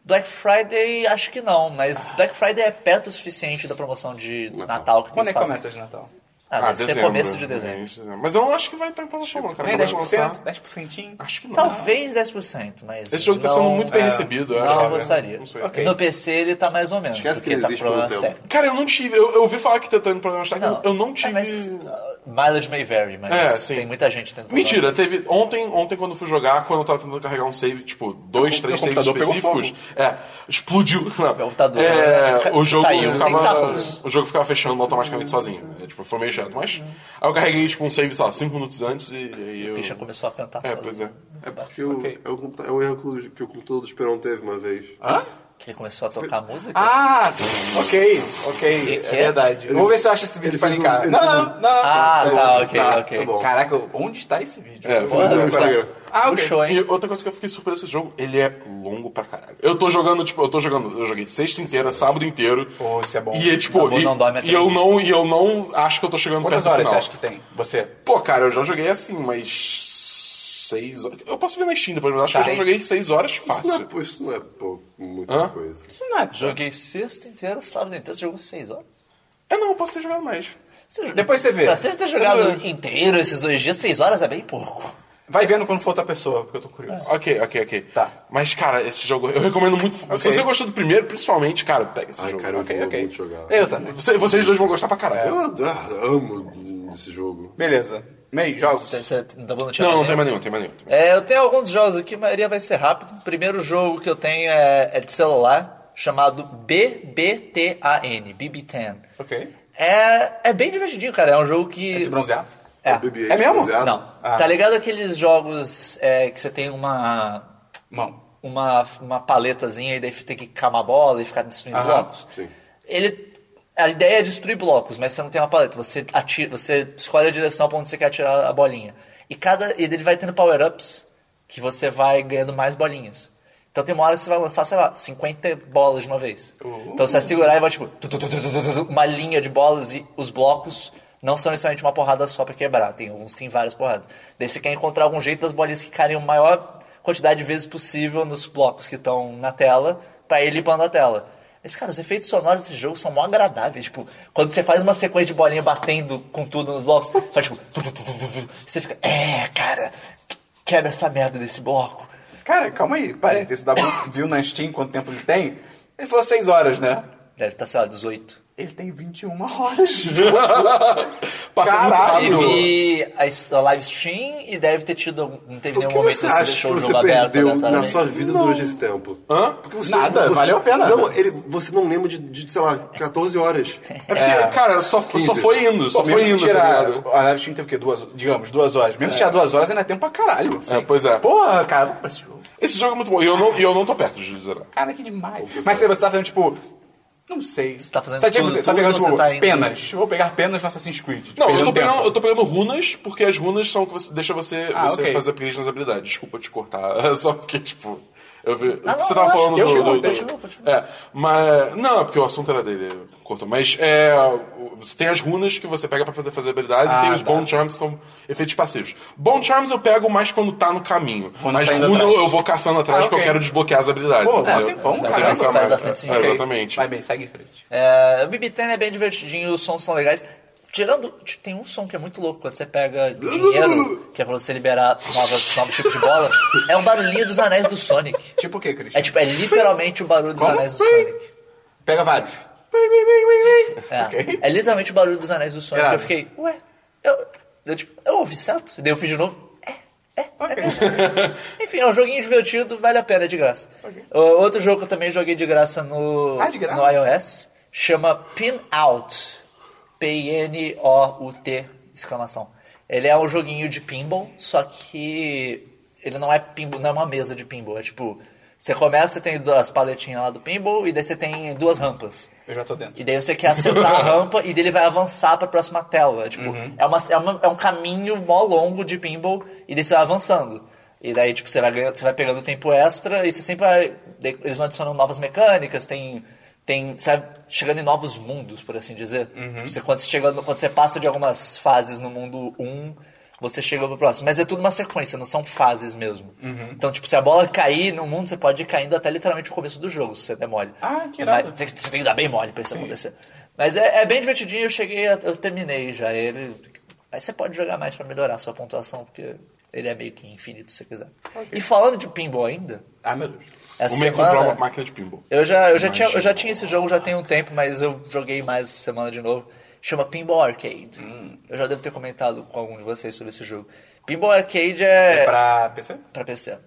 [SPEAKER 3] Black Friday, acho que não, mas Black Friday é perto o suficiente da promoção de Natal, que
[SPEAKER 1] Quando é que
[SPEAKER 3] eles fazem.
[SPEAKER 1] começa de Natal?
[SPEAKER 3] Ah, deve ser começo de dezembro.
[SPEAKER 2] início de dezembro. né? Mas eu não acho que vai estar em promoção, não, cara.
[SPEAKER 1] Tem
[SPEAKER 2] Quando lançar-
[SPEAKER 1] 10%? 10%?
[SPEAKER 2] Acho que não.
[SPEAKER 3] Talvez 10%, mas.
[SPEAKER 2] Hum. Esse jogo tá sendo
[SPEAKER 3] não-
[SPEAKER 2] muito bem
[SPEAKER 1] é,
[SPEAKER 2] recebido, eu
[SPEAKER 3] Não
[SPEAKER 2] acho.
[SPEAKER 1] né?
[SPEAKER 3] avançaria.
[SPEAKER 2] Não sei.
[SPEAKER 1] Ok.
[SPEAKER 3] No PC ele tá mais ou menos.
[SPEAKER 4] Esquece
[SPEAKER 3] porque
[SPEAKER 4] que ele
[SPEAKER 3] tá com
[SPEAKER 4] existe há muito
[SPEAKER 3] problemas
[SPEAKER 4] tempo.
[SPEAKER 3] técnicos.
[SPEAKER 2] Cara, eu não tive. Eu, eu ouvi falar que tá tendo problemas técnicos. eu não tive.
[SPEAKER 3] é, mas, uh, mileage may vary, mas
[SPEAKER 2] É, sim.
[SPEAKER 3] tem muita gente tentando.
[SPEAKER 2] Mentira, teve. Ontem, ontem, quando eu fui jogar, quando eu tava tentando carregar um save, tipo, dois,
[SPEAKER 1] Meu
[SPEAKER 2] três saves
[SPEAKER 1] computador pegou
[SPEAKER 2] específicos, é,
[SPEAKER 1] (laughs)
[SPEAKER 2] explodiu. Não,
[SPEAKER 3] computador, né?
[SPEAKER 2] é,
[SPEAKER 3] Fica-
[SPEAKER 2] o jogo
[SPEAKER 3] saiu, tem
[SPEAKER 1] tá
[SPEAKER 2] ficava.
[SPEAKER 3] tacos.
[SPEAKER 2] O jogo ficava fechando automaticamente sozinho. É, tipo, foi meio chato, mas. Aí eu carreguei, tipo, um save, sei lá, cinco minutos antes e, e
[SPEAKER 3] O
[SPEAKER 2] eu.
[SPEAKER 3] Christian começou a cantar
[SPEAKER 2] É,
[SPEAKER 3] sozinho.
[SPEAKER 2] pois é.
[SPEAKER 4] É porque o-
[SPEAKER 1] Ok.
[SPEAKER 4] é, o, computa- é um erro que o- que o computador do Esperão teve uma vez.
[SPEAKER 1] Hã?
[SPEAKER 3] Ele começou a tocar música?
[SPEAKER 1] Ah, ok, ok,
[SPEAKER 3] Que que
[SPEAKER 1] é
[SPEAKER 3] é?
[SPEAKER 1] verdade.
[SPEAKER 4] Ele-
[SPEAKER 1] Vamos ver se eu acho esse vídeo
[SPEAKER 4] ele
[SPEAKER 1] pra
[SPEAKER 4] fez um-
[SPEAKER 1] linkar.
[SPEAKER 4] ele
[SPEAKER 1] não,
[SPEAKER 4] fez um-
[SPEAKER 1] não, não.
[SPEAKER 3] Ah,
[SPEAKER 4] Tá,
[SPEAKER 3] tá, ok,
[SPEAKER 4] tá,
[SPEAKER 3] ok.
[SPEAKER 4] tá bom. um
[SPEAKER 1] Caraca, onde está esse vídeo?
[SPEAKER 2] É,
[SPEAKER 1] Vou
[SPEAKER 2] pois
[SPEAKER 4] No
[SPEAKER 2] é.
[SPEAKER 4] Instagram.
[SPEAKER 1] Ah, ok.
[SPEAKER 3] Puxou,
[SPEAKER 2] E
[SPEAKER 3] hein?
[SPEAKER 2] outra coisa que eu fiquei surpreso desse jogo, ele é longo pra caralho. Eu tô jogando, tipo, eu tô jogando, eu joguei sexta inteira, sábado inteiro.
[SPEAKER 1] Pô, isso é bom.
[SPEAKER 2] E é tipo,
[SPEAKER 3] Acabou,
[SPEAKER 2] e,
[SPEAKER 3] não dorme há
[SPEAKER 2] e
[SPEAKER 3] três
[SPEAKER 2] eu
[SPEAKER 3] dias.
[SPEAKER 2] não, e eu não acho que eu tô chegando
[SPEAKER 1] Quantas
[SPEAKER 2] perto
[SPEAKER 1] horas você
[SPEAKER 2] do final.
[SPEAKER 1] acha que tem? Você?
[SPEAKER 2] Pô, cara, eu já joguei assim, mas seis horas. Eu posso ver na Steam depois, mas eu acho
[SPEAKER 1] Tá.
[SPEAKER 2] que eu já joguei seis horas
[SPEAKER 4] Isso não é,
[SPEAKER 2] fácil.
[SPEAKER 4] pou- isso não é pouco, muita
[SPEAKER 2] Hã?
[SPEAKER 4] coisa.
[SPEAKER 1] Isso não é.
[SPEAKER 3] Joguei sexta inteira, sábado inteiro, você jogou seis horas.
[SPEAKER 2] É não, eu posso ter jogado mais.
[SPEAKER 3] Você jogou-
[SPEAKER 1] Depois você vê.
[SPEAKER 3] Pra você ter
[SPEAKER 2] Eu
[SPEAKER 3] jogado
[SPEAKER 2] não-
[SPEAKER 3] inteiro esses dois dias, seis horas é bem pouco.
[SPEAKER 1] Vai vendo quando for outra pessoa, porque eu tô curioso.
[SPEAKER 2] Ok, ok, ok.
[SPEAKER 1] Tá.
[SPEAKER 2] Mas, cara, esse jogo eu recomendo muito. Se você gostou do primeiro, principalmente, cara, pega esse
[SPEAKER 4] Ai,
[SPEAKER 2] jogo.
[SPEAKER 4] cara, eu
[SPEAKER 1] Ok,
[SPEAKER 4] vou
[SPEAKER 1] ok.
[SPEAKER 4] muito jogar.
[SPEAKER 1] Eu também.
[SPEAKER 2] Você- vocês dois vão gostar pra caralho.
[SPEAKER 4] Eu adoro- amo esse jogo.
[SPEAKER 1] Beleza. Meio, jogos.
[SPEAKER 3] Você- Você tá bom, não tinha
[SPEAKER 2] Não, não
[SPEAKER 3] mais
[SPEAKER 2] tem
[SPEAKER 3] nenhum?
[SPEAKER 2] mais nenhum, tem mais nenhum. tem mais
[SPEAKER 3] É, eu tenho alguns jogos aqui, a maioria vai ser rápido. O primeiro jogo que eu tenho é, é de celular, chamado BBTAN, BB10.
[SPEAKER 1] Ok.
[SPEAKER 3] É, é bem divertidinho, cara. É um jogo que.
[SPEAKER 1] É de bronzear?
[SPEAKER 3] É.
[SPEAKER 4] O BB-8
[SPEAKER 1] É mesmo?
[SPEAKER 4] baseado-
[SPEAKER 3] Não.
[SPEAKER 1] Ah.
[SPEAKER 3] Tá ligado aqueles jogos é, que você tem uma.
[SPEAKER 1] Mão.
[SPEAKER 3] Uma, uma paletazinha e daí tem que camar a bola e ficar destruindo
[SPEAKER 1] Aham,
[SPEAKER 3] blocos?
[SPEAKER 4] sim.
[SPEAKER 3] Ele. A ideia é destruir blocos, mas você não tem uma paleta. Você, atira, você escolhe a direção pra onde você quer atirar a bolinha. E cada. E ele vai tendo power-ups que você vai ganhando mais bolinhas. Então tem uma hora que você vai lançar, sei lá, 50 bolas de uma vez. Então você vai segurar e vai, tipo, tu, tu, tu, tu, tu, tu, tu, uma linha de bolas e os blocos não são necessariamente uma porrada só pra quebrar. Tem alguns que tem várias porradas. Daí você quer encontrar algum jeito das bolinhas que caírem o maior quantidade de vezes possível nos blocos que estão na tela pra ir limpando a tela. Mas, cara, os efeitos sonoros desse jogo são mó agradáveis. Tipo, quando você faz uma sequência de bolinha batendo com tudo nos blocos, faz tipo... tu, tu, tu, tu, tu, tu, você fica... É, cara, quebra essa merda desse bloco.
[SPEAKER 1] Cara, calma aí. Parênteses. O Dabu (coughs) viu na Steam quanto tempo ele tem? Ele falou 6 horas, né?
[SPEAKER 3] Deve estar, sei lá, 18.
[SPEAKER 1] Ele tem 21 (laughs) horas de jogo.
[SPEAKER 2] nenhum. Passa
[SPEAKER 1] Caralho.
[SPEAKER 4] Ah,
[SPEAKER 2] muito rápido.
[SPEAKER 3] Teve a s- a live stream e deve ter tido. algum- Não teve
[SPEAKER 4] O
[SPEAKER 3] nenhum
[SPEAKER 4] que
[SPEAKER 3] momento
[SPEAKER 4] você
[SPEAKER 3] é um que você
[SPEAKER 4] acha que
[SPEAKER 3] deixou o
[SPEAKER 4] você
[SPEAKER 3] jogo aberto
[SPEAKER 4] perdeu na
[SPEAKER 3] aleatoriamente.
[SPEAKER 4] sua vida durante esse tempo?
[SPEAKER 2] Hã?
[SPEAKER 4] Porque você-
[SPEAKER 1] Nada,
[SPEAKER 4] você-
[SPEAKER 1] valeu a pena.
[SPEAKER 4] Não, ele, você não lembra de, de, sei lá, 14
[SPEAKER 3] (laughs)
[SPEAKER 4] horas.
[SPEAKER 2] É porque, cara, só, só foi indo, só
[SPEAKER 1] Pô, mesmo
[SPEAKER 2] foi
[SPEAKER 1] se
[SPEAKER 2] indo, tá
[SPEAKER 1] tirar,
[SPEAKER 2] ligado?
[SPEAKER 1] A live stream teve o quê? Duas, digamos, duas horas. Mesmo se tirar duas horas, ainda é tempo pra caralho.
[SPEAKER 2] É, pois é.
[SPEAKER 1] Porra, cara, vou comprar esse jogo.
[SPEAKER 2] Esse jogo é muito bom. E eu não, e eu não tô perto de zerar.
[SPEAKER 1] Cara, que demais. Mas se você tá fazendo, tipo... Não sei. Você
[SPEAKER 3] tá fazendo
[SPEAKER 1] Sabe, tipo,
[SPEAKER 3] tudo,
[SPEAKER 1] tá pegando,
[SPEAKER 3] tudo,
[SPEAKER 1] tipo,
[SPEAKER 3] você tá indo-
[SPEAKER 1] penas. Eu Vou pegar penas no Assassin's Creed. tipo,
[SPEAKER 2] Não, eu tô, pegando,
[SPEAKER 1] tempo.
[SPEAKER 2] eu tô pegando runas, porque as runas são o que você, deixa você,
[SPEAKER 1] Ah,
[SPEAKER 2] você
[SPEAKER 1] ok.
[SPEAKER 2] fazer upgrade nas habilidades. Desculpa te cortar, (laughs) só porque, tipo. Eu vi,
[SPEAKER 3] Ah, não,
[SPEAKER 2] você tava
[SPEAKER 3] não,
[SPEAKER 2] falando
[SPEAKER 1] eu
[SPEAKER 2] do.
[SPEAKER 1] continuo,
[SPEAKER 2] do- do-
[SPEAKER 1] continua, continua.
[SPEAKER 2] É, mas. Não, é porque o assunto era dele, eu- cortou. Mas é. o- Você tem as runas que você pega pra fazer, fazer habilidades,
[SPEAKER 1] Ah,
[SPEAKER 2] e tem os
[SPEAKER 1] tá.
[SPEAKER 2] Bone Charms, que são efeitos passivos. Bone Charms eu pego mais quando tá no caminho.
[SPEAKER 1] Runa
[SPEAKER 2] mas
[SPEAKER 1] saindo
[SPEAKER 2] runa
[SPEAKER 1] atrás.
[SPEAKER 2] eu vou caçando atrás
[SPEAKER 1] Ah,
[SPEAKER 2] porque
[SPEAKER 1] ok.
[SPEAKER 2] eu quero desbloquear as habilidades.
[SPEAKER 1] Pô,
[SPEAKER 2] entendeu?
[SPEAKER 1] tem bom, tá
[SPEAKER 2] Não
[SPEAKER 1] cara.
[SPEAKER 2] pra mais.
[SPEAKER 3] Faz bastante
[SPEAKER 1] assim,
[SPEAKER 2] É,
[SPEAKER 3] sentido.
[SPEAKER 2] Exatamente.
[SPEAKER 1] Vai bem, segue em frente.
[SPEAKER 3] É, o BB10 é bem divertidinho, os sons são legais. Tirando. Tem um som que é muito louco quando você pega
[SPEAKER 4] (laughs)
[SPEAKER 3] dinheiro, que é pra você liberar novas, novos tipos de bola. É um barulhinho dos anéis do Sonic.
[SPEAKER 1] Tipo o quê,
[SPEAKER 3] É
[SPEAKER 1] Christian?
[SPEAKER 3] tipo, é literalmente o barulho dos anéis do Sonic.
[SPEAKER 1] Pega vários.
[SPEAKER 3] É,
[SPEAKER 1] Ok.
[SPEAKER 3] é literalmente o barulho dos anéis do Sonic.
[SPEAKER 1] Irado.
[SPEAKER 3] Eu fiquei, ué, eu, eu, tipo, eu ouvi certo? Daí eu fiz de novo. "É,
[SPEAKER 1] Ok.
[SPEAKER 3] Enfim, é um joguinho divertido, vale a pena, é de graça. O- Outro jogo que eu também joguei de graça no,
[SPEAKER 1] Ah, de graça?
[SPEAKER 3] no iOS chama Pin Out. P-I-N-O-U-T, exclamação. Ele é um joguinho de pinball, só que ele não é pinball, não é uma mesa de pinball. É tipo, Você começa, você tem as paletinhas lá do pinball, e daí você tem duas rampas.
[SPEAKER 1] Eu já tô dentro.
[SPEAKER 3] É. E daí você quer acertar a rampa e daí ele vai avançar pra próxima tela. Tipo, é, uma, é, uma- é um caminho mó longo de pinball e daí você vai avançando. E daí, tipo, você vai, ganhando, você vai pegando tempo extra e você sempre vai. daí Eles vão adicionando novas mecânicas, tem. tem você vai chegando em novos mundos, por assim dizer. Tipo, você, quando, você chega, quando você passa de algumas fases no mundo 1, você chega pro próximo. Mas é tudo uma sequência, não são fases mesmo. Então, tipo, se a bola cair no mundo, você pode ir caindo até literalmente o começo do jogo, se você der mole.
[SPEAKER 1] Ah, que
[SPEAKER 3] Mas-
[SPEAKER 1] irado.
[SPEAKER 3] tem que- Você tem que dar bem mole pra isso acontecer. Mas é, é bem divertidinho, eu cheguei, a- eu terminei já ele. Mas você pode jogar mais pra melhorar a sua pontuação, porque ele é meio que infinito se você quiser. E falando de pinball ainda,
[SPEAKER 1] Ah, meu Deus.
[SPEAKER 3] essa
[SPEAKER 2] O meio comprar uma
[SPEAKER 3] semana...
[SPEAKER 2] máquina de pinball.
[SPEAKER 3] Eu já, eu, já tinha,
[SPEAKER 2] Imagina.
[SPEAKER 3] eu já tinha esse jogo já tem um tempo, mas eu joguei mais essa semana de novo. Chama Pinball Arcade.
[SPEAKER 2] Hum.
[SPEAKER 3] Eu já devo ter comentado com algum de vocês sobre esse jogo. Pinball Arcade é,
[SPEAKER 1] É pra PC?
[SPEAKER 3] pra PC.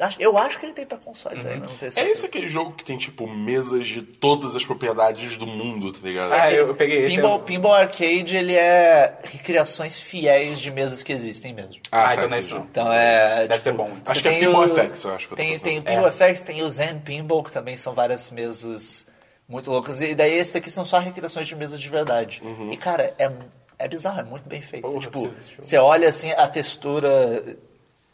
[SPEAKER 3] Acho- Eu acho que ele tem pra console também, mas não tenho
[SPEAKER 2] É
[SPEAKER 3] certeza.
[SPEAKER 2] esse aquele jogo que tem, tipo, mesas de todas as propriedades do mundo, tá ligado?
[SPEAKER 3] É.
[SPEAKER 1] Ah, eu, eu peguei esse.
[SPEAKER 2] é
[SPEAKER 3] Pinball,
[SPEAKER 1] eu-
[SPEAKER 3] Pinball Arcade, ele é recriações fiéis de mesas que existem mesmo.
[SPEAKER 2] tá,
[SPEAKER 1] Ah, então não é isso não.
[SPEAKER 3] Então é.
[SPEAKER 1] Deve
[SPEAKER 3] tipo,
[SPEAKER 1] ser bom.
[SPEAKER 2] Acho
[SPEAKER 3] você
[SPEAKER 2] que é
[SPEAKER 3] tem
[SPEAKER 2] Pinball
[SPEAKER 3] o-
[SPEAKER 2] FX, eu acho que eu tô
[SPEAKER 3] Tem,
[SPEAKER 2] pensando. É.
[SPEAKER 3] tem o Pinball FX, tem o Zen Pinball, que também são várias mesas muito loucas. E daí esse daqui são só recriações de mesas de verdade.
[SPEAKER 2] Uhum.
[SPEAKER 3] E cara, é, é bizarro, é muito bem feito.
[SPEAKER 1] Porra, eu
[SPEAKER 3] tipo,
[SPEAKER 1] preciso assistir.
[SPEAKER 3] você olha assim a textura.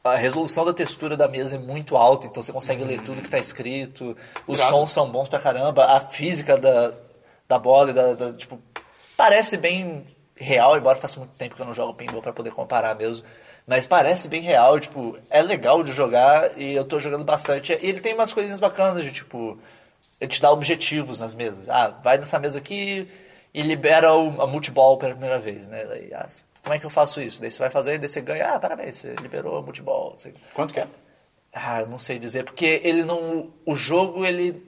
[SPEAKER 3] A resolução da textura da mesa é muito alta, então você consegue ler tudo que tá escrito. Os
[SPEAKER 2] Irado.
[SPEAKER 3] sons são bons pra caramba. A física da, da bola e da, da- Tipo, parece bem real, embora faça muito tempo que eu não jogo pinball pra poder comparar mesmo. Mas parece bem real, tipo, é legal de jogar e eu tô jogando bastante. E ele tem umas coisinhas bacanas de tipo. Ele te dá objetivos nas mesas. Ah, vai nessa mesa aqui e libera o, a multiball pela primeira vez, né? Daí, ah, como é que eu faço isso? Daí você vai fazer, daí você ganha. Ah, parabéns, você liberou a multiball. não sei o quê.
[SPEAKER 1] Quanto que é?
[SPEAKER 3] Ah, eu não sei dizer, porque ele não. O jogo, ele.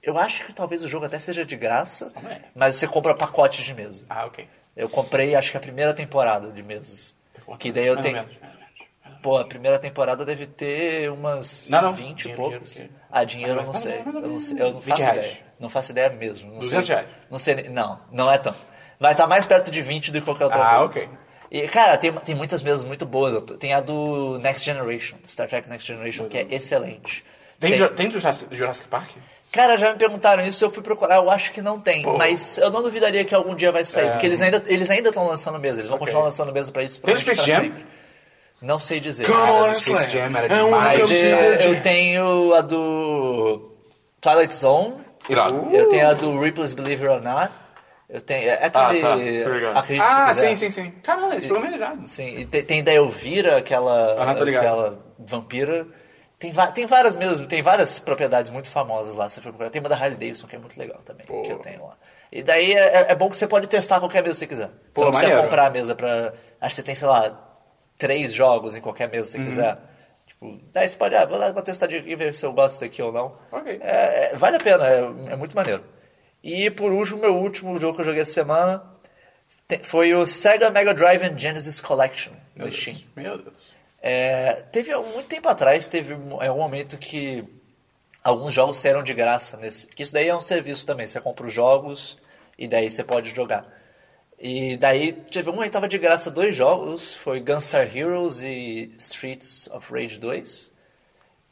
[SPEAKER 3] Eu acho que talvez o jogo até seja de graça,
[SPEAKER 1] Ah, é?
[SPEAKER 3] mas você compra pacotes de mesa.
[SPEAKER 1] Ah, ok.
[SPEAKER 3] Eu comprei, acho que a primeira temporada de mesas. Que daí eu
[SPEAKER 1] Mais ou
[SPEAKER 3] tenho.
[SPEAKER 1] menos, mais ou menos.
[SPEAKER 3] Pô, a primeira temporada deve ter umas
[SPEAKER 1] Não, não.
[SPEAKER 3] 20 e
[SPEAKER 1] Dinheiro,
[SPEAKER 3] poucos.
[SPEAKER 1] dinheiro, dinheiro.
[SPEAKER 3] Ah, dinheiro eu
[SPEAKER 1] Mais
[SPEAKER 3] não
[SPEAKER 1] ou
[SPEAKER 3] sei.
[SPEAKER 1] menos, mais ou
[SPEAKER 3] Eu não
[SPEAKER 1] menos.
[SPEAKER 3] sei. Eu não
[SPEAKER 1] 20
[SPEAKER 3] faço
[SPEAKER 1] reais.
[SPEAKER 3] ideia. Não faço ideia mesmo. Não
[SPEAKER 1] 200
[SPEAKER 3] sei.
[SPEAKER 1] reais.
[SPEAKER 3] Não sei. nem- Não, não é tanto. Vai estar mais perto de 20 do que qualquer outra
[SPEAKER 1] Ah,
[SPEAKER 3] coisa.
[SPEAKER 1] ok.
[SPEAKER 3] E, cara, tem, tem muitas mesas muito boas. Eu tô- Tem a do Next Generation, Star Trek Next Generation, que é excelente.
[SPEAKER 1] Tem,
[SPEAKER 3] Tem-
[SPEAKER 1] Ju- tem do Jurassic Jurassic Park?
[SPEAKER 3] Cara, já me perguntaram isso, eu fui procurar, eu acho que não tem. Mas eu não duvidaria que algum dia vai
[SPEAKER 1] É.
[SPEAKER 3] sair, porque eles ainda eles ainda estão lançando mesa, eles vão continuar lançando mesa pra isso.
[SPEAKER 1] Tem no
[SPEAKER 3] provavelmente
[SPEAKER 1] Space
[SPEAKER 3] pra
[SPEAKER 1] Jam?
[SPEAKER 3] sempre. Não sei dizer.
[SPEAKER 2] Come
[SPEAKER 3] cara.
[SPEAKER 2] on,
[SPEAKER 1] Esse
[SPEAKER 2] Slam.
[SPEAKER 1] Jam era
[SPEAKER 2] É um
[SPEAKER 1] demais,
[SPEAKER 3] Mas
[SPEAKER 2] campeão
[SPEAKER 3] é,
[SPEAKER 2] de-
[SPEAKER 3] eu tenho a do Twilight Zone,
[SPEAKER 2] Irado.
[SPEAKER 3] eu tenho a do Ripley's Believe It or Not, eu tenho... É aquele...
[SPEAKER 2] Ah, tá, tô ligado.
[SPEAKER 3] Acredite se
[SPEAKER 1] Ah,
[SPEAKER 3] quiser.
[SPEAKER 1] sim, sim, sim. Caralho, esse programa é irado.
[SPEAKER 3] Sim, e tem, tem da Elvira, aquela,
[SPEAKER 1] Aham, tô ligado.
[SPEAKER 3] aquela vampira. Tem, va- tem várias mesmo, tem várias propriedades muito famosas lá, se você for procurar. Tem uma da Harley Davidson que é muito legal também, que eu tenho lá. E daí é, é bom que você pode testar qualquer mesa que você quiser.
[SPEAKER 1] Pô,
[SPEAKER 3] você não precisa
[SPEAKER 1] maneiro.
[SPEAKER 3] comprar a mesa pra. Acho que você tem, sei lá, três jogos em qualquer mesa
[SPEAKER 1] Uhum.
[SPEAKER 3] se você quiser. Tipo, daí você pode, ah, vou dar uma testadinha aqui, ver se eu gosto daqui ou não.
[SPEAKER 1] Ok.
[SPEAKER 3] É, é, vale a pena, é, é muito maneiro. E por último, meu último jogo que eu joguei essa semana te- foi o Sega Mega Drive and Genesis Collection
[SPEAKER 1] Meu
[SPEAKER 3] no Steam.
[SPEAKER 1] Deus. Meu Deus.
[SPEAKER 3] É, teve há muito tempo atrás, teve um, é, um momento que alguns jogos saíram de graça nesse. Que isso daí é um serviço também. Você compra os jogos e daí você pode jogar. E daí teve um momento que tava de graça dois jogos, foi Gunstar Heroes e Streets of Rage 2.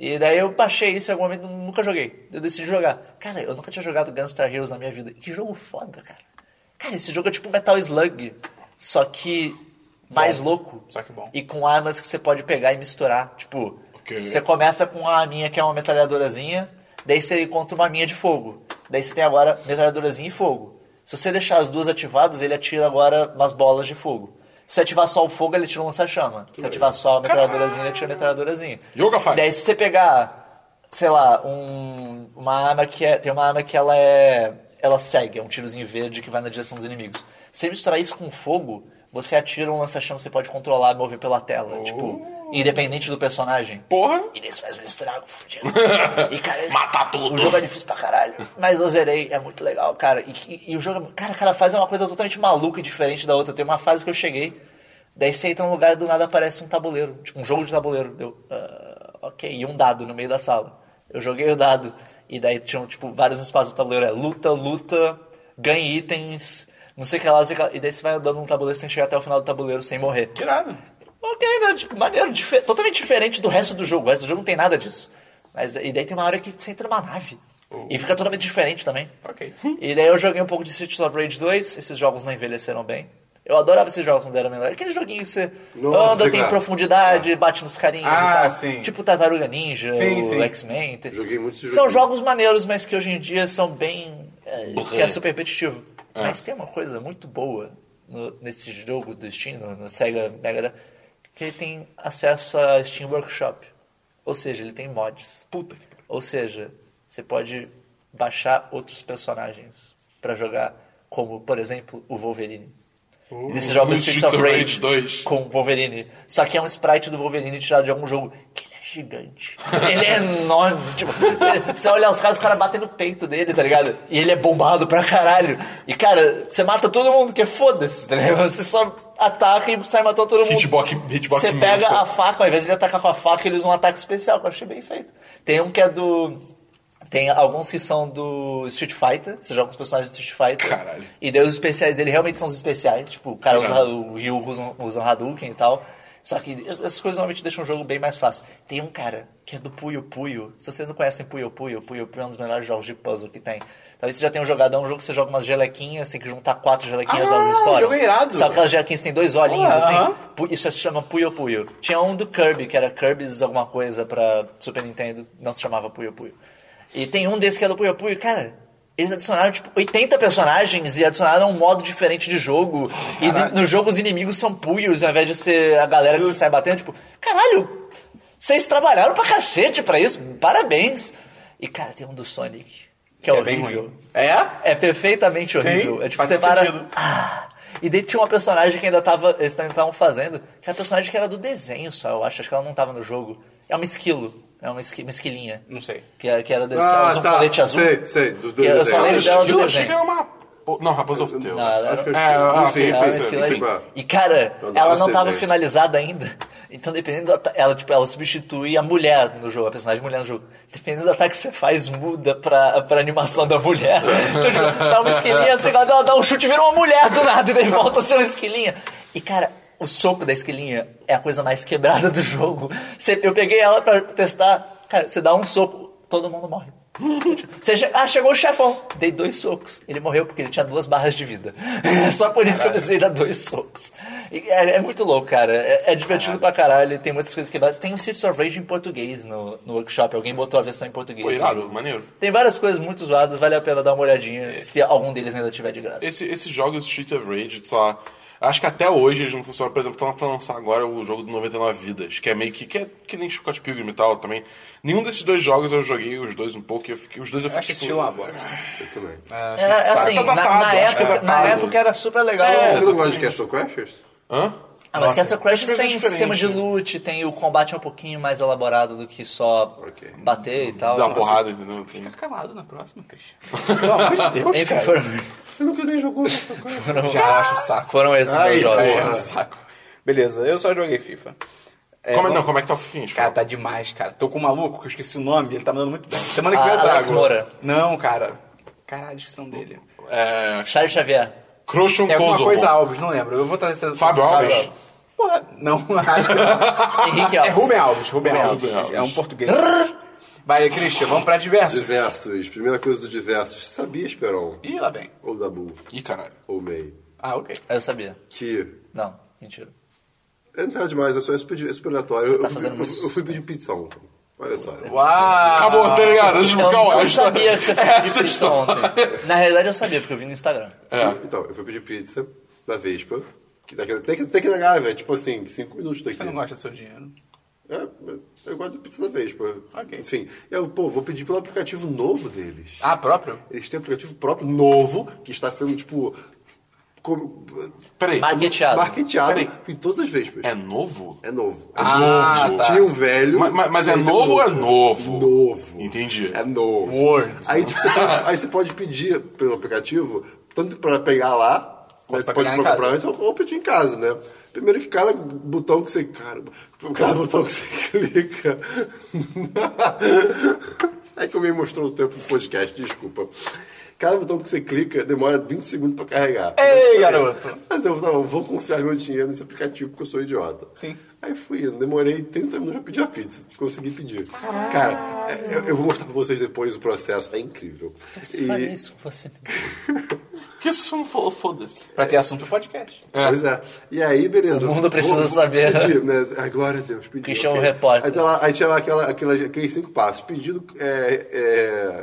[SPEAKER 3] E daí eu baixei isso em algum momento, nunca joguei. Eu decidi jogar. Cara, eu nunca tinha jogado Gunstar Heroes na minha vida. Que jogo foda, cara. Cara, esse jogo é tipo Metal Slug, só que mais louco.
[SPEAKER 1] só que bom.
[SPEAKER 3] E com armas que você pode pegar e misturar. Tipo,
[SPEAKER 2] Ok.
[SPEAKER 3] você começa com a minha que é uma metralhadorazinha, daí você encontra uma minha de fogo. Daí você tem agora metralhadorazinha e fogo. Se você deixar as duas ativadas, ele atira agora umas bolas de fogo. Se você ativar só o fogo, ele atira um lança-chama. Se ativar só a metralhadorazinha, ele atira a metralhadorazinha.
[SPEAKER 2] Yoga Fight.
[SPEAKER 3] Daí se você pegar, sei lá, um, uma arma que é... Tem uma arma que ela é... Ela segue, é um tirozinho verde que vai na direção dos inimigos. Se você misturar isso com fogo, você atira um lança-chama que você pode controlar e mover pela tela. Tipo, independente do personagem.
[SPEAKER 2] Oh. Porra!
[SPEAKER 3] E nesse faz um estrago
[SPEAKER 2] (laughs)
[SPEAKER 3] fudido. E, cara,
[SPEAKER 2] Matar tudo.
[SPEAKER 3] O jogo é difícil pra caralho. Mas eu zerei, é muito legal, cara. E, e- e o jogo. é- Cara, cada fase é uma coisa totalmente maluca e diferente da outra. Tem uma fase que eu cheguei, daí você entra num lugar e do nada aparece um tabuleiro tipo um jogo de tabuleiro. Deu. ah, ok, e um dado no meio da sala. Eu joguei o dado. E daí tinham, tipo, vários espaços do tabuleiro. É luta, luta, ganhe itens, não sei o que lá, não sei o que lá. E daí você vai andando no tabuleiro, você tem que chegar até o final do tabuleiro sem morrer.
[SPEAKER 1] Que irado.
[SPEAKER 3] Ok, né? Tipo, maneiro, dife- totalmente diferente do resto do jogo. O resto do jogo não tem nada disso. Mas, e daí tem uma hora que você entra numa nave. E fica totalmente diferente também.
[SPEAKER 1] Ok.
[SPEAKER 3] E daí eu joguei um pouco de Streets of Rage 2, esses jogos não envelheceram bem. Eu adorava esses jogos quando era menor. Aquele joguinho que você
[SPEAKER 4] Nossa,
[SPEAKER 3] anda,
[SPEAKER 4] sei
[SPEAKER 3] tem
[SPEAKER 4] lá.
[SPEAKER 3] profundidade, bate nos carinhas
[SPEAKER 1] Ah,
[SPEAKER 3] e tal.
[SPEAKER 1] sim.
[SPEAKER 3] Tipo Tartaruga Ninja,
[SPEAKER 1] Sim,
[SPEAKER 3] o
[SPEAKER 1] sim.
[SPEAKER 3] X-Men. Tem-
[SPEAKER 4] Joguei muitos
[SPEAKER 3] São
[SPEAKER 4] joguinhos.
[SPEAKER 3] jogos maneiros, mas que hoje em dia são bem... É,
[SPEAKER 2] Burré.
[SPEAKER 3] que é super repetitivo.
[SPEAKER 2] É.
[SPEAKER 3] Mas tem uma coisa muito boa no- nesse jogo do Steam, no, no Sega Mega Drive, que ele tem acesso a Steam Workshop. Ou seja, ele tem mods.
[SPEAKER 2] Puta que pariu.
[SPEAKER 3] Ou seja, você pode baixar outros personagens pra jogar, como, por exemplo, o Wolverine. Nesse jogo
[SPEAKER 2] No
[SPEAKER 3] Streets of Rage
[SPEAKER 2] 2.
[SPEAKER 3] com o Wolverine. Só que é um sprite do Wolverine tirado de algum jogo. Que ele é gigante. Ele é enorme. (laughs) Tipo, ele- você olha os caras, os caras batem no peito dele, tá ligado? E ele é bombado pra caralho. E, cara, você mata todo mundo, que foda-se, tá ligado? Você só ataca e sai matando todo mundo.
[SPEAKER 2] Hitbox, hitbox
[SPEAKER 3] Você pega
[SPEAKER 2] imensa.
[SPEAKER 3] a faca, ao invés de ele atacar com a faca, ele usa um ataque especial, que eu achei bem feito. Tem um que é do. Tem alguns que são do Street Fighter, você joga com os personagens do Street Fighter.
[SPEAKER 2] Caralho.
[SPEAKER 3] E daí os especiais dele realmente são os especiais, tipo, o cara usa
[SPEAKER 2] Irado.
[SPEAKER 3] o Ryu, usa, usa o Hadouken e tal. Só que es- essas coisas normalmente deixam o jogo bem mais fácil. Tem um cara que é do Puyo Puyo. Se vocês não conhecem Puyo Puyo, Puyo Puyo é um dos melhores jogos de puzzle que tem. Talvez você já tenha um jogadão, um jogo que você joga umas gelequinhas, tem que juntar quatro gelequinhas,
[SPEAKER 1] Ah,
[SPEAKER 3] elas estouram.
[SPEAKER 1] jogo irado.
[SPEAKER 3] Sabe aquelas gelequinhas que tem dois olhinhos,
[SPEAKER 1] Ah,
[SPEAKER 3] assim?
[SPEAKER 1] aham.
[SPEAKER 3] Pu- Isso se chama Puyo Puyo. Tinha um do Kirby, que era Kirby's alguma coisa pra Super Nintendo, não se chamava Puyo Puyo. E tem um desse que é do Puyo Puyo, cara. Eles adicionaram, tipo, 80 personagens e adicionaram um modo diferente de jogo. E de- no jogo os inimigos são puyos, ao invés de ser a galera que você sai batendo. Tipo, caralho, vocês trabalharam pra cacete pra isso, parabéns. E, cara, tem um do Sonic, que é,
[SPEAKER 1] É bem
[SPEAKER 3] horrível.
[SPEAKER 1] ruim. É?
[SPEAKER 3] É perfeitamente horrível.
[SPEAKER 1] Sim,
[SPEAKER 3] é tipo,
[SPEAKER 1] faz
[SPEAKER 3] você
[SPEAKER 1] todo
[SPEAKER 3] para...
[SPEAKER 1] sentido.
[SPEAKER 3] Ah! E daí tinha uma personagem que ainda tava. Eles ainda estavam fazendo, que era a personagem que era do desenho só, eu acho. Acho que ela não tava no jogo. É uma esquilo. É uma, esqui- uma esquilinha.
[SPEAKER 1] Não sei.
[SPEAKER 3] Que era, que era desse que ela
[SPEAKER 4] Ah,
[SPEAKER 3] usa um
[SPEAKER 4] tá.
[SPEAKER 3] colete azul.
[SPEAKER 4] Sei, sei. Do, do
[SPEAKER 3] Que eu só
[SPEAKER 4] desenho.
[SPEAKER 3] lembro dela do
[SPEAKER 2] Eu achei
[SPEAKER 3] desenho.
[SPEAKER 2] que era é uma... pô, Não, Rapunzel Tales.
[SPEAKER 3] Não, ela
[SPEAKER 4] Acho que eu
[SPEAKER 2] É, ah,
[SPEAKER 4] enfim,
[SPEAKER 2] ok,
[SPEAKER 3] Ela um
[SPEAKER 2] Sim,
[SPEAKER 3] era
[SPEAKER 2] sim,
[SPEAKER 4] enfim,
[SPEAKER 3] uma
[SPEAKER 2] esquilo
[SPEAKER 3] esquilinha.
[SPEAKER 4] enfim, pá.
[SPEAKER 3] E, cara,
[SPEAKER 4] Eu adoro
[SPEAKER 3] ela não
[SPEAKER 4] esse
[SPEAKER 3] tava
[SPEAKER 4] desenho.
[SPEAKER 3] finalizada ainda. Então, dependendo do ata- ela, tipo, ela substitui a mulher no jogo, a personagem mulher no jogo. Dependendo do ataque que você faz, muda pra, pra animação da mulher.
[SPEAKER 2] É.
[SPEAKER 3] Então, tipo, tá uma esquilinha, você vai ela dá um chute, vira uma mulher do nada, e daí volta a ser uma esquilinha. E, cara, o soco da esquilinha é a coisa mais quebrada do jogo. Você- eu peguei ela pra testar. Cara, você dá um soco, todo mundo morre. Você che- Ah, chegou o chefão. Dei dois socos. Ele morreu porque ele tinha duas barras de vida. (laughs) Só por isso que eu precisei dar dois socos. E é, é muito louco, cara. É, é divertido pra caralho. Tem muitas coisas quebradas. Tem um Streets of Rage em português no, no workshop. Alguém botou a versão em português.
[SPEAKER 2] Pô, irado, maneiro.
[SPEAKER 3] Tem várias coisas muito zoadas. Vale a pena dar uma olhadinha. Se algum deles ainda tiver de graça.
[SPEAKER 2] É. Esse, esses jogos Street of Rage, sei lá, acho que até hoje eles não funcionam. Por exemplo, estão pra lançar agora o jogo do 99 Vidas, que é meio que, que, é, que nem Scott Pilgrim e tal também. Nenhum desses dois jogos eu joguei os dois um pouco e eu fiquei, os dois eu
[SPEAKER 1] Eu
[SPEAKER 2] fiquei
[SPEAKER 1] acho que estilo
[SPEAKER 2] tipo,
[SPEAKER 1] é uma bosta.
[SPEAKER 4] Eu também.
[SPEAKER 3] É, é assim,
[SPEAKER 2] Tá
[SPEAKER 3] na,
[SPEAKER 2] datado,
[SPEAKER 3] na
[SPEAKER 2] acho que é
[SPEAKER 3] época, na
[SPEAKER 2] datado.
[SPEAKER 3] época era super legal.
[SPEAKER 2] É,
[SPEAKER 4] Você não gosta de Castle Crashers?
[SPEAKER 2] Hã?
[SPEAKER 3] Ah, mas
[SPEAKER 2] Nossa,
[SPEAKER 3] Castle Crash
[SPEAKER 2] coisas
[SPEAKER 3] tem sistema de
[SPEAKER 2] diferentes, né?
[SPEAKER 3] loot, tem o combate é um pouquinho mais elaborado do que só
[SPEAKER 4] Ok.
[SPEAKER 3] bater e tal.
[SPEAKER 2] Dá uma
[SPEAKER 3] Então,
[SPEAKER 2] porrada, entendeu?
[SPEAKER 1] Fica calado na próxima, Christian. (laughs) Pelo amor de Deus,
[SPEAKER 3] Enfim,
[SPEAKER 1] cara.
[SPEAKER 3] foram,
[SPEAKER 4] Você nunca nem jogou Castle Crashers?
[SPEAKER 3] foram,
[SPEAKER 1] Já acho o saco.
[SPEAKER 3] foram esses
[SPEAKER 4] Ai,
[SPEAKER 3] meus jogos.
[SPEAKER 4] porra.
[SPEAKER 1] É, saco. Beleza, eu só joguei FIFA. É,
[SPEAKER 2] Como, é-
[SPEAKER 1] vamos-
[SPEAKER 2] não, como é que tá o fim?
[SPEAKER 1] Cara, tá demais, cara. Tô com um maluco que eu esqueci o nome, ele tá mandando muito bem. Semana que
[SPEAKER 3] Ah,
[SPEAKER 1] vem eu trago.
[SPEAKER 3] Alex Moura.
[SPEAKER 1] Não, cara. Caralho, esqueci o nome dele.
[SPEAKER 2] É,
[SPEAKER 3] Charles Xavier.
[SPEAKER 2] Crochon
[SPEAKER 1] É alguma
[SPEAKER 2] Kosovo.
[SPEAKER 1] coisa Alves, não lembro. Eu vou trazer essa.
[SPEAKER 2] Fábio
[SPEAKER 1] essa-
[SPEAKER 2] Alves?
[SPEAKER 1] Porra, não, (laughs) acho que não.
[SPEAKER 3] Henrique
[SPEAKER 1] É
[SPEAKER 3] Alves.
[SPEAKER 1] Rubem Alves, Rubem
[SPEAKER 2] Rubem
[SPEAKER 1] Alves.
[SPEAKER 2] Alves.
[SPEAKER 1] É um português. Vai, Christian, vamos pra diversos.
[SPEAKER 4] Diversos. Primeira coisa do diversos. Você sabia, Esperon?
[SPEAKER 1] Ih, lá vem.
[SPEAKER 4] Ou Dabu?
[SPEAKER 2] Ih, caralho.
[SPEAKER 4] Ou May?
[SPEAKER 1] Ah, ok.
[SPEAKER 3] Eu sabia.
[SPEAKER 4] Que
[SPEAKER 3] Não, mentira.
[SPEAKER 4] É não tá demais, é só é super, é super aleatório.
[SPEAKER 3] tá
[SPEAKER 4] eu, fui,
[SPEAKER 3] fazendo
[SPEAKER 4] eu,
[SPEAKER 3] muito
[SPEAKER 4] eu fui pedir pizza ontem. Olha só.
[SPEAKER 1] Uau!
[SPEAKER 2] Acabou, tá ligado? Eu
[SPEAKER 3] Ah, Eu não sabia
[SPEAKER 4] É,
[SPEAKER 3] que você fez
[SPEAKER 2] essa
[SPEAKER 3] isso
[SPEAKER 2] história.
[SPEAKER 3] ontem. Na realidade eu sabia, porque eu vi no Instagram.
[SPEAKER 2] É.
[SPEAKER 4] Então, eu fui pedir pizza da Vespa. Que daqui, tem, que, tem que negar, velho. Tipo assim, cinco minutos daqui.
[SPEAKER 1] Você não gosta do seu dinheiro.
[SPEAKER 4] É, eu gosto de pizza da Vespa.
[SPEAKER 1] Ok.
[SPEAKER 4] Enfim, eu, pô, vou pedir pelo aplicativo novo deles.
[SPEAKER 1] Ah, próprio?
[SPEAKER 4] Eles têm um aplicativo próprio, novo, que está sendo, tipo... com-
[SPEAKER 2] Peraí,
[SPEAKER 3] Marqueteado.
[SPEAKER 4] Marketeado
[SPEAKER 2] Peraí.
[SPEAKER 4] em todas as Vespas.
[SPEAKER 2] é novo?
[SPEAKER 4] É novo.
[SPEAKER 1] Ah,
[SPEAKER 4] É novo.
[SPEAKER 1] tá.
[SPEAKER 4] Tinha um velho.
[SPEAKER 2] Ma- ma- mas é
[SPEAKER 4] aí tem um
[SPEAKER 2] novo ou é novo?
[SPEAKER 4] Novo.
[SPEAKER 2] Entendi.
[SPEAKER 4] É novo.
[SPEAKER 1] Word.
[SPEAKER 4] Aí, tipo, você pode, aí você pode pedir pelo aplicativo, tanto pra pegar lá, né, você
[SPEAKER 1] pra
[SPEAKER 4] pode
[SPEAKER 1] pegar em
[SPEAKER 4] comprar
[SPEAKER 1] casa.
[SPEAKER 4] antes ou, ou pedir em casa, né? Primeiro que cada botão que você. Caramba, cada botão que você (laughs) clica. É que eu me mostrou o tempo do podcast, desculpa. Cada botão que você clica demora 20 segundos pra carregar. tá
[SPEAKER 3] Ei,
[SPEAKER 4] Eu falei,
[SPEAKER 3] garoto.
[SPEAKER 4] Mas eu tava, vou confiar meu dinheiro nesse aplicativo porque eu sou idiota.
[SPEAKER 1] Sim.
[SPEAKER 4] Aí fui indo, demorei 30 minutos pra pedir a pizza. Consegui pedir. Cara, é, eu, eu vou mostrar pra vocês depois o processo. É incrível.
[SPEAKER 3] Você faria isso com você.
[SPEAKER 2] Que isso são fo- foda-se.
[SPEAKER 1] Pra ter assunto pro podcast.
[SPEAKER 2] É.
[SPEAKER 4] Pois é. E aí, beleza.
[SPEAKER 3] O mundo precisa saber.
[SPEAKER 4] Pedir, né? Ai, glória a Deus. Pedido,
[SPEAKER 3] Christian, o repórter.
[SPEAKER 4] Aí, tá lá, aí tinha lá aquela, aquela, aqueles cinco passos. Pedido é,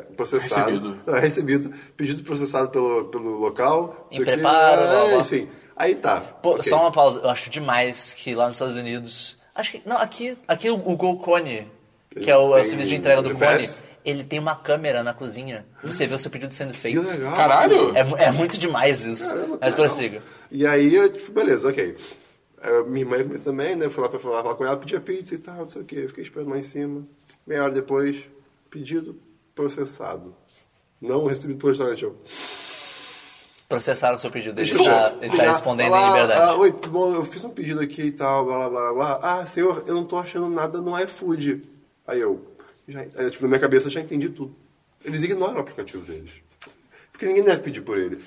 [SPEAKER 4] é, processado.
[SPEAKER 2] Recebido.
[SPEAKER 4] Não, é recebido. Pedido processado pelo, pelo local. não sei o quê.
[SPEAKER 3] preparo, blá, blá.
[SPEAKER 4] é, enfim. Aí tá.
[SPEAKER 3] Pô,
[SPEAKER 4] ok.
[SPEAKER 3] Só uma pausa. Eu acho demais que lá nos Estados Unidos. Acho que. Não, aqui, aqui o, o Go Cone, que é o, é o
[SPEAKER 4] Tem
[SPEAKER 3] serviço de entrega do Cone,
[SPEAKER 4] GPS?
[SPEAKER 3] ele tem uma câmera na cozinha. pra Você vê o seu pedido sendo
[SPEAKER 4] Que
[SPEAKER 3] feito.
[SPEAKER 4] legal.
[SPEAKER 2] Caralho!
[SPEAKER 3] É, mu- é muito demais isso.
[SPEAKER 4] Caramba, cara.
[SPEAKER 3] Mas prossiga.
[SPEAKER 4] E aí, eu, tipo, beleza, ok. Eu, minha irmã também, né? Eu fui lá pra falar, falar com ela, pedi a pizza e tal, não sei o quê. Eu fiquei esperando lá em cima. Meia hora depois, pedido processado. Não recebido pelo restaurante. Eu,
[SPEAKER 3] Processaram o seu pedido. Ele
[SPEAKER 4] Tipo,
[SPEAKER 3] tá, ele tá
[SPEAKER 4] já,
[SPEAKER 3] respondendo
[SPEAKER 4] olá,
[SPEAKER 3] em
[SPEAKER 4] ah,
[SPEAKER 3] liberdade.
[SPEAKER 4] Oi, tudo bom? Eu fiz um pedido aqui e tal, blá blá blá blá. Ah, senhor, eu não tô achando nada no iFood. Aí eu, já, aí, tipo, na minha cabeça eu já entendi tudo. Eles ignoram o aplicativo deles. Porque ninguém deve pedir por ele.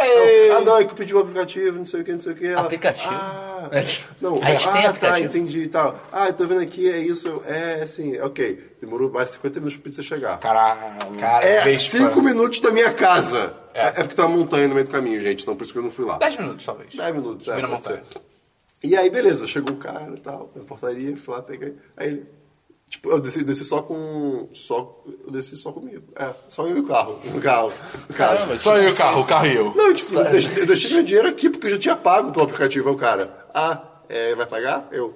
[SPEAKER 4] Não, ah, não, é que eu pedi o aplicativo, não sei o que, não sei o que. Ela,
[SPEAKER 3] Aplicativo?
[SPEAKER 4] Ah,
[SPEAKER 3] É.
[SPEAKER 4] não,
[SPEAKER 3] A gente tem
[SPEAKER 4] ah, tá,
[SPEAKER 3] aplicativo.
[SPEAKER 4] entendi e tal. Ah, eu tô vendo aqui, é isso, é assim, ok. Demorou mais 50 minutos pra pizza chegar.
[SPEAKER 2] Caralho.
[SPEAKER 1] Cara,
[SPEAKER 4] É
[SPEAKER 1] Vespa.
[SPEAKER 4] cinco minutos da minha casa. É. é porque tem uma montanha no meio do caminho, gente, então por isso que eu não fui lá.
[SPEAKER 1] Dez minutos, talvez.
[SPEAKER 4] 10 minutos,
[SPEAKER 1] Subi
[SPEAKER 4] é,
[SPEAKER 1] na
[SPEAKER 4] pode
[SPEAKER 1] montanha.
[SPEAKER 4] ser. E aí, beleza, chegou o cara e tal, na portaria, fui lá, peguei. Aí ele. Tipo, eu desci, desci só com. Só, eu desci só comigo. É, só eu e o carro. (laughs) O carro. O carro.
[SPEAKER 2] Só eu e o carro, o carro e eu.
[SPEAKER 4] Não, tipo, eu deixei, eu deixei meu dinheiro aqui porque eu já tinha pago pelo aplicativo. Aí o cara. Ah, é, vai pagar? Eu.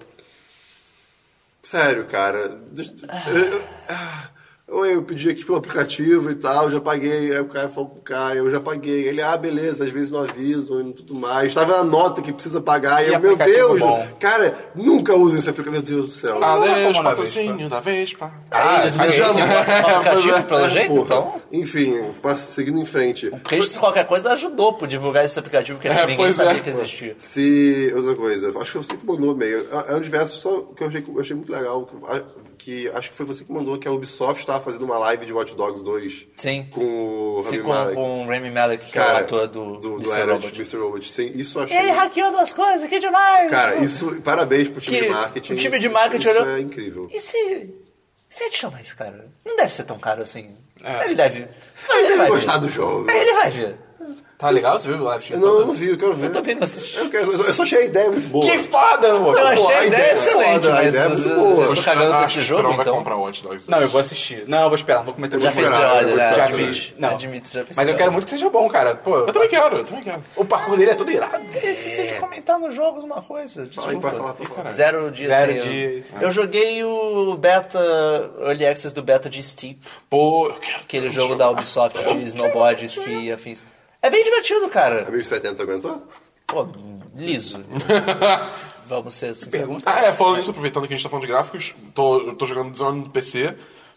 [SPEAKER 4] Sério, cara. deixa- eu- eu- ah, Oi, eu pedi aqui pelo aplicativo e tal, já paguei. Aí o cara falou com o cara, eu já paguei. Ele, ah, beleza, às vezes não avisam e tudo mais. Estava na nota que precisa pagar. e
[SPEAKER 1] Que
[SPEAKER 4] eu, meu
[SPEAKER 1] aplicativo
[SPEAKER 4] Deus,
[SPEAKER 1] bom.
[SPEAKER 4] cara, nunca usem esse aplicativo. Meu Deus do céu.
[SPEAKER 2] Adeus,
[SPEAKER 1] como na
[SPEAKER 2] patrocínio da Vespa.
[SPEAKER 4] Ah,
[SPEAKER 3] eles
[SPEAKER 4] paguei,
[SPEAKER 3] mesmos
[SPEAKER 4] sim.
[SPEAKER 3] botam o aplicativo,
[SPEAKER 2] Pois é.
[SPEAKER 3] pelo jeito,
[SPEAKER 4] Porra.
[SPEAKER 3] então.
[SPEAKER 4] Enfim, passa- seguindo em frente.
[SPEAKER 3] Porque qualquer coisa ajudou por divulgar esse aplicativo que acho que
[SPEAKER 2] É,
[SPEAKER 3] ninguém
[SPEAKER 2] pois
[SPEAKER 3] sabia
[SPEAKER 2] é.
[SPEAKER 3] que existia.
[SPEAKER 4] Se. Outra coisa, acho que você que mandou o e-mail. É é um diverso só que eu achei, eu achei muito legal. que- a- Que acho que foi você que mandou que a Ubisoft estava fazendo uma live de Watch Dogs 2.
[SPEAKER 3] Sim.
[SPEAKER 4] Com o
[SPEAKER 3] Se
[SPEAKER 4] Rami
[SPEAKER 3] com,
[SPEAKER 4] Malek.
[SPEAKER 3] com o Rami Malek, que é o
[SPEAKER 4] Cara,
[SPEAKER 3] ator do,
[SPEAKER 4] do, do
[SPEAKER 3] Mr.
[SPEAKER 4] Iron
[SPEAKER 3] Robot.
[SPEAKER 4] de Mr. Robot. Sim, isso eu achei.
[SPEAKER 3] Ele hackeou as coisas, que demais!
[SPEAKER 4] Cara, isso. Parabéns pro time
[SPEAKER 3] Que-
[SPEAKER 4] de marketing.
[SPEAKER 3] o time de
[SPEAKER 4] Isso-
[SPEAKER 3] marketing
[SPEAKER 4] Isso,
[SPEAKER 3] olhou-
[SPEAKER 4] é incrível.
[SPEAKER 3] E se. E se a gente chamar esse cara? Não deve ser tão caro assim.
[SPEAKER 2] É.
[SPEAKER 3] Ele deve.
[SPEAKER 4] Ele deve
[SPEAKER 3] vai
[SPEAKER 4] gostar
[SPEAKER 3] ver.
[SPEAKER 4] do jogo.
[SPEAKER 3] Ele vai ver.
[SPEAKER 1] Tá legal? Você viu o live
[SPEAKER 4] Eu
[SPEAKER 1] stream?
[SPEAKER 4] não, eu
[SPEAKER 1] todo?
[SPEAKER 4] não vi, eu quero ver.
[SPEAKER 3] Eu também não assisti.
[SPEAKER 4] Eu, quero- eu só- eu só achei a ideia muito boa.
[SPEAKER 1] Que foda, pô!
[SPEAKER 3] Eu
[SPEAKER 4] Pô,
[SPEAKER 3] achei a
[SPEAKER 4] a
[SPEAKER 3] ideia
[SPEAKER 4] ideia é
[SPEAKER 3] excelente,
[SPEAKER 4] foda, a
[SPEAKER 3] mas
[SPEAKER 4] ideia é
[SPEAKER 3] vocês
[SPEAKER 4] muito boa.
[SPEAKER 3] vocês estão cagando pra
[SPEAKER 2] Acho
[SPEAKER 3] esse
[SPEAKER 2] que o
[SPEAKER 3] jogo,
[SPEAKER 2] Esperão vai
[SPEAKER 3] então?
[SPEAKER 2] comprar o Watch Dogs.
[SPEAKER 1] Não, eu vou assistir. Não, eu vou esperar, não vou comentar
[SPEAKER 3] Já
[SPEAKER 1] muito
[SPEAKER 3] fez
[SPEAKER 1] não.
[SPEAKER 4] esperar,
[SPEAKER 3] pior,
[SPEAKER 4] eu
[SPEAKER 3] né?
[SPEAKER 4] vou
[SPEAKER 1] Já
[SPEAKER 4] esperar.
[SPEAKER 1] fiz. Não.
[SPEAKER 3] Admito, você já fez
[SPEAKER 1] Mas eu
[SPEAKER 3] pior.
[SPEAKER 1] quero muito que seja bom, cara. Pô,
[SPEAKER 2] Eu também quero, eu também quero.
[SPEAKER 1] o parkour dele é todo irado.
[SPEAKER 3] Eu esqueci de comentar nos jogos uma coisa.
[SPEAKER 4] É. Fala aí,
[SPEAKER 3] desculpa.
[SPEAKER 4] vai falar, por favor.
[SPEAKER 3] Zero dias.
[SPEAKER 1] Zero
[SPEAKER 3] sem eu.
[SPEAKER 1] dias. Ah.
[SPEAKER 3] Eu joguei o beta, Early Access do beta de Steep,
[SPEAKER 2] Pô, eu quero.
[SPEAKER 3] aquele jogo da Ubisoft de snowboard, ski e afins. É bem divertido,
[SPEAKER 4] A
[SPEAKER 3] cara.
[SPEAKER 4] 1070 aguentou?
[SPEAKER 3] Pô,
[SPEAKER 1] (laughs)
[SPEAKER 3] liso. Vamos ser sinceros.
[SPEAKER 2] Ah, é, falando nisso, aproveitando que a gente tá falando de gráficos, tô, eu tô jogando Dishonored no PC,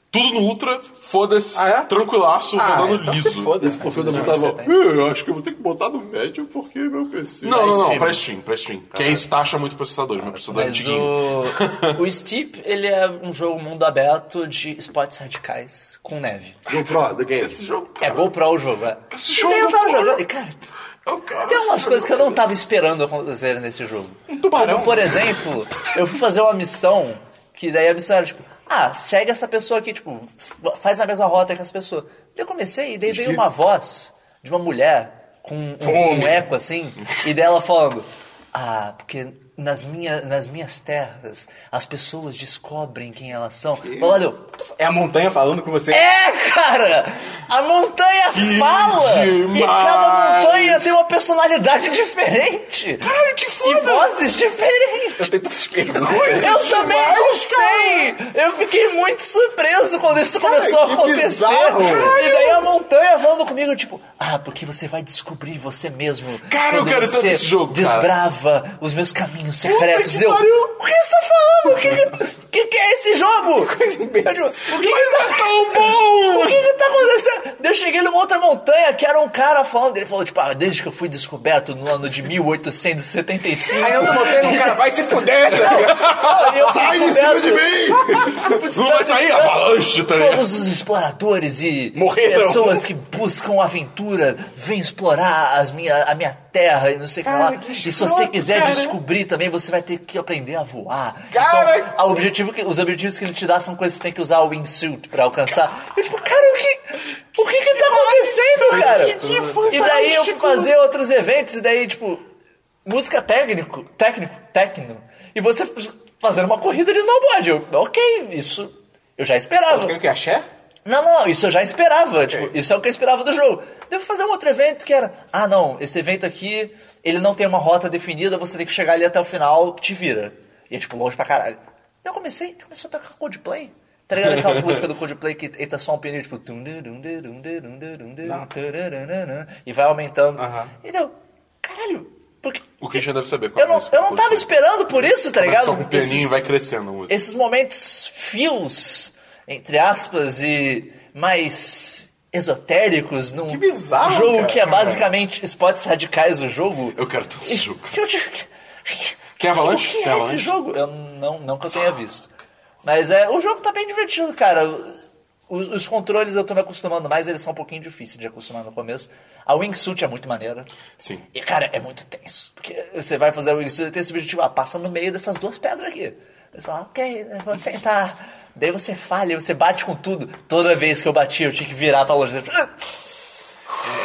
[SPEAKER 2] tudo no Ultra, foda-se,
[SPEAKER 1] Ah, é?
[SPEAKER 2] tranquilaço,
[SPEAKER 1] Ah,
[SPEAKER 2] rodando
[SPEAKER 1] então se
[SPEAKER 2] liso.
[SPEAKER 1] foda.
[SPEAKER 4] Isso porque eu também tava. "Ih, Eu acho que eu vou ter que botar no médio porque meu PC.
[SPEAKER 2] Não, não, não,
[SPEAKER 3] Steam.
[SPEAKER 2] pra Steam, pra Steam. Que aí isso taxa muito o processador, meu processador é
[SPEAKER 3] Mas
[SPEAKER 2] antiguinho.
[SPEAKER 3] o, o Steep, ele é um jogo mundo aberto de esportes radicais com neve.
[SPEAKER 4] GoPro, The Game.
[SPEAKER 2] Esse jogo,
[SPEAKER 3] É
[SPEAKER 2] cara,
[SPEAKER 3] GoPro o jogo, é.
[SPEAKER 2] Esse jogo,
[SPEAKER 3] eu tava
[SPEAKER 2] cara.
[SPEAKER 3] jogando, e, cara,
[SPEAKER 2] eu quero
[SPEAKER 3] tem
[SPEAKER 2] esse
[SPEAKER 3] umas
[SPEAKER 2] jogo. é
[SPEAKER 3] coisas que eu não tava esperando acontecerem nesse jogo. Um
[SPEAKER 2] tubarão.
[SPEAKER 3] Como, por exemplo, eu fui fazer uma missão, que daí a missão era tipo, ah, segue essa pessoa aqui, tipo, fa- faz a mesma rota que essa pessoa. Daí eu comecei e daí veio uma voz de uma mulher com um, um eco assim, e dela falando, ah, porque nas, minha, nas minhas terras as pessoas descobrem quem elas são. Olha, eu,
[SPEAKER 1] É a montanha falando com você.
[SPEAKER 3] é, cara! A montanha
[SPEAKER 2] Que
[SPEAKER 3] fala! E cada
[SPEAKER 2] demais!
[SPEAKER 3] montanha tem uma personalidade (laughs) diferente! Caralho, que foda! E vozes diferentes!
[SPEAKER 1] Eu tento fazer
[SPEAKER 3] Eu também não sei! Eu fiquei muito surpreso quando isso começou a
[SPEAKER 4] que
[SPEAKER 3] acontecer!
[SPEAKER 4] bizarro!
[SPEAKER 3] E daí a montanha falando comigo, tipo, ah, porque você vai descobrir você mesmo.
[SPEAKER 2] Cara, eu
[SPEAKER 3] quando
[SPEAKER 2] quero tanto
[SPEAKER 3] você
[SPEAKER 2] esse jogo, cara.
[SPEAKER 3] Desbrava os meus caminhos secretos.
[SPEAKER 2] que
[SPEAKER 3] eu.
[SPEAKER 2] pariu!
[SPEAKER 3] O que você tá falando? Que, que que é esse jogo? Coisa o que, que,
[SPEAKER 2] Mas é tão bom!
[SPEAKER 3] o que que tá acontecendo? Daí Eu cheguei numa outra montanha que era um cara falando. Ele falou, tipo, ah, desde que eu fui descoberto no ano de 1875.
[SPEAKER 1] Aí eu tô botando um cara, vai se fuder, tá ligado?
[SPEAKER 3] Ah,
[SPEAKER 2] (laughs)
[SPEAKER 3] eu fui
[SPEAKER 4] Sai de cima
[SPEAKER 3] descoberto-
[SPEAKER 4] de mim!
[SPEAKER 2] Não vai sair avalanche, tá ligado?
[SPEAKER 3] Todos os exploradores e
[SPEAKER 1] Morreram.
[SPEAKER 3] pessoas que buscam aventura vêm explorar as minha, a minha terra e não sei o que lá.
[SPEAKER 1] Cara, que
[SPEAKER 3] e se você
[SPEAKER 1] escroto,
[SPEAKER 3] quiser
[SPEAKER 1] cara.
[SPEAKER 3] descobrir também, você vai ter que aprender a voar.
[SPEAKER 1] Cara!
[SPEAKER 3] Então, a objetivo que, os objetivos que ele te dá são coisas que você tem que usar o wingsuit pra alcançar. Eu tipo, cara, o que... O que que tá acontecendo, cara? E daí eu fui
[SPEAKER 1] tipo,
[SPEAKER 3] fazer outros eventos e daí, tipo... Música técnico, técnico, técnico. E você fazendo uma corrida de snowboard. Eu, ok, isso... Eu já esperava.
[SPEAKER 1] Quero que axé?
[SPEAKER 3] Não, não, não, isso eu já esperava. Tipo, isso é o que eu esperava do jogo. Devo fazer um outro evento que era. Ah, não, esse evento aqui, ele não tem uma rota definida, você tem que chegar ali até o final, te vira. E é tipo longe pra caralho. Eu comecei, então começou a tocar Coldplay. Tá
[SPEAKER 2] (laughs)
[SPEAKER 3] ligado aquela música do Coldplay que entra só um pianinho, tipo. tum, dum, dum, dum, dum, dum, dum, dum, dum, tarararana, E vai aumentando.
[SPEAKER 1] Aham.
[SPEAKER 3] E deu, caralho, porque.
[SPEAKER 2] O Christian deve saber qual
[SPEAKER 3] Eu
[SPEAKER 2] é
[SPEAKER 3] não,
[SPEAKER 2] isso.
[SPEAKER 3] eu não tava esperando por isso, tá ligado?
[SPEAKER 2] Só com o pianinho
[SPEAKER 3] Esses-
[SPEAKER 2] vai crescendo a música.
[SPEAKER 3] esses momentos fios, entre aspas, e mais esotéricos num
[SPEAKER 1] Que bizarro,
[SPEAKER 3] jogo
[SPEAKER 1] cara.
[SPEAKER 3] que é basicamente esportes radicais o jogo.
[SPEAKER 2] Eu quero tanto
[SPEAKER 3] E-
[SPEAKER 2] esse jogo.
[SPEAKER 3] eu te-
[SPEAKER 2] Quer Avalanche?
[SPEAKER 3] O que
[SPEAKER 2] Quer
[SPEAKER 3] é esse
[SPEAKER 2] Avalanche?
[SPEAKER 3] jogo? Eu não, não que eu tenha visto. Mas é, o jogo tá bem divertido, cara. Os, os controles eu tô me acostumando mais, eles são um pouquinho difíceis de acostumar no começo. A wingsuit é muito maneira.
[SPEAKER 2] Sim.
[SPEAKER 3] E, cara, é muito tenso. Porque você vai fazer o isso e tem esse objetivo. Ah, passa no meio dessas duas pedras aqui. Aí Você fala, ok, eu vou tentar. Daí você falha, você bate com tudo. Toda vez que eu bati, eu tinha que virar pra longe.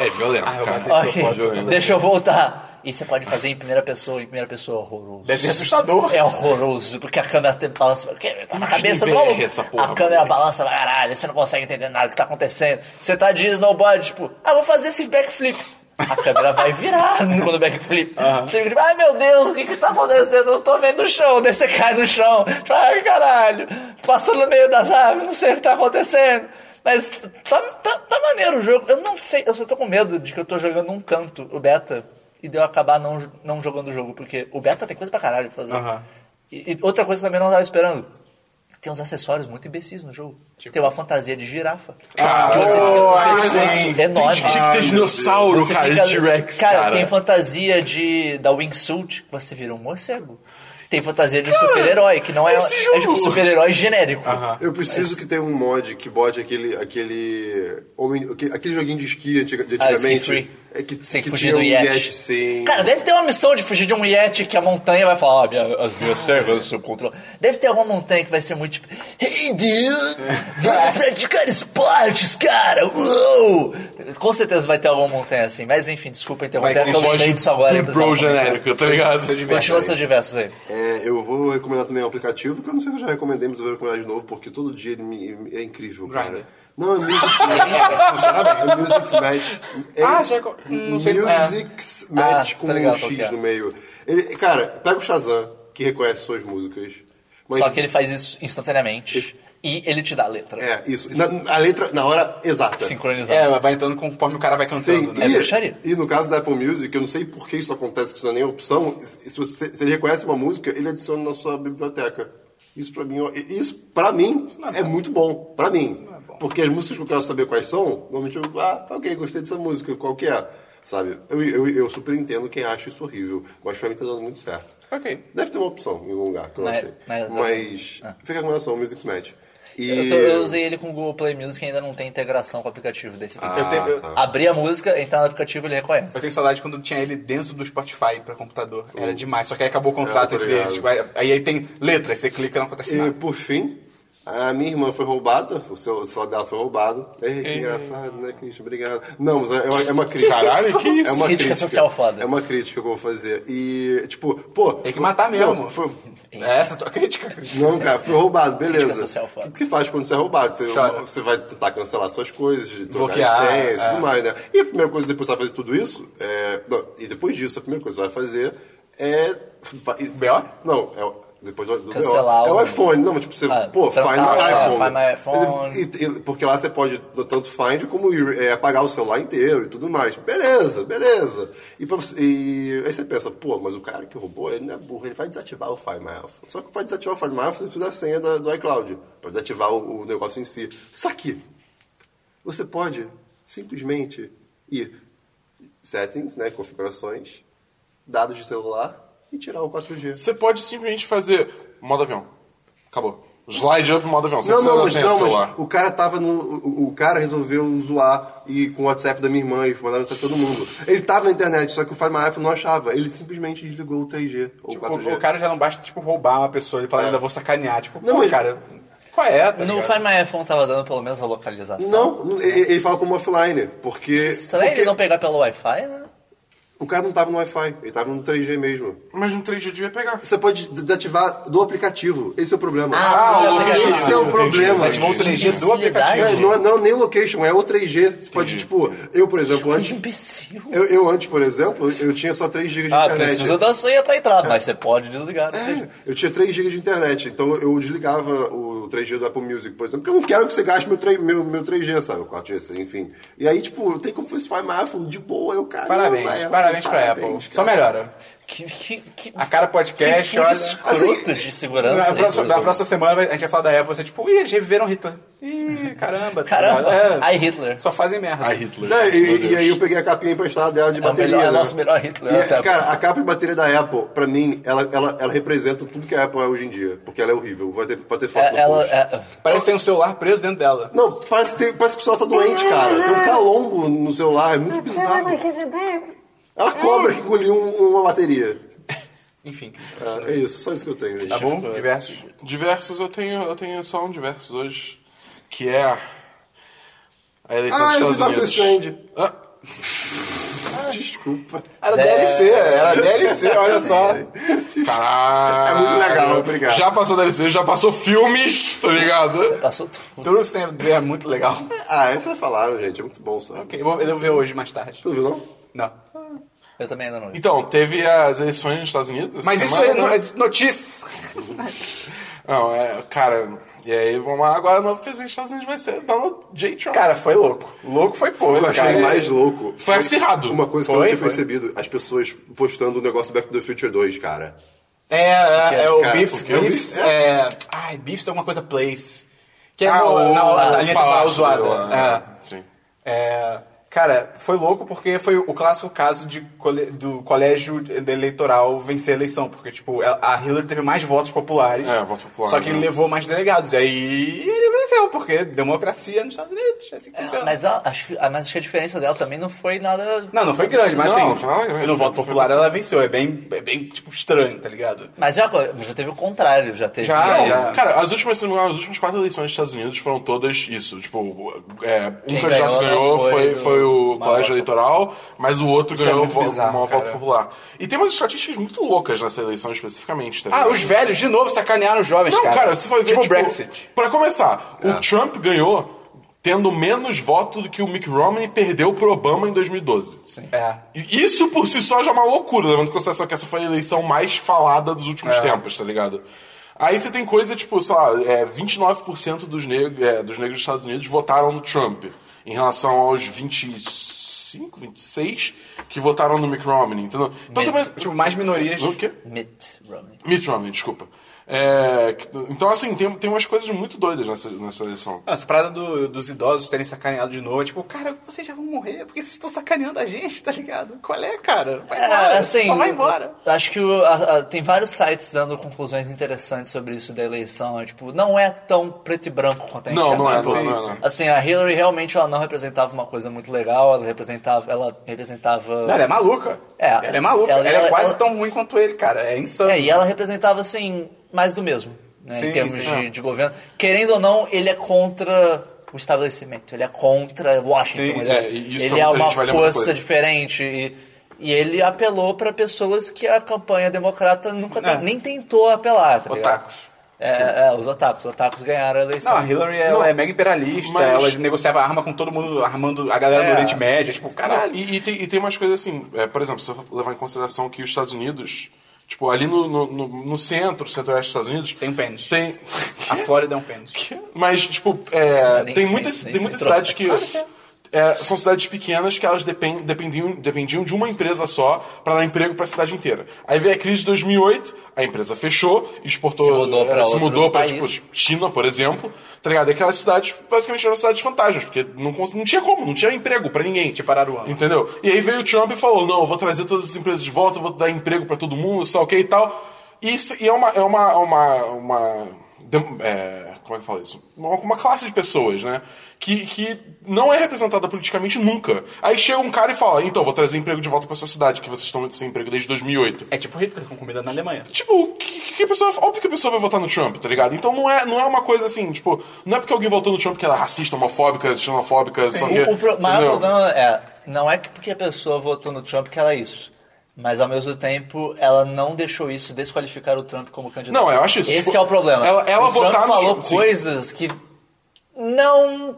[SPEAKER 2] É violento,
[SPEAKER 4] Ah,
[SPEAKER 1] eu
[SPEAKER 2] cara.
[SPEAKER 1] matei.
[SPEAKER 3] Ok,
[SPEAKER 2] propósito.
[SPEAKER 3] deixa eu voltar. E você pode fazer em primeira pessoa, em primeira pessoa é horroroso.
[SPEAKER 1] Deve ser assustador.
[SPEAKER 3] É horroroso, porque a câmera tem- balança. porque Tá na cabeça do
[SPEAKER 2] BR
[SPEAKER 3] maluco.
[SPEAKER 2] essa porra,
[SPEAKER 3] a câmera
[SPEAKER 2] moleque.
[SPEAKER 3] balança pra caralho, você não consegue entender nada do que tá acontecendo. Você tá de snowboard, tipo, ah, vou fazer esse backflip. A câmera vai virar (laughs) quando o backflip. Você fica tipo, ai meu Deus, o que que tá acontecendo? Eu não tô vendo o chão. Daí você cai no chão. Tipo, ai caralho, passando no meio das árvores, não sei o que tá acontecendo. Mas tá, tá, tá maneiro o jogo. Eu não sei, eu só tô com medo de que eu tô jogando um tanto o beta e de eu acabar não, não jogando o jogo, porque o beta tem coisa pra caralho pra fazer.
[SPEAKER 1] Aham.
[SPEAKER 3] E, e outra coisa que eu também não tava esperando. Tem uns acessórios muito imbecis no jogo.
[SPEAKER 2] Tipo?
[SPEAKER 3] Tem uma fantasia de girafa.
[SPEAKER 2] Cara,
[SPEAKER 3] que você
[SPEAKER 1] oh,
[SPEAKER 3] fica com um
[SPEAKER 1] aí
[SPEAKER 3] pescoço
[SPEAKER 1] sim.
[SPEAKER 3] enorme.
[SPEAKER 2] Tinha que ter dinossauro,
[SPEAKER 3] Você
[SPEAKER 2] cara,
[SPEAKER 3] fica-
[SPEAKER 2] de T-Rex,
[SPEAKER 3] cara,
[SPEAKER 2] cara.
[SPEAKER 3] tem fantasia de da wingsuit, que você vira um morcego. Tem fantasia de super-herói, que não é,
[SPEAKER 2] esse
[SPEAKER 3] é tipo
[SPEAKER 2] jogo.
[SPEAKER 3] super-herói genérico.
[SPEAKER 4] Eu preciso que tenha um mod que bote aquele. aquele. homem- aquele- aquele joguinho de esqui antiga- de
[SPEAKER 3] Ah, Skate
[SPEAKER 4] antigamente.
[SPEAKER 3] Free.
[SPEAKER 4] É que,
[SPEAKER 3] Você tem que
[SPEAKER 4] que
[SPEAKER 3] fugir
[SPEAKER 4] tinha um
[SPEAKER 3] do Yeti.
[SPEAKER 4] sim.
[SPEAKER 3] Cara, deve ter uma missão de fugir de um iete que a montanha vai falar, ah, minha, as minhas servas sob controle. Deve ter alguma montanha que vai ser muito tipo,
[SPEAKER 4] (laughs)
[SPEAKER 3] hey dude, vamos praticar esportes, cara, uou! Com certeza vai ter alguma montanha assim, mas enfim, desculpa interromper,
[SPEAKER 1] Vai
[SPEAKER 3] é
[SPEAKER 1] ter
[SPEAKER 3] que eu lembrei disso agora. né? e
[SPEAKER 2] Pro bro
[SPEAKER 3] precisava comentar.
[SPEAKER 2] genérico, tá ligado?
[SPEAKER 3] Continua seus diversos aí.
[SPEAKER 4] É, eu vou recomendar também um aplicativo que eu não sei se eu já recomendei, mas eu vou recomendar de novo, porque todo dia ele me- é incrível, cara.
[SPEAKER 1] Grindr.
[SPEAKER 4] Não, é
[SPEAKER 3] (laughs)
[SPEAKER 4] Music Match.
[SPEAKER 3] né?
[SPEAKER 4] é Music Match. É
[SPEAKER 1] Ah, já reco-
[SPEAKER 3] hum,
[SPEAKER 1] não sei como é.
[SPEAKER 4] Music Match
[SPEAKER 3] Ah,
[SPEAKER 4] com
[SPEAKER 3] tá ligado
[SPEAKER 4] um
[SPEAKER 3] qual
[SPEAKER 4] X
[SPEAKER 3] que é.
[SPEAKER 4] no meio. Ele, cara, pega o Shazam, que reconhece suas músicas. Mas-
[SPEAKER 3] Só que ele faz isso instantaneamente e ele te dá a letra.
[SPEAKER 4] É, isso. Na- a letra, na hora exata.
[SPEAKER 3] Sincronizado.
[SPEAKER 1] É, vai entrando conforme o cara vai
[SPEAKER 4] Sim,
[SPEAKER 1] cantando,
[SPEAKER 4] e,
[SPEAKER 1] né?
[SPEAKER 3] bruxaria.
[SPEAKER 4] e no caso da Apple Music, eu não sei por que isso acontece, que isso não é nem opção. Se, se você- se ele reconhece uma música, ele adiciona na sua biblioteca. Isso pra mim, ó, isso pra mim é, muito bom. Pra mim. Porque as músicas que eu quero saber quais são, normalmente eu, ah, ok, gostei dessa música, qual que é? Sabe? Eu, eu, eu super entendo quem acha isso horrível, mas pra mim tá dando muito certo.
[SPEAKER 1] Ok.
[SPEAKER 4] Deve ter uma opção em algum lugar que eu
[SPEAKER 3] Na-
[SPEAKER 4] achei.
[SPEAKER 3] na-
[SPEAKER 4] mas fica a recomendação, Music Match. E...
[SPEAKER 3] Eu, tô- eu usei ele com o Google Play Music e ainda não tem integração com o aplicativo. Daí você tem que
[SPEAKER 1] Eu tenho- eu-
[SPEAKER 4] tá.
[SPEAKER 3] abrir a música, entrar no aplicativo e ele
[SPEAKER 1] Eu
[SPEAKER 3] reconhece.
[SPEAKER 1] tenho saudade quando tinha ele dentro do Spotify pra computador. Era demais. Só que aí acabou o contrato
[SPEAKER 4] Ah, Hum. tô
[SPEAKER 1] entre eles.
[SPEAKER 4] ligado.
[SPEAKER 1] Aí, aí tem letras, você clica e não acontece
[SPEAKER 4] E
[SPEAKER 1] nada.
[SPEAKER 4] por fim, a minha irmã foi roubada, o seu o celular dela foi roubado. Ei,
[SPEAKER 1] É.
[SPEAKER 4] que engraçado, né, Cristo? Obrigado. Não, mas é uma, é
[SPEAKER 1] (laughs)
[SPEAKER 4] uma crítica.
[SPEAKER 2] Caralho, que isso?
[SPEAKER 4] É uma
[SPEAKER 3] Crítica social foda.
[SPEAKER 4] É uma crítica que eu vou fazer. E, tipo, pô.
[SPEAKER 1] Tem que matar mesmo.
[SPEAKER 4] Não, foi-
[SPEAKER 1] É essa a tua (laughs) crítica, Cristian?
[SPEAKER 4] não, cara, foi roubado, beleza.
[SPEAKER 3] Crítica social foda.
[SPEAKER 4] O que você faz quando você é roubado? Você,
[SPEAKER 1] Chora.
[SPEAKER 4] você vai tentar cancelar suas coisas, de trocar
[SPEAKER 1] Bloquear,
[SPEAKER 4] licença e
[SPEAKER 1] é.
[SPEAKER 4] tudo mais, né? E a primeira coisa depois que você vai fazer tudo isso, é- não, e depois disso, a primeira coisa que você vai fazer é.
[SPEAKER 1] B.O.?
[SPEAKER 4] Não, é. Depois do, do
[SPEAKER 3] Cancelar
[SPEAKER 4] é o
[SPEAKER 3] o-
[SPEAKER 4] iPhone. Não, mas tipo, você,
[SPEAKER 3] Ah,
[SPEAKER 4] pô, find
[SPEAKER 3] trocar,
[SPEAKER 4] my
[SPEAKER 3] é,
[SPEAKER 4] iPhone.
[SPEAKER 3] find
[SPEAKER 4] E- e- porque lá você pode tanto find como ir- é, apagar o celular inteiro e tudo mais. Beleza, beleza. E, pra você- e aí você pensa, pô, mas o cara que roubou, ele não é burro, ele vai desativar o find my iPhone. Só que pode desativar o find my iPhone, você precisa da senha da- do iCloud. Pode desativar o, o negócio em si. Só que você pode simplesmente ir settings, né, configurações, dados de celular e tirar o 4G.
[SPEAKER 2] Você pode simplesmente fazer modo avião. Acabou. Slide up modo avião. Você
[SPEAKER 4] Não,
[SPEAKER 2] precisa
[SPEAKER 4] não,
[SPEAKER 2] da
[SPEAKER 4] mas,
[SPEAKER 2] senha
[SPEAKER 4] não,
[SPEAKER 2] do
[SPEAKER 4] mas
[SPEAKER 2] celular.
[SPEAKER 4] o cara tava no. O, o cara resolveu zoar e, com o WhatsApp da minha irmã e mandar mensagem pra todo mundo. Ele tava na internet, só que o Find My iPhone não achava. Ele simplesmente desligou o 3G ou
[SPEAKER 1] Tipo,
[SPEAKER 4] 4G.
[SPEAKER 1] o cara já não basta, tipo, roubar uma pessoa e falar,
[SPEAKER 4] É.
[SPEAKER 1] ainda vou sacanear. Tipo,
[SPEAKER 4] Não,
[SPEAKER 1] pô,
[SPEAKER 4] mas-
[SPEAKER 1] cara, qual é, tá
[SPEAKER 3] No
[SPEAKER 1] ligado?
[SPEAKER 3] Find My iPhone tava dando pelo menos a localização.
[SPEAKER 4] Não, não, ele, ele fala como offline, porque.
[SPEAKER 3] Estranho
[SPEAKER 4] porque
[SPEAKER 3] ele não pegar pelo Wi-Fi, né?
[SPEAKER 4] O cara não tava no Wi-Fi, ele tava no 3G mesmo.
[SPEAKER 2] Mas no 3G devia pegar.
[SPEAKER 4] Você pode des- desativar do aplicativo, esse é o problema.
[SPEAKER 3] Ah, o
[SPEAKER 4] esse
[SPEAKER 3] aplicativo.
[SPEAKER 4] é o
[SPEAKER 2] Entendi.
[SPEAKER 4] problema.
[SPEAKER 1] Desativou o 3G do aplicativo.
[SPEAKER 4] É, não, é, não é nem o location, é o 3G. Você pode, tipo, eu, por exemplo,
[SPEAKER 3] Que
[SPEAKER 4] antes.
[SPEAKER 3] imbecil.
[SPEAKER 4] Eu, eu antes, por exemplo, eu tinha só 3 GB de
[SPEAKER 3] Ah,
[SPEAKER 4] internet.
[SPEAKER 3] precisa da senha pra entrar, mas você pode desligar.
[SPEAKER 4] É, Eu tinha 3 GB de internet, então eu desligava o 3G do Apple Music, por exemplo, porque eu não quero que você gaste meu, 3, meu, meu 3G, sabe? O 4G, assim, enfim. E aí, tipo, tem como fazer Find My iPhone de boa, eu, é, cara.
[SPEAKER 1] Parabéns,
[SPEAKER 4] eu,
[SPEAKER 1] parabéns
[SPEAKER 4] um
[SPEAKER 1] pra Apple. Só melhora.
[SPEAKER 3] Que, que, que,
[SPEAKER 1] A cara
[SPEAKER 3] que
[SPEAKER 1] podcast,
[SPEAKER 3] furo
[SPEAKER 1] olha...
[SPEAKER 3] escroto
[SPEAKER 4] Assim,
[SPEAKER 3] de
[SPEAKER 1] Na
[SPEAKER 3] segurança.
[SPEAKER 1] próxima,
[SPEAKER 3] né?
[SPEAKER 1] na próxima semana a gente vai falar da Apple, você tipo, ih, eles reviveram Hitler. Ih, caramba. tá
[SPEAKER 3] Caramba,
[SPEAKER 1] ligado?
[SPEAKER 3] ai Hitler.
[SPEAKER 1] Só fazem merda.
[SPEAKER 2] Ai, Hitler.
[SPEAKER 4] Não,
[SPEAKER 2] Meu
[SPEAKER 4] e,
[SPEAKER 2] Deus.
[SPEAKER 4] e aí eu peguei a capinha emprestada dela de
[SPEAKER 3] É o,
[SPEAKER 4] bateria.
[SPEAKER 3] melhor, é o
[SPEAKER 4] né?
[SPEAKER 3] nosso melhor Hitler.
[SPEAKER 4] E,
[SPEAKER 3] até a-
[SPEAKER 4] cara, a capa e bateria da Apple, pra mim, ela, ela, ela representa tudo que a Apple é hoje em dia. Porque ela é horrível. Vai ter, vai ter foto
[SPEAKER 3] é-
[SPEAKER 4] no
[SPEAKER 3] ela,
[SPEAKER 4] post.
[SPEAKER 3] é-
[SPEAKER 1] Parece que tem um celular preso dentro dela.
[SPEAKER 4] Não, parece, que tem- parece que o celular tá doente, cara. Tem um calombo no celular, é muito bizarro. É uma cobra que engoliu um- uma bateria.
[SPEAKER 1] Enfim,
[SPEAKER 4] É, é isso, só isso que eu tenho, gente.
[SPEAKER 1] tá bom? Diversos.
[SPEAKER 2] Diversos, eu tenho, eu tenho só um diversos hoje, que é a eleição
[SPEAKER 4] Ah, eu
[SPEAKER 2] dos
[SPEAKER 4] fiz Doctor
[SPEAKER 2] Estados Unidos.
[SPEAKER 4] Strange.
[SPEAKER 2] Ah,
[SPEAKER 4] Ah, Desculpa.
[SPEAKER 1] Era
[SPEAKER 3] Zé.
[SPEAKER 1] DLC, era DLC, olha só.
[SPEAKER 2] caralho.
[SPEAKER 4] É muito legal, obrigado.
[SPEAKER 2] Já passou DLC, já passou filmes, tá ligado?
[SPEAKER 3] passou tudo.
[SPEAKER 1] Tudo que você tem a dizer é muito legal.
[SPEAKER 4] Ah, é, vocês falaram, gente. É muito bom, sabe?
[SPEAKER 1] Ok, eu vou, eu vou ver hoje mais tarde.
[SPEAKER 4] Tu viu, não?
[SPEAKER 1] Não.
[SPEAKER 3] Eu também ainda não vi.
[SPEAKER 2] Então, teve as eleições nos Estados Unidos. essa
[SPEAKER 1] Mas isso
[SPEAKER 2] semana,
[SPEAKER 1] é, no,
[SPEAKER 2] né?
[SPEAKER 1] é notícias.
[SPEAKER 2] Não, é, cara, e aí vamos lá, agora o novo presidente dos Estados Unidos vai ser Donald J. Trump.
[SPEAKER 1] Cara, foi louco. Louco foi pouco,
[SPEAKER 4] Eu achei
[SPEAKER 1] cara.
[SPEAKER 4] mais louco.
[SPEAKER 2] foi acirrado.
[SPEAKER 4] Uma coisa que eu
[SPEAKER 1] Foi,
[SPEAKER 4] não tinha
[SPEAKER 1] foi.
[SPEAKER 4] percebido. As pessoas postando o negócio Back to the Future 2, cara.
[SPEAKER 1] É, é, é o
[SPEAKER 4] Cara,
[SPEAKER 1] Beef,
[SPEAKER 4] porque o
[SPEAKER 1] Beefs,
[SPEAKER 4] Beefs-
[SPEAKER 1] é... Ai, Beefs é alguma coisa Place. Que é
[SPEAKER 2] Ah,
[SPEAKER 1] no,
[SPEAKER 2] o-
[SPEAKER 1] na,
[SPEAKER 2] o
[SPEAKER 1] a linha da
[SPEAKER 2] palácio,
[SPEAKER 1] zoada.
[SPEAKER 2] ah,
[SPEAKER 1] É.
[SPEAKER 2] Sim.
[SPEAKER 1] É, cara, foi louco porque foi o clássico caso de cole- do colégio eleitoral vencer a eleição, porque tipo, a- a Hillary teve mais votos populares.
[SPEAKER 2] É, voto popular,
[SPEAKER 1] Só que ele
[SPEAKER 2] né?
[SPEAKER 1] levou mais delegados. E aí ele venceu, porque democracia nos Estados Unidos, é assim que
[SPEAKER 3] Ah,
[SPEAKER 1] funciona.
[SPEAKER 3] Mas, ela- acho, que- ah, mas acho que a diferença dela também não foi nada.
[SPEAKER 1] Não, não foi grande, mas
[SPEAKER 2] Não,
[SPEAKER 1] assim,
[SPEAKER 2] não foi nada grande.
[SPEAKER 1] no voto popular ela venceu, é bem, é bem tipo estranho, tá ligado?
[SPEAKER 3] Mas já, já teve o contrário, já teve.
[SPEAKER 1] Já,
[SPEAKER 3] Não,
[SPEAKER 1] já.
[SPEAKER 2] Cara, as últimas, se não me engano, as últimas quatro eleições dos Estados Unidos foram todas isso. Tipo, é, um
[SPEAKER 3] Quem
[SPEAKER 2] candidato
[SPEAKER 3] ganhou, né,
[SPEAKER 2] ganhou,
[SPEAKER 3] foi
[SPEAKER 2] foi,
[SPEAKER 3] do-
[SPEAKER 2] foi o
[SPEAKER 3] uma
[SPEAKER 2] colégio
[SPEAKER 3] volta.
[SPEAKER 2] eleitoral, mas o outro
[SPEAKER 1] Isso é
[SPEAKER 2] ganhou
[SPEAKER 1] muito
[SPEAKER 2] vo-
[SPEAKER 1] bizarro,
[SPEAKER 2] uma
[SPEAKER 1] cara.
[SPEAKER 2] volta popular. E tem umas estatísticas muito loucas nessa eleição especificamente, tá
[SPEAKER 1] Ah,
[SPEAKER 2] ligado?
[SPEAKER 1] os velhos de novo sacanearam os jovens,
[SPEAKER 2] Não,
[SPEAKER 1] cara.
[SPEAKER 2] cara, você vai ver,
[SPEAKER 1] tipo,
[SPEAKER 2] tipo, É.
[SPEAKER 1] Brexit.
[SPEAKER 2] Pra começar, o Trump ganhou tendo menos voto do que o Mick Romney perdeu pro Obama em 2012. Sim.
[SPEAKER 1] É.
[SPEAKER 2] E Isso por si só já é uma loucura, levando em consideração que essa foi a eleição mais falada dos últimos tempos, tá ligado? Aí você tem coisa tipo, sei lá, é, 29% dos, neg é, dos negros dos Estados Unidos votaram no Trump, em relação aos 25, 26 que votaram no Mick Romney, entendeu? Então
[SPEAKER 3] Mitt.
[SPEAKER 2] também.
[SPEAKER 1] Tipo, mais minorias.
[SPEAKER 2] O quê?
[SPEAKER 3] Mitt Romney.
[SPEAKER 2] Mitt Romney, desculpa. É, que- então, assim, tem, tem umas coisas muito doidas nessa, nessa eleição.
[SPEAKER 1] Não, Essa parada do- dos idosos terem sacaneado de novo, é tipo, cara, vocês já vão morrer, porque vocês estão sacaneando a gente, (laughs) tá ligado? Qual é, cara? Vai embora,
[SPEAKER 3] É, assim,
[SPEAKER 1] só vai embora.
[SPEAKER 3] Acho que o- a- a- tem vários sites dando conclusões interessantes sobre isso da eleição. é, Tipo, não é tão preto e branco quanto a gente
[SPEAKER 2] Não, não é,
[SPEAKER 3] acha.
[SPEAKER 2] não, é,
[SPEAKER 1] sim,
[SPEAKER 2] não, é,
[SPEAKER 1] sim.
[SPEAKER 2] não é.
[SPEAKER 3] Assim, a Hillary realmente ela não representava uma coisa muito legal, ela representava. Ela representava.
[SPEAKER 1] Não, ela é maluca.
[SPEAKER 3] É,
[SPEAKER 1] ela é maluca. Ela,
[SPEAKER 3] ela-
[SPEAKER 1] é
[SPEAKER 3] ela-
[SPEAKER 1] quase
[SPEAKER 3] ela-
[SPEAKER 1] tão ruim quanto ele, cara. É insano.
[SPEAKER 3] É, e ela representava, assim, mais do mesmo, né,
[SPEAKER 1] Sim,
[SPEAKER 3] em termos
[SPEAKER 1] sim.
[SPEAKER 2] É.
[SPEAKER 3] de, de governo. Querendo ou não, ele é contra o estabelecimento, ele é contra Washington.
[SPEAKER 1] Sim,
[SPEAKER 3] ele
[SPEAKER 1] sim.
[SPEAKER 2] É, e isso pra
[SPEAKER 3] ele é
[SPEAKER 2] muita
[SPEAKER 3] uma
[SPEAKER 2] gente vai lembrar
[SPEAKER 3] força
[SPEAKER 2] coisa.
[SPEAKER 3] diferente. E, e ele apelou para pessoas que a campanha democrata nunca
[SPEAKER 1] É.
[SPEAKER 3] nem tentou apelar. Tá ligado?
[SPEAKER 1] Otakus.
[SPEAKER 3] É, é, os otakus. Os otakus ganharam a
[SPEAKER 1] Não,
[SPEAKER 3] eleição.
[SPEAKER 1] a Hillary, ela
[SPEAKER 2] Não.
[SPEAKER 1] é mega imperialista,
[SPEAKER 2] Mas-
[SPEAKER 1] ela negociava arma com todo mundo, armando a galera do
[SPEAKER 3] É.
[SPEAKER 1] Oriente Médio, tipo,
[SPEAKER 2] Não,
[SPEAKER 1] caralho.
[SPEAKER 2] e, e tem, e tem umas coisas assim, é, por exemplo, se você levar em consideração que os Estados Unidos, Tipo, ali no, no, no, no centro, centro-oeste dos Estados Unidos.
[SPEAKER 1] Tem um pênis.
[SPEAKER 2] Tem.
[SPEAKER 1] A Flórida é um (laughs) pênis.
[SPEAKER 2] Mas, tipo, é,
[SPEAKER 3] Nossa, nem
[SPEAKER 2] tem,
[SPEAKER 3] sei,
[SPEAKER 2] muitas,
[SPEAKER 3] nem
[SPEAKER 2] tem
[SPEAKER 3] sei
[SPEAKER 2] muitas
[SPEAKER 3] trocar.
[SPEAKER 2] cidades que. é, são cidades pequenas que elas depen- dependiam, dependiam de uma empresa só para dar emprego para a cidade inteira. Aí veio a crise de 2008, a empresa fechou, exportou,
[SPEAKER 3] Se mudou pra
[SPEAKER 2] eh, se
[SPEAKER 3] outro
[SPEAKER 2] mudou pra,
[SPEAKER 3] país.
[SPEAKER 2] tipo, China, por exemplo, tá ligado? E aquelas cidades basicamente eram cidades fantasmas, porque não, cons- não tinha como, não tinha emprego para ninguém.
[SPEAKER 1] Tipo Araruama.
[SPEAKER 2] Entendeu? E aí veio o Trump e falou: não, eu vou trazer todas as empresas de volta, eu vou dar emprego pra todo mundo, só ok e tal. E, isso- e é uma. É uma, uma, uma dem- é, como é que fala isso? Uma, uma classe de pessoas, né? Que, que não é representada politicamente nunca. Aí chega um cara e fala: então, eu vou trazer emprego de volta pra sua cidade, que vocês estão sem emprego desde 2008.
[SPEAKER 1] É tipo Hitler com comida na Alemanha.
[SPEAKER 2] Tipo, que, que- que a pessoa, óbvio que a pessoa vai votar no Trump, tá ligado? Então não é, não é uma coisa assim, tipo, não é porque alguém votou no Trump que ela é racista, homofóbica, xenofóbica, só que.
[SPEAKER 3] O, o pro- maior
[SPEAKER 2] entendeu?
[SPEAKER 3] problema é, não é que porque a pessoa votou no Trump que ela é isso. Mas ao mesmo tempo, ela não deixou isso desqualificar o Trump como candidato.
[SPEAKER 2] Não, eu acho isso,
[SPEAKER 3] Esse
[SPEAKER 2] tipo,
[SPEAKER 3] que é o problema.
[SPEAKER 2] ela- ela
[SPEAKER 3] o Trump
[SPEAKER 2] votar no
[SPEAKER 3] falou
[SPEAKER 2] Trump, sim.
[SPEAKER 3] coisas que não,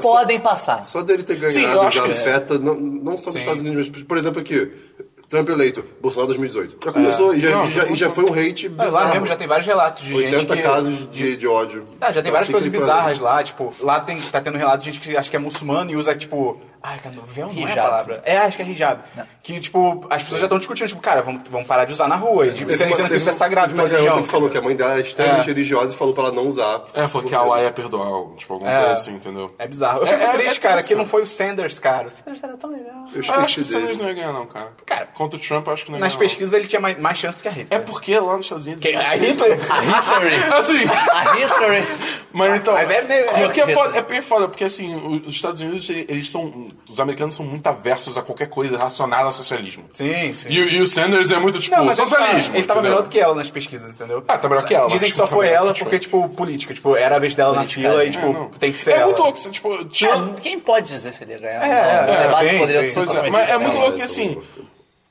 [SPEAKER 4] só-
[SPEAKER 3] podem passar.
[SPEAKER 4] Só dele ter ganhado
[SPEAKER 2] Sim, eu acho
[SPEAKER 4] já
[SPEAKER 2] que-
[SPEAKER 4] afeta, não, não só nos
[SPEAKER 1] é. Sim.
[SPEAKER 4] Estados Unidos, mas, por exemplo, aqui, Trump eleito, Bolsonaro 2018. Já começou e, já,
[SPEAKER 2] Não,
[SPEAKER 4] e já-
[SPEAKER 2] já
[SPEAKER 4] e já foi um hate
[SPEAKER 1] Ah,
[SPEAKER 4] bizarro.
[SPEAKER 1] Lá mesmo já tem vários relatos de gente
[SPEAKER 4] 80
[SPEAKER 1] que...
[SPEAKER 4] casos de, de ódio.
[SPEAKER 1] Ah, já tem várias
[SPEAKER 4] Assim
[SPEAKER 1] coisas
[SPEAKER 4] que ele
[SPEAKER 1] bizarras
[SPEAKER 4] fala.
[SPEAKER 1] lá, tipo, lá tem, tá tendo relato de gente que acha que é muçulmano e usa, tipo, ai, cara, não- véu não é a
[SPEAKER 3] Hijab.
[SPEAKER 1] palavra. É, acho que é hijab. Que, tipo, as pessoas já estão discutindo, tipo, cara, vamos, vamos parar de usar na rua, e de,
[SPEAKER 4] Teve
[SPEAKER 1] sendo
[SPEAKER 4] uma-
[SPEAKER 1] que
[SPEAKER 4] teve
[SPEAKER 1] isso é
[SPEAKER 4] um-
[SPEAKER 1] sagrado
[SPEAKER 4] teve
[SPEAKER 1] pra
[SPEAKER 4] uma garota
[SPEAKER 1] religião.
[SPEAKER 4] que falou que a mãe dela é extremamente
[SPEAKER 1] É.
[SPEAKER 4] religiosa e falou pra ela não usar.
[SPEAKER 2] É, falou que a Allah é perdoável, tipo, alguma coisa assim, entendeu?
[SPEAKER 1] É bizarro. Eu fico
[SPEAKER 2] É- é-
[SPEAKER 1] triste,
[SPEAKER 2] é
[SPEAKER 1] cara,
[SPEAKER 2] triste,
[SPEAKER 1] que
[SPEAKER 2] cara.
[SPEAKER 1] não foi o Sanders, cara. O Sanders era tão legal.
[SPEAKER 4] Eu
[SPEAKER 2] Eu acho
[SPEAKER 4] esqueci
[SPEAKER 2] que o
[SPEAKER 1] é
[SPEAKER 2] Sanders
[SPEAKER 4] dele.
[SPEAKER 2] não ia ganhar, não, cara.
[SPEAKER 1] Cara,
[SPEAKER 2] contra o Trump, eu acho que não ia
[SPEAKER 1] Nas
[SPEAKER 2] ganhar, não.
[SPEAKER 1] pesquisas ele tinha mais, mais chance que a
[SPEAKER 2] É
[SPEAKER 1] Hitler. Ah,
[SPEAKER 2] porque lá nos Estados Unidos. é
[SPEAKER 1] Que-
[SPEAKER 2] (laughs)
[SPEAKER 1] a (laughs) Hitler...
[SPEAKER 3] A Hillary.
[SPEAKER 2] Assim.
[SPEAKER 3] A Hillary.
[SPEAKER 2] Mas então.
[SPEAKER 1] Mas é- é-
[SPEAKER 2] é porque é foda, é porque é foda, porque assim, o- os Estados Unidos, ele- eles são. Os americanos são muito aversos a qualquer coisa relacionada ao socialismo.
[SPEAKER 1] Sim, sim.
[SPEAKER 2] E, o- e o Sanders é muito tipo
[SPEAKER 1] Não, mas ele tava,
[SPEAKER 2] socialismo.
[SPEAKER 1] ele tava
[SPEAKER 2] entendeu?
[SPEAKER 1] melhor do que ela nas pesquisas, entendeu?
[SPEAKER 2] Ah, tá melhor que ela,
[SPEAKER 1] Dizem
[SPEAKER 2] acho
[SPEAKER 1] que só
[SPEAKER 2] que
[SPEAKER 1] foi
[SPEAKER 2] tá melhor
[SPEAKER 1] ela
[SPEAKER 2] que
[SPEAKER 1] porque, tipo, política. Tipo, era a vez dela na
[SPEAKER 3] Politicagem,
[SPEAKER 1] fila e,
[SPEAKER 3] é,
[SPEAKER 1] tipo,
[SPEAKER 2] Não.
[SPEAKER 1] tem que ser
[SPEAKER 2] é
[SPEAKER 1] ela.
[SPEAKER 2] muito louco, assim, tipo, tirando,
[SPEAKER 3] É, Quem pode dizer se ele ia ganhar?
[SPEAKER 1] É,
[SPEAKER 3] não,
[SPEAKER 1] é,
[SPEAKER 3] o debate
[SPEAKER 1] sim,
[SPEAKER 3] poderia
[SPEAKER 1] sim.
[SPEAKER 3] ser
[SPEAKER 2] Pois é,
[SPEAKER 3] totalmente
[SPEAKER 2] mas é
[SPEAKER 3] diferente.
[SPEAKER 2] muito
[SPEAKER 4] né?
[SPEAKER 2] louco que
[SPEAKER 4] Essa
[SPEAKER 2] assim.
[SPEAKER 4] loucura.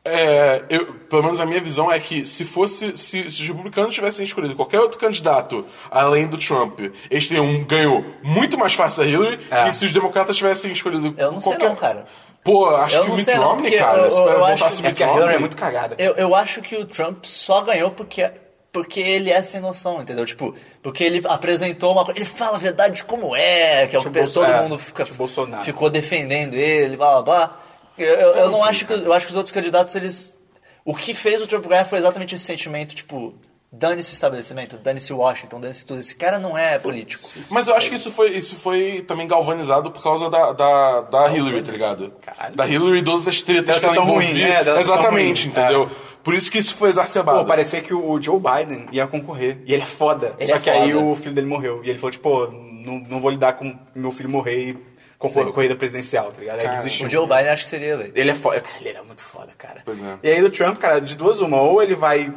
[SPEAKER 2] é, eu- pelo menos a minha visão é que se fosse se, se os republicanos tivessem escolhido qualquer outro candidato além do Trump, eles teriam um ganho muito mais fácil a Hillary
[SPEAKER 1] É.
[SPEAKER 2] e se os democratas tivessem escolhido
[SPEAKER 3] Eu não sei
[SPEAKER 2] qualquer
[SPEAKER 3] não, cara.
[SPEAKER 2] Pô, acho
[SPEAKER 3] Eu
[SPEAKER 2] que o
[SPEAKER 3] não
[SPEAKER 2] Mitt
[SPEAKER 3] sei não,
[SPEAKER 2] Romney,
[SPEAKER 3] porque
[SPEAKER 2] cara,
[SPEAKER 3] eu-
[SPEAKER 2] se
[SPEAKER 3] eu
[SPEAKER 2] vai
[SPEAKER 3] acho-
[SPEAKER 2] voltasse o
[SPEAKER 1] É
[SPEAKER 2] Mitt
[SPEAKER 1] porque a Hillary é
[SPEAKER 2] Romney-
[SPEAKER 1] muito cagada.
[SPEAKER 3] Eu, eu acho que o Trump só ganhou porque, porque ele é sem noção, entendeu? Tipo, porque ele apresentou uma coisa. Ele fala a verdade de como é, que é o que
[SPEAKER 1] Tipo,
[SPEAKER 3] todo
[SPEAKER 1] é,
[SPEAKER 3] mundo fica,
[SPEAKER 1] tipo Bolsonaro.
[SPEAKER 3] ficou defendendo ele, blá blá blá. Eu, eu- eu
[SPEAKER 2] não
[SPEAKER 3] não
[SPEAKER 2] sei,
[SPEAKER 3] acho que. Eu acho que os outros candidatos, eles. O que fez o Trump ganhar foi exatamente esse sentimento, tipo, dane-se o estabelecimento, dane-se Washington, dane-se tudo. Esse cara não é político.
[SPEAKER 2] Mas eu acho que isso foi, isso foi também galvanizado por causa da, da, da Hillary, tá ligado?
[SPEAKER 1] Caralho.
[SPEAKER 2] Da Hillary e todas as tretas
[SPEAKER 1] Dela
[SPEAKER 2] que ela
[SPEAKER 1] ser tão ruim,
[SPEAKER 2] envolvia.
[SPEAKER 1] né? Dela ser tão
[SPEAKER 2] Exatamente,
[SPEAKER 1] ruim, É.
[SPEAKER 2] entendeu? Por isso que isso foi exacerbado.
[SPEAKER 1] Pô, parecia que o Joe Biden ia concorrer. E ele é foda.
[SPEAKER 3] Ele
[SPEAKER 1] Só
[SPEAKER 3] é
[SPEAKER 1] que aí
[SPEAKER 3] foda.
[SPEAKER 1] o filho dele morreu. E ele falou, tipo, pô, não, não vou lidar com meu filho morrer e concorrer com a corrida presidencial, tá ligado? Aí ele desistiu.
[SPEAKER 3] O Joe Biden acho que seria eleito.
[SPEAKER 1] Ele é foda. Cara, ele era muito foda, cara.
[SPEAKER 2] Pois é.
[SPEAKER 1] E aí do Trump, cara, de duas uma. Ou ele vai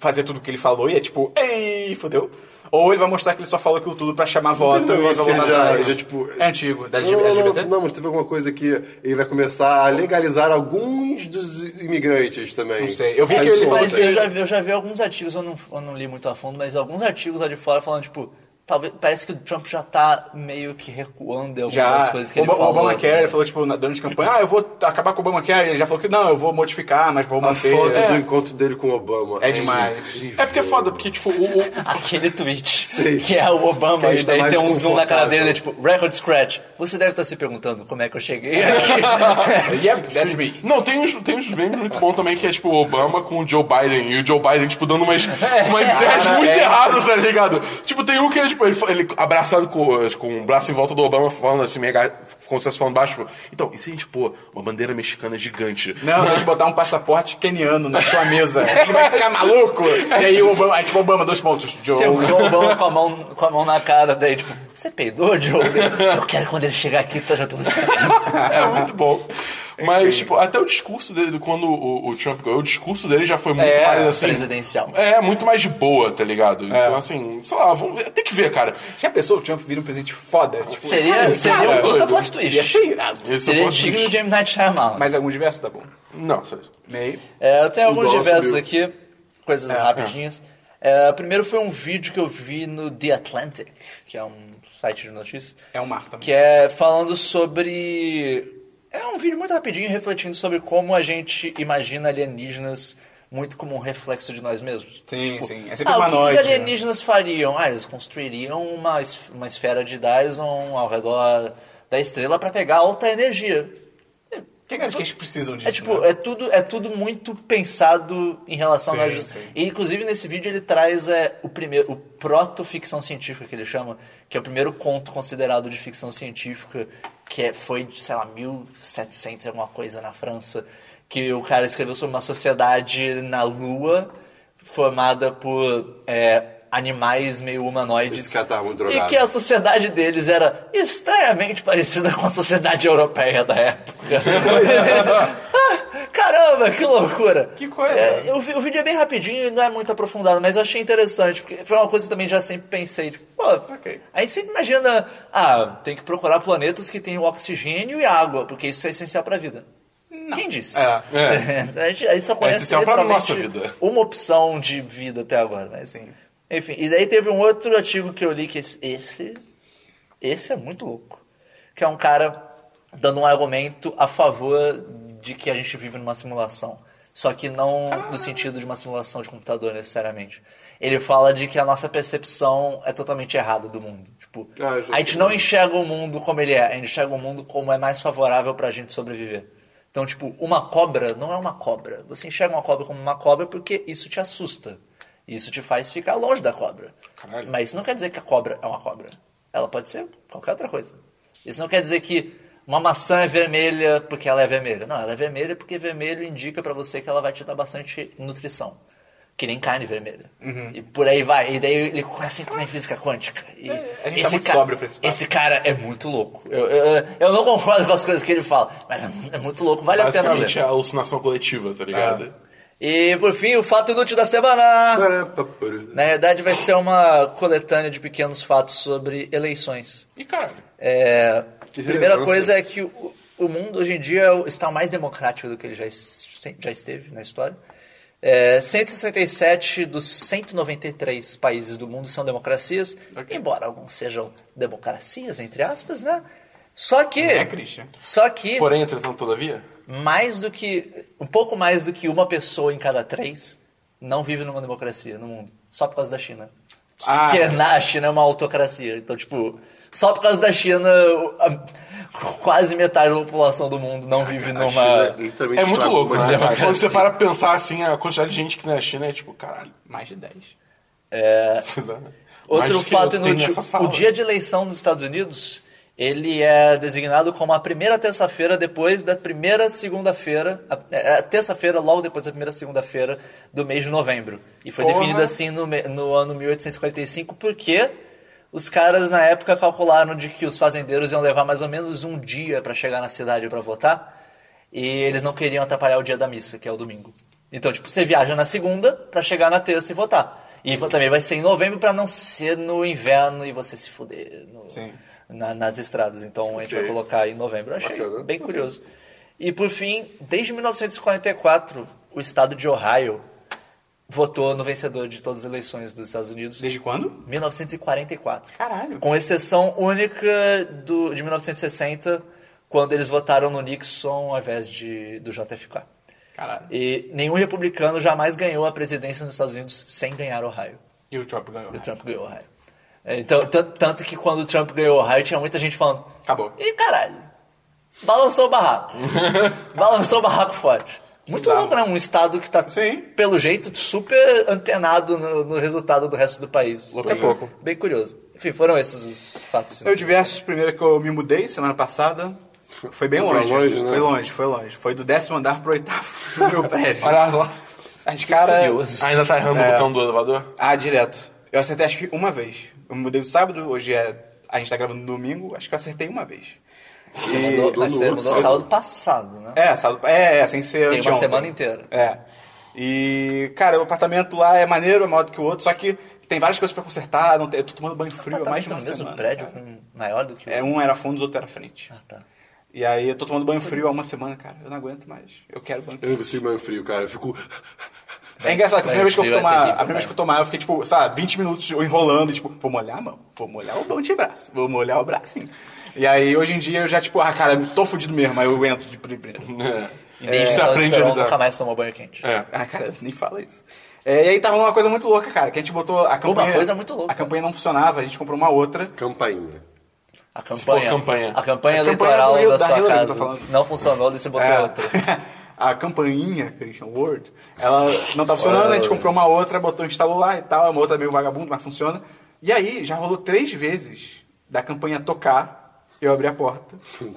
[SPEAKER 1] fazer tudo o que ele falou e é tipo, ei, fodeu. Ou ele vai mostrar que ele só falou aquilo tudo pra chamar voto.
[SPEAKER 4] Teve um
[SPEAKER 1] e
[SPEAKER 4] negócio
[SPEAKER 1] vai
[SPEAKER 4] que ele
[SPEAKER 1] voltar
[SPEAKER 4] já,
[SPEAKER 1] atrás.
[SPEAKER 4] já, tipo...
[SPEAKER 1] É antigo, da
[SPEAKER 4] Não, não, não,
[SPEAKER 1] LGBT?
[SPEAKER 4] não, não, mas teve alguma coisa que ele vai começar a legalizar alguns dos imigrantes também.
[SPEAKER 1] Não sei, eu vi que
[SPEAKER 4] Saiu
[SPEAKER 1] ele
[SPEAKER 4] isso
[SPEAKER 1] faz-
[SPEAKER 4] ontem.
[SPEAKER 3] Mas eu já, eu já vi alguns artigos, eu não, eu não li muito a fundo, mas alguns artigos lá de fora falando, tipo, talvez, parece que o Trump já tá meio que recuando em algumas
[SPEAKER 1] Já.
[SPEAKER 3] coisas que
[SPEAKER 1] O
[SPEAKER 3] ele
[SPEAKER 1] Ob- o
[SPEAKER 3] falou.
[SPEAKER 1] Obamacare, ele falou, tipo, na- durante a campanha, ah, eu vou acabar com o Obamacare. Ele já falou que não, eu vou modificar, mas vou
[SPEAKER 4] A
[SPEAKER 1] manter.
[SPEAKER 4] foto
[SPEAKER 1] É.
[SPEAKER 4] do encontro dele com o Obama.
[SPEAKER 1] É demais.
[SPEAKER 4] incrível.
[SPEAKER 2] É porque é foda, porque, tipo, o- o,
[SPEAKER 3] (laughs) Aquele tweet que é o Obama,
[SPEAKER 4] ele
[SPEAKER 3] e
[SPEAKER 4] tá
[SPEAKER 3] daí
[SPEAKER 4] mais
[SPEAKER 3] tem um zoom na cara
[SPEAKER 4] confortável.
[SPEAKER 3] dele, né, tipo, record scratch. Você deve estar se perguntando como é que eu cheguei aqui.
[SPEAKER 1] Yep, that's me.
[SPEAKER 2] Não, tem uns, tem uns memes muito bons também que é tipo o Obama com o Joe Biden e o Joe Biden, tipo, dando umas, umas ideias
[SPEAKER 1] Cara,
[SPEAKER 2] muito
[SPEAKER 1] é.
[SPEAKER 2] erradas, tá ligado? Tipo, tem um que é tipo, ele, fa- ele abraçado com, com o braço em volta do Obama, falando assim, mega, como se fosse falando baixo, tipo, então, e se a gente pôr uma bandeira mexicana gigante?
[SPEAKER 1] Não, se a gente botar um passaporte keniano na sua mesa, (laughs) ele vai ficar maluco. E aí o Obama, aí, tipo, Obama, dois pontos. Joe.
[SPEAKER 3] Tem um Obama com a, mão, com a mão na cara, daí, tipo, você peidou, Joe? Eu quero que quando ele chegar aqui, tá já tudo
[SPEAKER 2] É muito bom. Mas, tipo, até o discurso dele, quando o, o Trump ganhou, o discurso dele já foi muito
[SPEAKER 1] É,
[SPEAKER 2] mais assim.
[SPEAKER 3] presidencial.
[SPEAKER 2] É, muito mais de boa, tá ligado? Então, assim, sei lá, vamos ver. Tem que ver, cara.
[SPEAKER 1] Já pensou o Trump vira um presidente foda? Tipo,
[SPEAKER 3] Seria, seria um
[SPEAKER 2] cara,
[SPEAKER 3] puta
[SPEAKER 2] doido.
[SPEAKER 3] plot
[SPEAKER 1] ia
[SPEAKER 3] twist.
[SPEAKER 1] ser irado.
[SPEAKER 2] Esse é o
[SPEAKER 3] Seria
[SPEAKER 2] plot
[SPEAKER 3] digno
[SPEAKER 2] twist.
[SPEAKER 3] de M. Night Shyamalan.
[SPEAKER 1] Mas algum diverso tá bom.
[SPEAKER 2] Não, sério.
[SPEAKER 1] Meio.
[SPEAKER 3] É, eu tenho alguns
[SPEAKER 4] dólar
[SPEAKER 3] diversos
[SPEAKER 4] subiu.
[SPEAKER 3] aqui, coisas
[SPEAKER 1] é.
[SPEAKER 3] rapidinhas. É, primeiro foi um vídeo que eu vi no The Atlantic, que é um site de notícias,
[SPEAKER 1] É um mar também.
[SPEAKER 3] que é falando sobre. É um vídeo muito rapidinho refletindo sobre como a gente imagina alienígenas muito como um reflexo de nós mesmos.
[SPEAKER 1] Sim, sim. É sempre
[SPEAKER 3] ah,
[SPEAKER 1] uma
[SPEAKER 3] o que
[SPEAKER 1] noite,
[SPEAKER 3] os alienígenas fariam? Ah, eles construiriam uma, es- uma esfera de Dyson ao redor da estrela para pegar alta energia.
[SPEAKER 1] Por que, que eles que eles precisam disso?
[SPEAKER 3] É tipo,
[SPEAKER 1] né?
[SPEAKER 3] é tudo, é tudo muito pensado em relação
[SPEAKER 1] Sim,
[SPEAKER 3] a nós mesmos.
[SPEAKER 1] sim.
[SPEAKER 3] E inclusive nesse vídeo ele traz é, o primeiro, o proto-ficção científica que ele chama, que é o primeiro conto considerado de ficção científica, que é, foi, de, sei lá, 1700 alguma coisa na França, que o cara escreveu sobre uma sociedade na Lua formada por é, animais meio humanoides.
[SPEAKER 4] Esse cara tava muito
[SPEAKER 3] E
[SPEAKER 4] drogado.
[SPEAKER 3] que é a sociedade deles era estranhamente parecida com a sociedade europeia da
[SPEAKER 1] (laughs)
[SPEAKER 3] época. Ah, Caramba, que loucura!
[SPEAKER 1] Que coisa.
[SPEAKER 3] É, o, vi- o vídeo é bem rapidinho e não é muito aprofundado, mas eu achei interessante, porque foi uma coisa que eu também já sempre pensei, tipo, pô,
[SPEAKER 1] Ok.
[SPEAKER 3] a gente sempre imagina, ah, tem que procurar planetas que tenham oxigênio e água, porque isso é essencial pra vida. Quem disse?
[SPEAKER 1] É.
[SPEAKER 2] É.
[SPEAKER 3] (laughs) a, gente, a gente só conhece
[SPEAKER 2] essencial pra
[SPEAKER 3] literalmente
[SPEAKER 2] nossa vida.
[SPEAKER 3] uma opção de vida até agora, né?
[SPEAKER 1] Sim.
[SPEAKER 3] Enfim, e daí teve um outro artigo que eu li que esse, esse, esse é muito louco. Que é um cara dando um argumento a favor de que a gente vive numa simulação. Só que não no sentido de uma simulação de computador, necessariamente. Ele fala de que a nossa percepção é totalmente errada do mundo. Tipo,
[SPEAKER 4] Ah, eu já
[SPEAKER 3] a gente não enxerga o mundo como ele é, a gente enxerga o mundo como é mais favorável pra gente sobreviver. Então, tipo, uma cobra não é uma cobra. Você enxerga uma cobra como uma cobra porque isso te assusta. Isso te faz ficar longe da cobra.
[SPEAKER 2] Caralho.
[SPEAKER 3] Mas isso não quer dizer que a cobra é uma cobra. Ela pode ser qualquer outra coisa. Isso não quer dizer que uma maçã é vermelha porque ela é vermelha. Não, ela é vermelha porque vermelho indica pra você que ela vai te dar bastante nutrição. Que nem carne vermelha.
[SPEAKER 1] Uhum.
[SPEAKER 3] E por aí vai. E daí ele começa a entrar em física quântica. E
[SPEAKER 1] a gente tá muito sóbrio pra esse papo.
[SPEAKER 3] esse cara é muito louco. Eu, eu, eu não concordo com as coisas que ele fala, mas é muito louco. Vale a pena
[SPEAKER 2] Basicamente é
[SPEAKER 3] ler.
[SPEAKER 2] a alucinação coletiva, tá ligado?
[SPEAKER 3] Ah. E por fim, o fato inútil da
[SPEAKER 4] É
[SPEAKER 3] semana.
[SPEAKER 2] É.
[SPEAKER 3] Na realidade, vai ser uma coletânea de pequenos fatos sobre eleições.
[SPEAKER 2] E caralho.
[SPEAKER 3] É,
[SPEAKER 4] Que
[SPEAKER 3] primeira
[SPEAKER 4] relevância.
[SPEAKER 3] coisa é que o, o mundo hoje em dia está mais democrático do que ele já, es- sempre já esteve na história. É, 167 dos 193 países do mundo são democracias, embora alguns sejam democracias, entre aspas, né? Só que.
[SPEAKER 1] É, Christian.
[SPEAKER 3] Só que
[SPEAKER 2] Porém, entretanto, todavia,
[SPEAKER 3] mais do que um pouco mais do que uma pessoa em cada três não vive numa democracia no mundo só por causa da China
[SPEAKER 1] Ah.
[SPEAKER 3] porque na a China é uma autocracia então tipo só por causa da China o- a- quase metade da população do mundo não vive numa
[SPEAKER 2] é muito louco, né? Quando você para pensar assim, a quantidade de gente que tem na China é tipo, caralho.
[SPEAKER 1] Mais de 10.
[SPEAKER 3] É.
[SPEAKER 2] (laughs)
[SPEAKER 3] Outro
[SPEAKER 2] Mas que
[SPEAKER 3] fato
[SPEAKER 2] eu tenho
[SPEAKER 3] inútil:
[SPEAKER 2] nessa sala.
[SPEAKER 3] o dia de eleição dos Estados Unidos ele é designado como a primeira terça-feira depois da primeira segunda-feira, a, é, a terça-feira logo depois da primeira segunda-feira do mês de novembro. E foi
[SPEAKER 1] Porra.
[SPEAKER 3] definido assim no, me- no ano 1845 porque os caras na época calcularam de que os fazendeiros iam levar mais ou menos um dia para chegar na cidade para votar e eles não queriam atrapalhar o dia da missa, que é o domingo. Então, tipo, você viaja na segunda pra chegar na terça e votar. E vo- também vai ser em novembro pra não ser no inverno e você se fuder no-
[SPEAKER 1] Sim.
[SPEAKER 3] na- nas estradas. Então a gente vai
[SPEAKER 4] Ok.
[SPEAKER 3] colocar em novembro. Eu achei
[SPEAKER 4] Bacana.
[SPEAKER 3] bem curioso. E por fim, desde 1944, o estado de Ohio votou no vencedor de todas as eleições dos Estados Unidos.
[SPEAKER 1] Desde quando?
[SPEAKER 3] 1944.
[SPEAKER 1] Caralho.
[SPEAKER 3] Com exceção única do, de 1960, quando eles votaram no Nixon ao invés de, do JFK.
[SPEAKER 1] Caralho.
[SPEAKER 3] E nenhum republicano jamais ganhou a presidência nos Estados Unidos sem ganhar Ohio.
[SPEAKER 1] E o Trump ganhou. né?
[SPEAKER 3] E o Trump ganhou Ohio. Então, tan- tanto que quando o Trump ganhou Ohio, tinha muita gente falando...
[SPEAKER 1] Acabou.
[SPEAKER 3] Ih, caralho, balançou o
[SPEAKER 1] (laughs)
[SPEAKER 3] barraco. balançou o barraco forte. Muito
[SPEAKER 1] Bizarro.
[SPEAKER 3] louco, né? Um estado que tá,
[SPEAKER 1] Sim.
[SPEAKER 3] pelo jeito, super antenado no, no resultado do resto do país.
[SPEAKER 2] Louco
[SPEAKER 3] Bem-
[SPEAKER 2] é pouco.
[SPEAKER 3] Bem curioso. Enfim, foram esses os fatos.
[SPEAKER 1] Eu diversos, primeiro que eu me mudei semana passada. Foi bem
[SPEAKER 4] Foi pra
[SPEAKER 1] longe.
[SPEAKER 4] longe, né?
[SPEAKER 1] Foi longe, foi longe. Foi do décimo andar pro oitavo (laughs) do meu prédio.
[SPEAKER 2] Olha lá.
[SPEAKER 1] As
[SPEAKER 3] É,
[SPEAKER 1] caras.
[SPEAKER 3] Curioso.
[SPEAKER 2] Ainda tá errando
[SPEAKER 1] É.
[SPEAKER 2] o botão do elevador?
[SPEAKER 1] Ah, direto. Eu acertei acho que uma vez. Eu me mudei no sábado, hoje é. A gente tá gravando no domingo, acho que eu acertei uma vez.
[SPEAKER 3] Você mudou, mas você mudou
[SPEAKER 4] sábado.
[SPEAKER 3] sábado passado, né?
[SPEAKER 1] É, sábado. É, é, sem ser
[SPEAKER 3] Tem uma
[SPEAKER 1] anteontem.
[SPEAKER 3] semana inteira.
[SPEAKER 1] É. E, cara, o apartamento lá é maneiro, é maior do que o outro, só que tem várias coisas pra consertar, não tem- eu tô tomando banho frio há mais de
[SPEAKER 3] no
[SPEAKER 1] uma
[SPEAKER 3] Tá, mesmo um
[SPEAKER 1] semana.
[SPEAKER 3] prédio
[SPEAKER 1] cara.
[SPEAKER 3] com maior do que o
[SPEAKER 1] É, um era fundo, o outro era frente.
[SPEAKER 3] Ah, tá.
[SPEAKER 1] E aí eu tô tomando banho frio há uma semana, cara. Eu não aguento mais. Eu quero banho
[SPEAKER 4] Eu não consigo banho frio, cara. Eu fico. (laughs)
[SPEAKER 1] É engraçado que a primeira
[SPEAKER 3] Banho
[SPEAKER 1] vez que eu fui
[SPEAKER 3] frio é
[SPEAKER 1] tomar, a
[SPEAKER 3] terrível,
[SPEAKER 1] primeira vez que eu tomar, eu fiquei tipo, sabe, 20 minutos eu enrolando, e, tipo, vou molhar a mão, vou molhar o mão de braço, vou molhar o bracinho. E aí hoje em dia eu já tipo, ah, cara, tô fudido mesmo, aí eu entro de primeiro.
[SPEAKER 2] É.
[SPEAKER 3] E
[SPEAKER 2] (laughs)
[SPEAKER 3] nem
[SPEAKER 2] Você
[SPEAKER 3] então,
[SPEAKER 2] aprende a
[SPEAKER 3] Esperon
[SPEAKER 2] lidar.
[SPEAKER 3] nunca mais tomou banho quente.
[SPEAKER 1] (laughs)
[SPEAKER 2] É.
[SPEAKER 1] Ah, cara, nem fala isso. É, e aí tá rolando uma coisa muito louca, cara, que a gente botou a campanha...
[SPEAKER 3] coisa muito louca.
[SPEAKER 1] A campanha não funcionava, a gente comprou uma outra.
[SPEAKER 4] Campainha. (laughs)
[SPEAKER 3] A
[SPEAKER 2] for
[SPEAKER 3] campanha,
[SPEAKER 2] campanha.
[SPEAKER 3] A campanha
[SPEAKER 1] A campanha
[SPEAKER 3] eleitoral
[SPEAKER 1] do Rio-
[SPEAKER 3] da
[SPEAKER 1] da
[SPEAKER 3] sua
[SPEAKER 1] Hillary, eu tô
[SPEAKER 3] casa
[SPEAKER 1] falando.
[SPEAKER 3] não funcionou, daí você botou
[SPEAKER 1] É,
[SPEAKER 3] outra.
[SPEAKER 1] (laughs) a campainha, Christian Word, ela não tá funcionando, a gente comprou uma outra, botou, instalou lá e tal, é uma outra meio vagabundo, mas funciona. E aí, já rolou três vezes da campanha tocar, eu abri a porta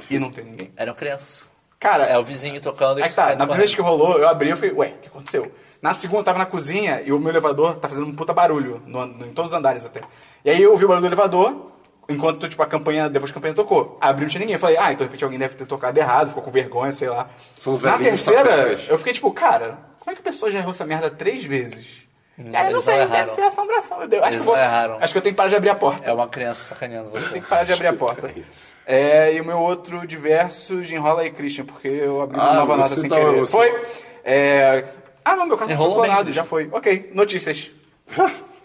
[SPEAKER 1] e não tem ninguém.
[SPEAKER 3] Eram crianças.
[SPEAKER 1] Cara,
[SPEAKER 3] É o vizinho tocando. e
[SPEAKER 1] Aí que tá,
[SPEAKER 3] correndo.
[SPEAKER 1] na primeira vez que rolou, eu abri e falei, ué, o que aconteceu? Na segunda, eu tava na cozinha e o meu elevador tá fazendo um puta barulho, no, no- em todos os andares até. E aí eu ouvi o barulho do elevador, enquanto, tipo, a campanha, depois que a campanha tocou. Abri, não tinha ninguém. Eu falei, ah, então de repente alguém deve ter tocado errado, ficou com vergonha, sei lá.
[SPEAKER 4] São
[SPEAKER 1] na
[SPEAKER 4] velhinhos
[SPEAKER 1] terceira,
[SPEAKER 4] sapetas.
[SPEAKER 1] eu fiquei tipo, cara, como é que a pessoa já errou essa merda três vezes?
[SPEAKER 3] Hum,
[SPEAKER 1] Cara, eu não
[SPEAKER 3] eles
[SPEAKER 1] sei,
[SPEAKER 3] não
[SPEAKER 1] deve
[SPEAKER 3] erraram.
[SPEAKER 1] ser assombração. Eu devo- acho,
[SPEAKER 3] Eles
[SPEAKER 1] que eu vou-
[SPEAKER 3] não erraram.
[SPEAKER 1] acho que eu tenho que parar de abrir a porta.
[SPEAKER 3] É uma criança sacaneando você.
[SPEAKER 1] Tem que parar de abrir a porta. (laughs) É, e o meu outro diverso de enrola aí, Christian, porque eu abri uma
[SPEAKER 4] Ah,
[SPEAKER 1] nova nota
[SPEAKER 4] você
[SPEAKER 1] sem
[SPEAKER 4] tá-
[SPEAKER 1] querer.
[SPEAKER 4] você-
[SPEAKER 1] Foi. É, Ah, não, meu cartão foi
[SPEAKER 3] Enrolou bem,
[SPEAKER 1] clonado,
[SPEAKER 3] Christian.
[SPEAKER 1] já foi. Ok, notícias.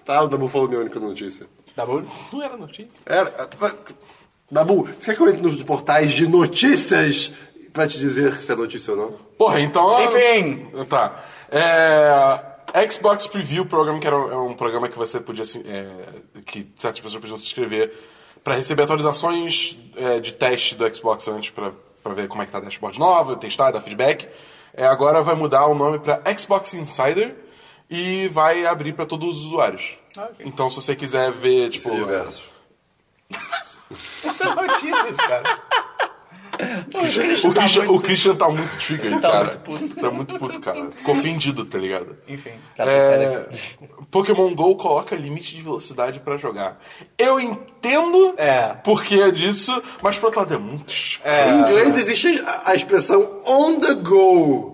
[SPEAKER 4] tá, o Dabu falou minha única notícia.
[SPEAKER 1] Tá bom?
[SPEAKER 4] (laughs)
[SPEAKER 2] Não era notícia.
[SPEAKER 4] Era. Dabu, você quer que eu entre nos portais de notícias pra te dizer se é notícia ou não?
[SPEAKER 2] Porra, então.
[SPEAKER 1] Enfim.
[SPEAKER 2] Tá. É, Xbox Preview Program, que era um, é um programa que você podia. se- é, que certas pessoas podiam se inscrever pra receber atualizações é, de teste do Xbox antes, pra pra ver como é que tá a dashboard nova, testar, dar feedback. É, agora vai mudar o nome pra Xbox Insider e vai abrir pra todos os usuários. Então, se você quiser ver, tipo.
[SPEAKER 4] Seja versus.
[SPEAKER 1] Isso é notícias, cara.
[SPEAKER 2] O Christian, o Christian tá muito trigger,
[SPEAKER 3] Tá
[SPEAKER 2] cara.
[SPEAKER 3] muito puto.
[SPEAKER 2] Tá muito puto, cara. Ficou ofendido, tá ligado?
[SPEAKER 1] Enfim.
[SPEAKER 3] Tá, sai
[SPEAKER 2] É,
[SPEAKER 3] daqui.
[SPEAKER 2] Pokémon GO coloca limite de velocidade pra jogar. Eu entendo
[SPEAKER 1] É.
[SPEAKER 2] por que é disso, mas por outro lado é muito
[SPEAKER 4] Em
[SPEAKER 2] escroto.
[SPEAKER 4] inglês existe a, a expressão on the go.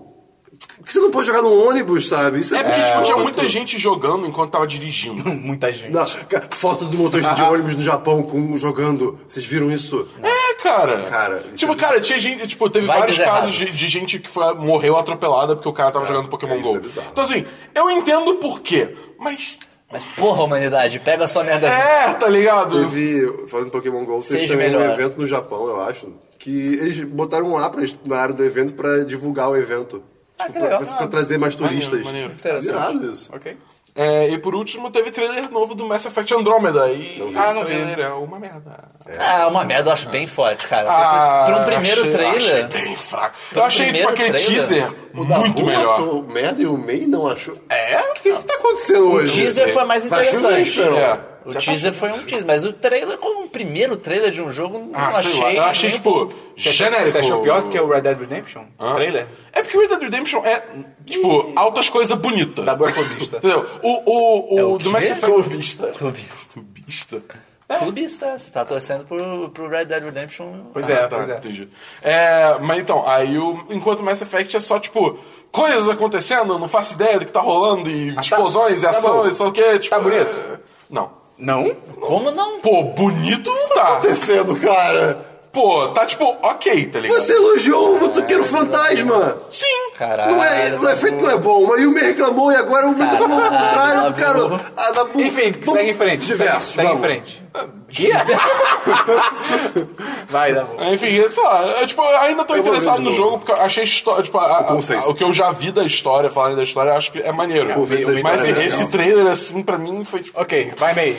[SPEAKER 4] Que você não pode jogar num ônibus, sabe? Isso é,
[SPEAKER 2] É porque tipo, tinha
[SPEAKER 4] escroto.
[SPEAKER 2] muita gente jogando enquanto tava dirigindo.
[SPEAKER 1] Muita gente.
[SPEAKER 4] Não, ca- foto do
[SPEAKER 2] (laughs)
[SPEAKER 4] motorista de ônibus no Japão com um jogando. Vocês viram isso?
[SPEAKER 2] É, cara.
[SPEAKER 4] Cara, isso
[SPEAKER 2] tipo,
[SPEAKER 4] é-
[SPEAKER 2] cara, tinha gente, tipo, teve
[SPEAKER 3] Vibes
[SPEAKER 2] vários casos
[SPEAKER 3] erradas.
[SPEAKER 2] de, de gente que foi- morreu atropelada porque o cara tava jogando Pokémon
[SPEAKER 4] isso
[SPEAKER 2] GO.
[SPEAKER 4] é bizarro.
[SPEAKER 2] então assim, eu entendo por quê, mas
[SPEAKER 3] Mas porra, humanidade, pega a sua merda.
[SPEAKER 2] é, tá ligado?
[SPEAKER 4] Teve, falando em Pokémon GO, teve
[SPEAKER 3] Seja
[SPEAKER 4] também um
[SPEAKER 3] melhor.
[SPEAKER 4] evento no Japão, eu acho, que eles botaram um lá pra, na área do evento pra divulgar o evento.
[SPEAKER 3] Ah,
[SPEAKER 4] Tipo,
[SPEAKER 3] que legal.
[SPEAKER 4] pra, pra trazer mais
[SPEAKER 2] Maneiro,
[SPEAKER 4] turistas.
[SPEAKER 2] maneiro.
[SPEAKER 4] Virado isso.
[SPEAKER 1] Ok.
[SPEAKER 2] É, e por último, teve trailer novo do Mass Effect Andromeda. E
[SPEAKER 1] Ah,
[SPEAKER 2] o
[SPEAKER 1] não vi.
[SPEAKER 2] trailer é uma merda.
[SPEAKER 3] Ah, uma merda, eu acho bem forte, cara.
[SPEAKER 2] Ah,
[SPEAKER 3] pra um primeiro
[SPEAKER 2] achei-
[SPEAKER 3] trailer.
[SPEAKER 2] Achei bem fraco. Eu
[SPEAKER 3] um
[SPEAKER 2] achei, tipo,
[SPEAKER 3] primeiro
[SPEAKER 2] aquele
[SPEAKER 3] trailer,
[SPEAKER 2] teaser
[SPEAKER 4] O Dabu
[SPEAKER 2] muito melhor.
[SPEAKER 4] achou merda e o Mei não achou. É? O que, que tá acontecendo hoje?
[SPEAKER 3] O teaser foi mais
[SPEAKER 4] Tá achando bem,
[SPEAKER 3] interessante.
[SPEAKER 4] Esperon?
[SPEAKER 2] É.
[SPEAKER 3] O teaser foi um teaser, mas o trailer, como um primeiro trailer de um jogo, não
[SPEAKER 2] Ah,
[SPEAKER 3] achei.
[SPEAKER 2] sei lá. Eu achei,
[SPEAKER 3] nem- um
[SPEAKER 2] tipo, genérico.
[SPEAKER 1] Você achou pior do que o Red Dead Redemption?
[SPEAKER 2] Hã?
[SPEAKER 1] Trailer?
[SPEAKER 2] É porque o Red Dead Redemption é, tipo, altas coisas bonitas.
[SPEAKER 1] Da (laughs) Borfobista.
[SPEAKER 2] Entendeu? O, o, o,
[SPEAKER 3] É o
[SPEAKER 2] do
[SPEAKER 3] quê?
[SPEAKER 2] Mass Effect...
[SPEAKER 1] (laughs) Clubista.
[SPEAKER 3] Clubista.
[SPEAKER 2] Clubista?
[SPEAKER 3] Clubista, você tá torcendo pro, pro Red Dead Redemption.
[SPEAKER 1] Pois é,
[SPEAKER 2] Ah, tá,
[SPEAKER 1] pois é.
[SPEAKER 2] entendi. É, mas então, aí o, enquanto o Mass Effect é só, tipo, coisas acontecendo, eu não faço ideia do que tá rolando, e
[SPEAKER 1] tá-
[SPEAKER 2] explosões,
[SPEAKER 1] tá
[SPEAKER 2] e ação,
[SPEAKER 1] bom.
[SPEAKER 2] e só o quê, tipo...
[SPEAKER 1] Tá bonito?
[SPEAKER 2] é, Não.
[SPEAKER 1] Não?
[SPEAKER 3] Como não?
[SPEAKER 2] Pô, bonito não tá.
[SPEAKER 4] acontecendo, cara?
[SPEAKER 2] Pô, tá, tipo, ok, tá ligado?
[SPEAKER 4] Você elogiou o motoqueiro fantasma!
[SPEAKER 2] Sim!
[SPEAKER 3] Caralho.
[SPEAKER 4] Não é, não é feito, não é bom, mas o Mei reclamou e agora o Mei falou o contrário, cara. A Dabu,
[SPEAKER 1] tá Enfim,
[SPEAKER 4] Vamos-
[SPEAKER 1] segue em frente.
[SPEAKER 4] Diverso,
[SPEAKER 1] segue, segue em
[SPEAKER 4] vamos.
[SPEAKER 1] frente.
[SPEAKER 4] (laughs)
[SPEAKER 1] Que? Vai, Dabu.
[SPEAKER 2] Enfim, sei lá, eu, tipo, eu ainda tô
[SPEAKER 4] Eu vou ver
[SPEAKER 2] interessado
[SPEAKER 4] de
[SPEAKER 2] no
[SPEAKER 4] novo.
[SPEAKER 2] jogo, porque eu achei histó- tipo, a- a- a- o,
[SPEAKER 4] conceito.
[SPEAKER 2] que eu já vi da história, falando da história, eu acho que é maneiro.
[SPEAKER 4] conceito da
[SPEAKER 2] Mas
[SPEAKER 4] história é
[SPEAKER 2] esse
[SPEAKER 4] legal.
[SPEAKER 2] trailer, assim, pra mim foi tipo.
[SPEAKER 1] Ok, vai, May.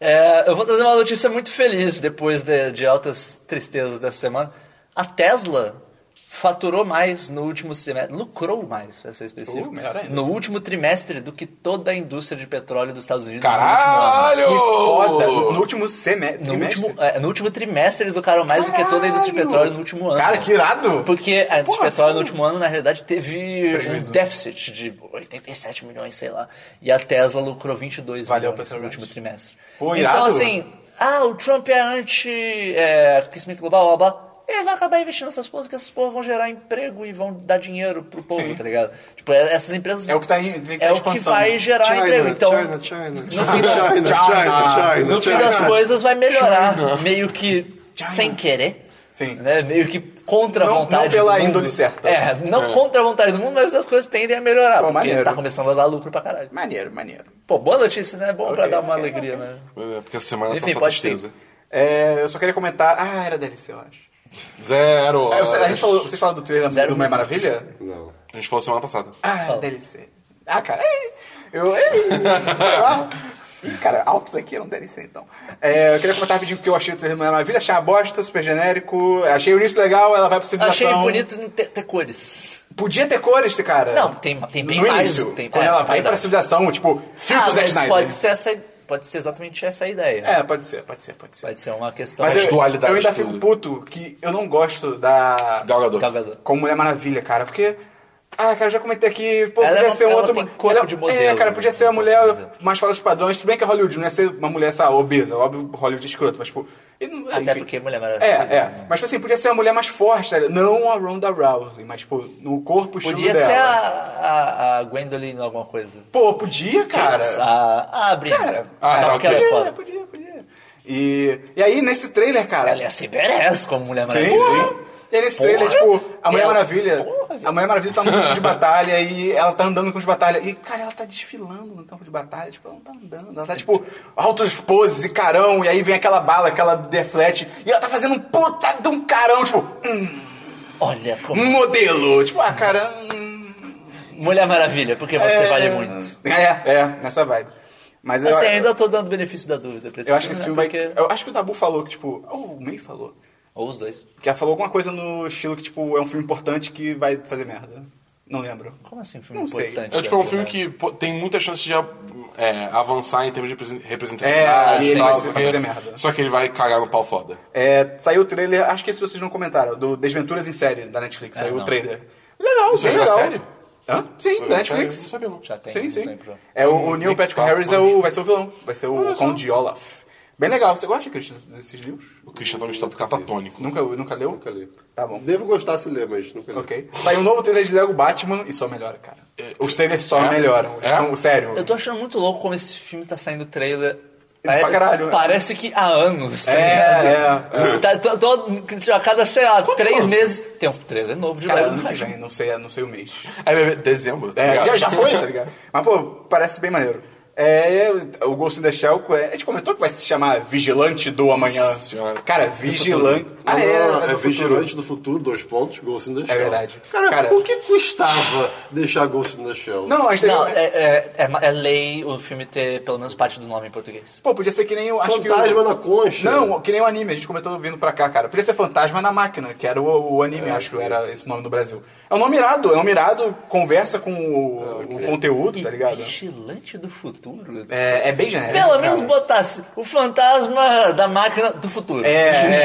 [SPEAKER 3] É, eu vou trazer uma notícia muito feliz depois de, de altas tristezas dessa semana. A Tesla faturou mais no último semestre, lucrou mais, para ser específico,
[SPEAKER 1] Uh, melhor ainda.
[SPEAKER 3] no último trimestre do que toda a indústria de petróleo dos Estados Unidos
[SPEAKER 1] Que
[SPEAKER 2] Caralho!
[SPEAKER 1] foda. No, no último semestre.
[SPEAKER 3] no último ano. No último, é, no último trimestre eles lucraram mais do que toda a indústria de
[SPEAKER 1] Caralho!
[SPEAKER 3] petróleo no último ano.
[SPEAKER 1] Cara, que irado!
[SPEAKER 3] Porque a
[SPEAKER 2] Porra,
[SPEAKER 3] indústria de petróleo
[SPEAKER 2] foda.
[SPEAKER 3] no último ano, na realidade, teve
[SPEAKER 1] Prejuízo.
[SPEAKER 3] um déficit de 87 milhões, sei lá. E a Tesla lucrou 22
[SPEAKER 1] Valeu,
[SPEAKER 3] milhões no
[SPEAKER 1] Petrobras.
[SPEAKER 3] último trimestre.
[SPEAKER 1] Pô,
[SPEAKER 3] então,
[SPEAKER 1] irado.
[SPEAKER 3] assim, ah, o Trump é anti é, aquecimento global, blá, blá. Ele vai acabar investindo nessas porras, porque essas porras vão gerar emprego e vão dar dinheiro pro povo,
[SPEAKER 1] Sim.
[SPEAKER 3] tá ligado? Tipo, é- essas empresas...
[SPEAKER 1] É o que tá em- tem que
[SPEAKER 3] é
[SPEAKER 1] tá
[SPEAKER 3] o que
[SPEAKER 1] expansão, né?
[SPEAKER 3] vai gerar emprego. Então,
[SPEAKER 4] China, China, China,
[SPEAKER 3] fim
[SPEAKER 4] China,
[SPEAKER 3] das-
[SPEAKER 4] China, China,
[SPEAKER 3] no fim
[SPEAKER 4] China.
[SPEAKER 3] das coisas vai melhorar, meio que
[SPEAKER 1] China.
[SPEAKER 3] sem querer.
[SPEAKER 1] Sim.
[SPEAKER 3] Né? Meio que contra a
[SPEAKER 1] Não- não
[SPEAKER 3] vontade
[SPEAKER 1] pela
[SPEAKER 3] do mundo.
[SPEAKER 1] índole certa.
[SPEAKER 3] É, não contra a vontade do mundo, mas as coisas tendem a melhorar. porque
[SPEAKER 1] maneiro.
[SPEAKER 3] tá começando a dar lucro pra caralho.
[SPEAKER 1] Maneiro, maneiro.
[SPEAKER 3] Pô, boa notícia, né? Bom pra
[SPEAKER 1] Ok,
[SPEAKER 3] dar uma
[SPEAKER 1] ok,
[SPEAKER 3] alegria, né?
[SPEAKER 2] É, Porque a semana
[SPEAKER 3] Enfim,
[SPEAKER 2] passou
[SPEAKER 3] pode
[SPEAKER 2] tristeza.
[SPEAKER 1] É, eu só queria comentar. Ah, era DLC, eu acho.
[SPEAKER 2] Zero
[SPEAKER 1] É,
[SPEAKER 2] horas.
[SPEAKER 1] você- a gente falou, vocês falaram do trailer
[SPEAKER 3] Zero
[SPEAKER 1] do Mulher
[SPEAKER 3] minutos.
[SPEAKER 1] Maravilha?
[SPEAKER 4] Não.
[SPEAKER 2] A gente falou semana passada.
[SPEAKER 1] Ah, DLC. Ah, cara, ei, eu. ei, ah, Ih, cara, altos aqui não DLC, então. É, eu queria comentar rapidinho o que eu achei do Terreno Mulher Maravilha. Achei a bosta, super genérico. Achei o início legal, ela vai pra
[SPEAKER 3] Achei
[SPEAKER 1] civilização.
[SPEAKER 3] bonito não ter, ter cores.
[SPEAKER 1] Podia ter cores, cara.
[SPEAKER 3] Não, tem, tem bem
[SPEAKER 1] no
[SPEAKER 3] mais.
[SPEAKER 1] início,
[SPEAKER 3] tem,
[SPEAKER 1] quando
[SPEAKER 3] é,
[SPEAKER 1] ela vai pra
[SPEAKER 3] verdade.
[SPEAKER 1] civilização, tipo, filtro
[SPEAKER 3] Ah,
[SPEAKER 1] Zack
[SPEAKER 3] mas
[SPEAKER 1] Snyder.
[SPEAKER 3] pode ser, essa, pode ser exatamente essa a ideia.
[SPEAKER 1] É, pode ser, pode ser, pode ser.
[SPEAKER 3] Pode ser uma questão
[SPEAKER 1] Mas
[SPEAKER 2] As
[SPEAKER 1] eu,
[SPEAKER 2] dualidades
[SPEAKER 1] eu ainda
[SPEAKER 2] tudo.
[SPEAKER 1] fico puto que eu não gosto da.
[SPEAKER 2] Galgador.
[SPEAKER 3] Galgador.
[SPEAKER 1] Como Mulher Maravilha, cara, porque. Ah, cara, eu já comentei aqui, pô,
[SPEAKER 3] Ela
[SPEAKER 1] podia
[SPEAKER 3] é uma-
[SPEAKER 1] ser um
[SPEAKER 3] ela
[SPEAKER 1] outro.
[SPEAKER 3] tem corpo de modelo,
[SPEAKER 1] É, cara, podia
[SPEAKER 3] né?
[SPEAKER 1] ser uma
[SPEAKER 3] Não
[SPEAKER 1] mulher
[SPEAKER 3] posso dizer.
[SPEAKER 1] mais fora dos padrões. Tudo bem que é Hollywood, não ia ser uma mulher, essa obesa, óbvio, Hollywood é escroto, mas, tipo. e não-
[SPEAKER 3] Até
[SPEAKER 1] enfim.
[SPEAKER 3] porque Mulher Maravilha- né?
[SPEAKER 1] É, é. Mas, tipo assim, podia ser uma mulher mais forte, tá ligado? não a Ronda Rousey, mas, tipo, no corpo estilo
[SPEAKER 3] Podia
[SPEAKER 1] dela.
[SPEAKER 3] ser a, a, a Gwendoline alguma coisa.
[SPEAKER 1] Pô, podia, cara.
[SPEAKER 3] A, a Brilha.
[SPEAKER 1] Cara,
[SPEAKER 2] Ah,
[SPEAKER 3] Só
[SPEAKER 2] tá,
[SPEAKER 3] que ela é
[SPEAKER 1] podia,
[SPEAKER 3] foda.
[SPEAKER 1] podia, podia. E, e aí, nesse trailer, cara.
[SPEAKER 3] Ela é se merece como Mulher
[SPEAKER 1] Sim,
[SPEAKER 3] Maravilha.
[SPEAKER 1] sim. E nesse trailer,
[SPEAKER 3] Porra.
[SPEAKER 1] tipo, a Mulher
[SPEAKER 3] Ela-
[SPEAKER 1] Maravilha.
[SPEAKER 3] Porra,
[SPEAKER 1] a Mulher Maravilha tá no campo de batalha e ela tá andando no campo de batalha. E, cara, ela tá desfilando no campo de batalha. Tipo, ela não tá andando. Ela tá, tipo, altas poses e carão. E aí vem aquela bala, aquela deflete. E ela tá fazendo um puta de um carão. Tipo, hum,
[SPEAKER 3] Olha como.
[SPEAKER 1] um modelo. Tipo, ah, cara. hum,
[SPEAKER 3] Mulher Maravilha, porque você
[SPEAKER 1] é.
[SPEAKER 3] vale muito.
[SPEAKER 1] É, é, nessa vibe. Mas eu,
[SPEAKER 3] Assim, ainda tô dando benefício da dúvida pra esse
[SPEAKER 1] eu acho que esse filme
[SPEAKER 3] né?
[SPEAKER 1] vai.
[SPEAKER 3] Porque-
[SPEAKER 1] Eu acho que o Dabu falou que, tipo. Ou o May falou.
[SPEAKER 3] Ou os dois.
[SPEAKER 1] Que ela falou alguma coisa no estilo que, tipo, é um filme importante que vai fazer merda. Não lembro.
[SPEAKER 3] Como assim, um filme
[SPEAKER 1] Não sei.
[SPEAKER 3] importante?
[SPEAKER 2] É tipo
[SPEAKER 3] da
[SPEAKER 2] um
[SPEAKER 3] vida,
[SPEAKER 2] filme
[SPEAKER 3] né?
[SPEAKER 2] que pô, tem muita chance de é, avançar em termos de represen-
[SPEAKER 1] É,
[SPEAKER 2] representatividade.
[SPEAKER 1] e ele
[SPEAKER 2] tal,
[SPEAKER 1] vai se
[SPEAKER 2] porque-
[SPEAKER 1] fazer merda.
[SPEAKER 2] Só que ele vai cagar no pau foda.
[SPEAKER 1] É, saiu o trailer, acho que esse vocês não comentaram, do Desventuras em Série, da Netflix.
[SPEAKER 3] É,
[SPEAKER 1] saiu
[SPEAKER 3] não.
[SPEAKER 1] o trailer. Legal,
[SPEAKER 2] Isso
[SPEAKER 1] bem
[SPEAKER 2] é uma
[SPEAKER 1] legal.
[SPEAKER 2] série?
[SPEAKER 1] Hã? Sim,
[SPEAKER 2] Isso
[SPEAKER 1] da
[SPEAKER 2] é uma
[SPEAKER 1] Netflix.
[SPEAKER 2] série? Não sabia, não.
[SPEAKER 3] Já tem,
[SPEAKER 1] sim,
[SPEAKER 3] não
[SPEAKER 1] sim.
[SPEAKER 3] tem pra-
[SPEAKER 1] É, o,
[SPEAKER 2] Tem
[SPEAKER 1] o Neil
[SPEAKER 2] link,
[SPEAKER 1] Patrick
[SPEAKER 2] tá,
[SPEAKER 1] Harris é o, vai ser o vilão. Vai ser o
[SPEAKER 2] só.
[SPEAKER 1] Conde Olaf. Bem legal. Você gosta, Christian, desses livros?
[SPEAKER 2] O Christian tá no estado catatônico.
[SPEAKER 1] Nunca, nunca leu?
[SPEAKER 4] Nunca li.
[SPEAKER 1] Tá bom.
[SPEAKER 4] Devo gostar se ler, mas nunca li.
[SPEAKER 1] Ok. Saiu um novo trailer de Lego Batman e só melhora, cara. Os trailers só
[SPEAKER 2] É?
[SPEAKER 1] melhoram. Eles
[SPEAKER 2] É?
[SPEAKER 1] Estão, sério.
[SPEAKER 3] Eu tô achando muito louco como esse filme tá saindo trailer.
[SPEAKER 1] Pra
[SPEAKER 3] Pare-
[SPEAKER 1] caralho, é.
[SPEAKER 3] Parece que há anos. tá ligado?
[SPEAKER 1] É, é.
[SPEAKER 2] (laughs)
[SPEAKER 1] é.
[SPEAKER 3] Tá, tô, tô- a cada, sei lá, três
[SPEAKER 2] anos?
[SPEAKER 3] meses tem um trailer novo de
[SPEAKER 1] Cara,
[SPEAKER 3] Lego
[SPEAKER 1] ano que
[SPEAKER 3] Batman.
[SPEAKER 1] vem, não sei, não sei o mês.
[SPEAKER 2] Aí vai ver dezembro. tá
[SPEAKER 1] É,
[SPEAKER 2] ligado?
[SPEAKER 1] já, já foi, tá
[SPEAKER 4] (laughs)
[SPEAKER 1] ligado? Mas, pô, parece bem maneiro. É, o Ghost in the Shell, é, a gente comentou que vai se chamar Vigilante do Amanhã.
[SPEAKER 2] Nossa Senhora.
[SPEAKER 1] Cara, Vigilante...
[SPEAKER 4] Não,
[SPEAKER 1] Ah,
[SPEAKER 4] não,
[SPEAKER 1] é,
[SPEAKER 4] É não,
[SPEAKER 1] é
[SPEAKER 4] é
[SPEAKER 1] do
[SPEAKER 4] Vigilante
[SPEAKER 1] futuro.
[SPEAKER 4] do Futuro, dois pontos, Ghost in the Shell.
[SPEAKER 1] verdade.
[SPEAKER 4] Cara,
[SPEAKER 1] Cara-
[SPEAKER 4] o que custava deixar Ghost in the Shell?
[SPEAKER 1] Não, a gente um-
[SPEAKER 3] Não,
[SPEAKER 1] teve...
[SPEAKER 3] é, é, é ma- é lei o filme ter pelo menos parte do nome em português.
[SPEAKER 1] Pô, podia ser que nem o... acho que o-
[SPEAKER 4] Fantasma na concha.
[SPEAKER 1] Não, que nem o anime, a gente comentou vindo pra cá, cara. Podia ser Fantasma na Máquina, que era o, o
[SPEAKER 4] É,
[SPEAKER 1] anime, acho que era esse nome no Brasil. É um nome irado, é um mirado, conversa com o,
[SPEAKER 4] É,
[SPEAKER 1] o conteúdo, tá ligado?
[SPEAKER 3] Vigilante do futuro?
[SPEAKER 1] É, é bem genérico.
[SPEAKER 3] Pelo
[SPEAKER 1] cara.
[SPEAKER 3] menos botasse o fantasma da máquina do futuro.
[SPEAKER 1] É, é.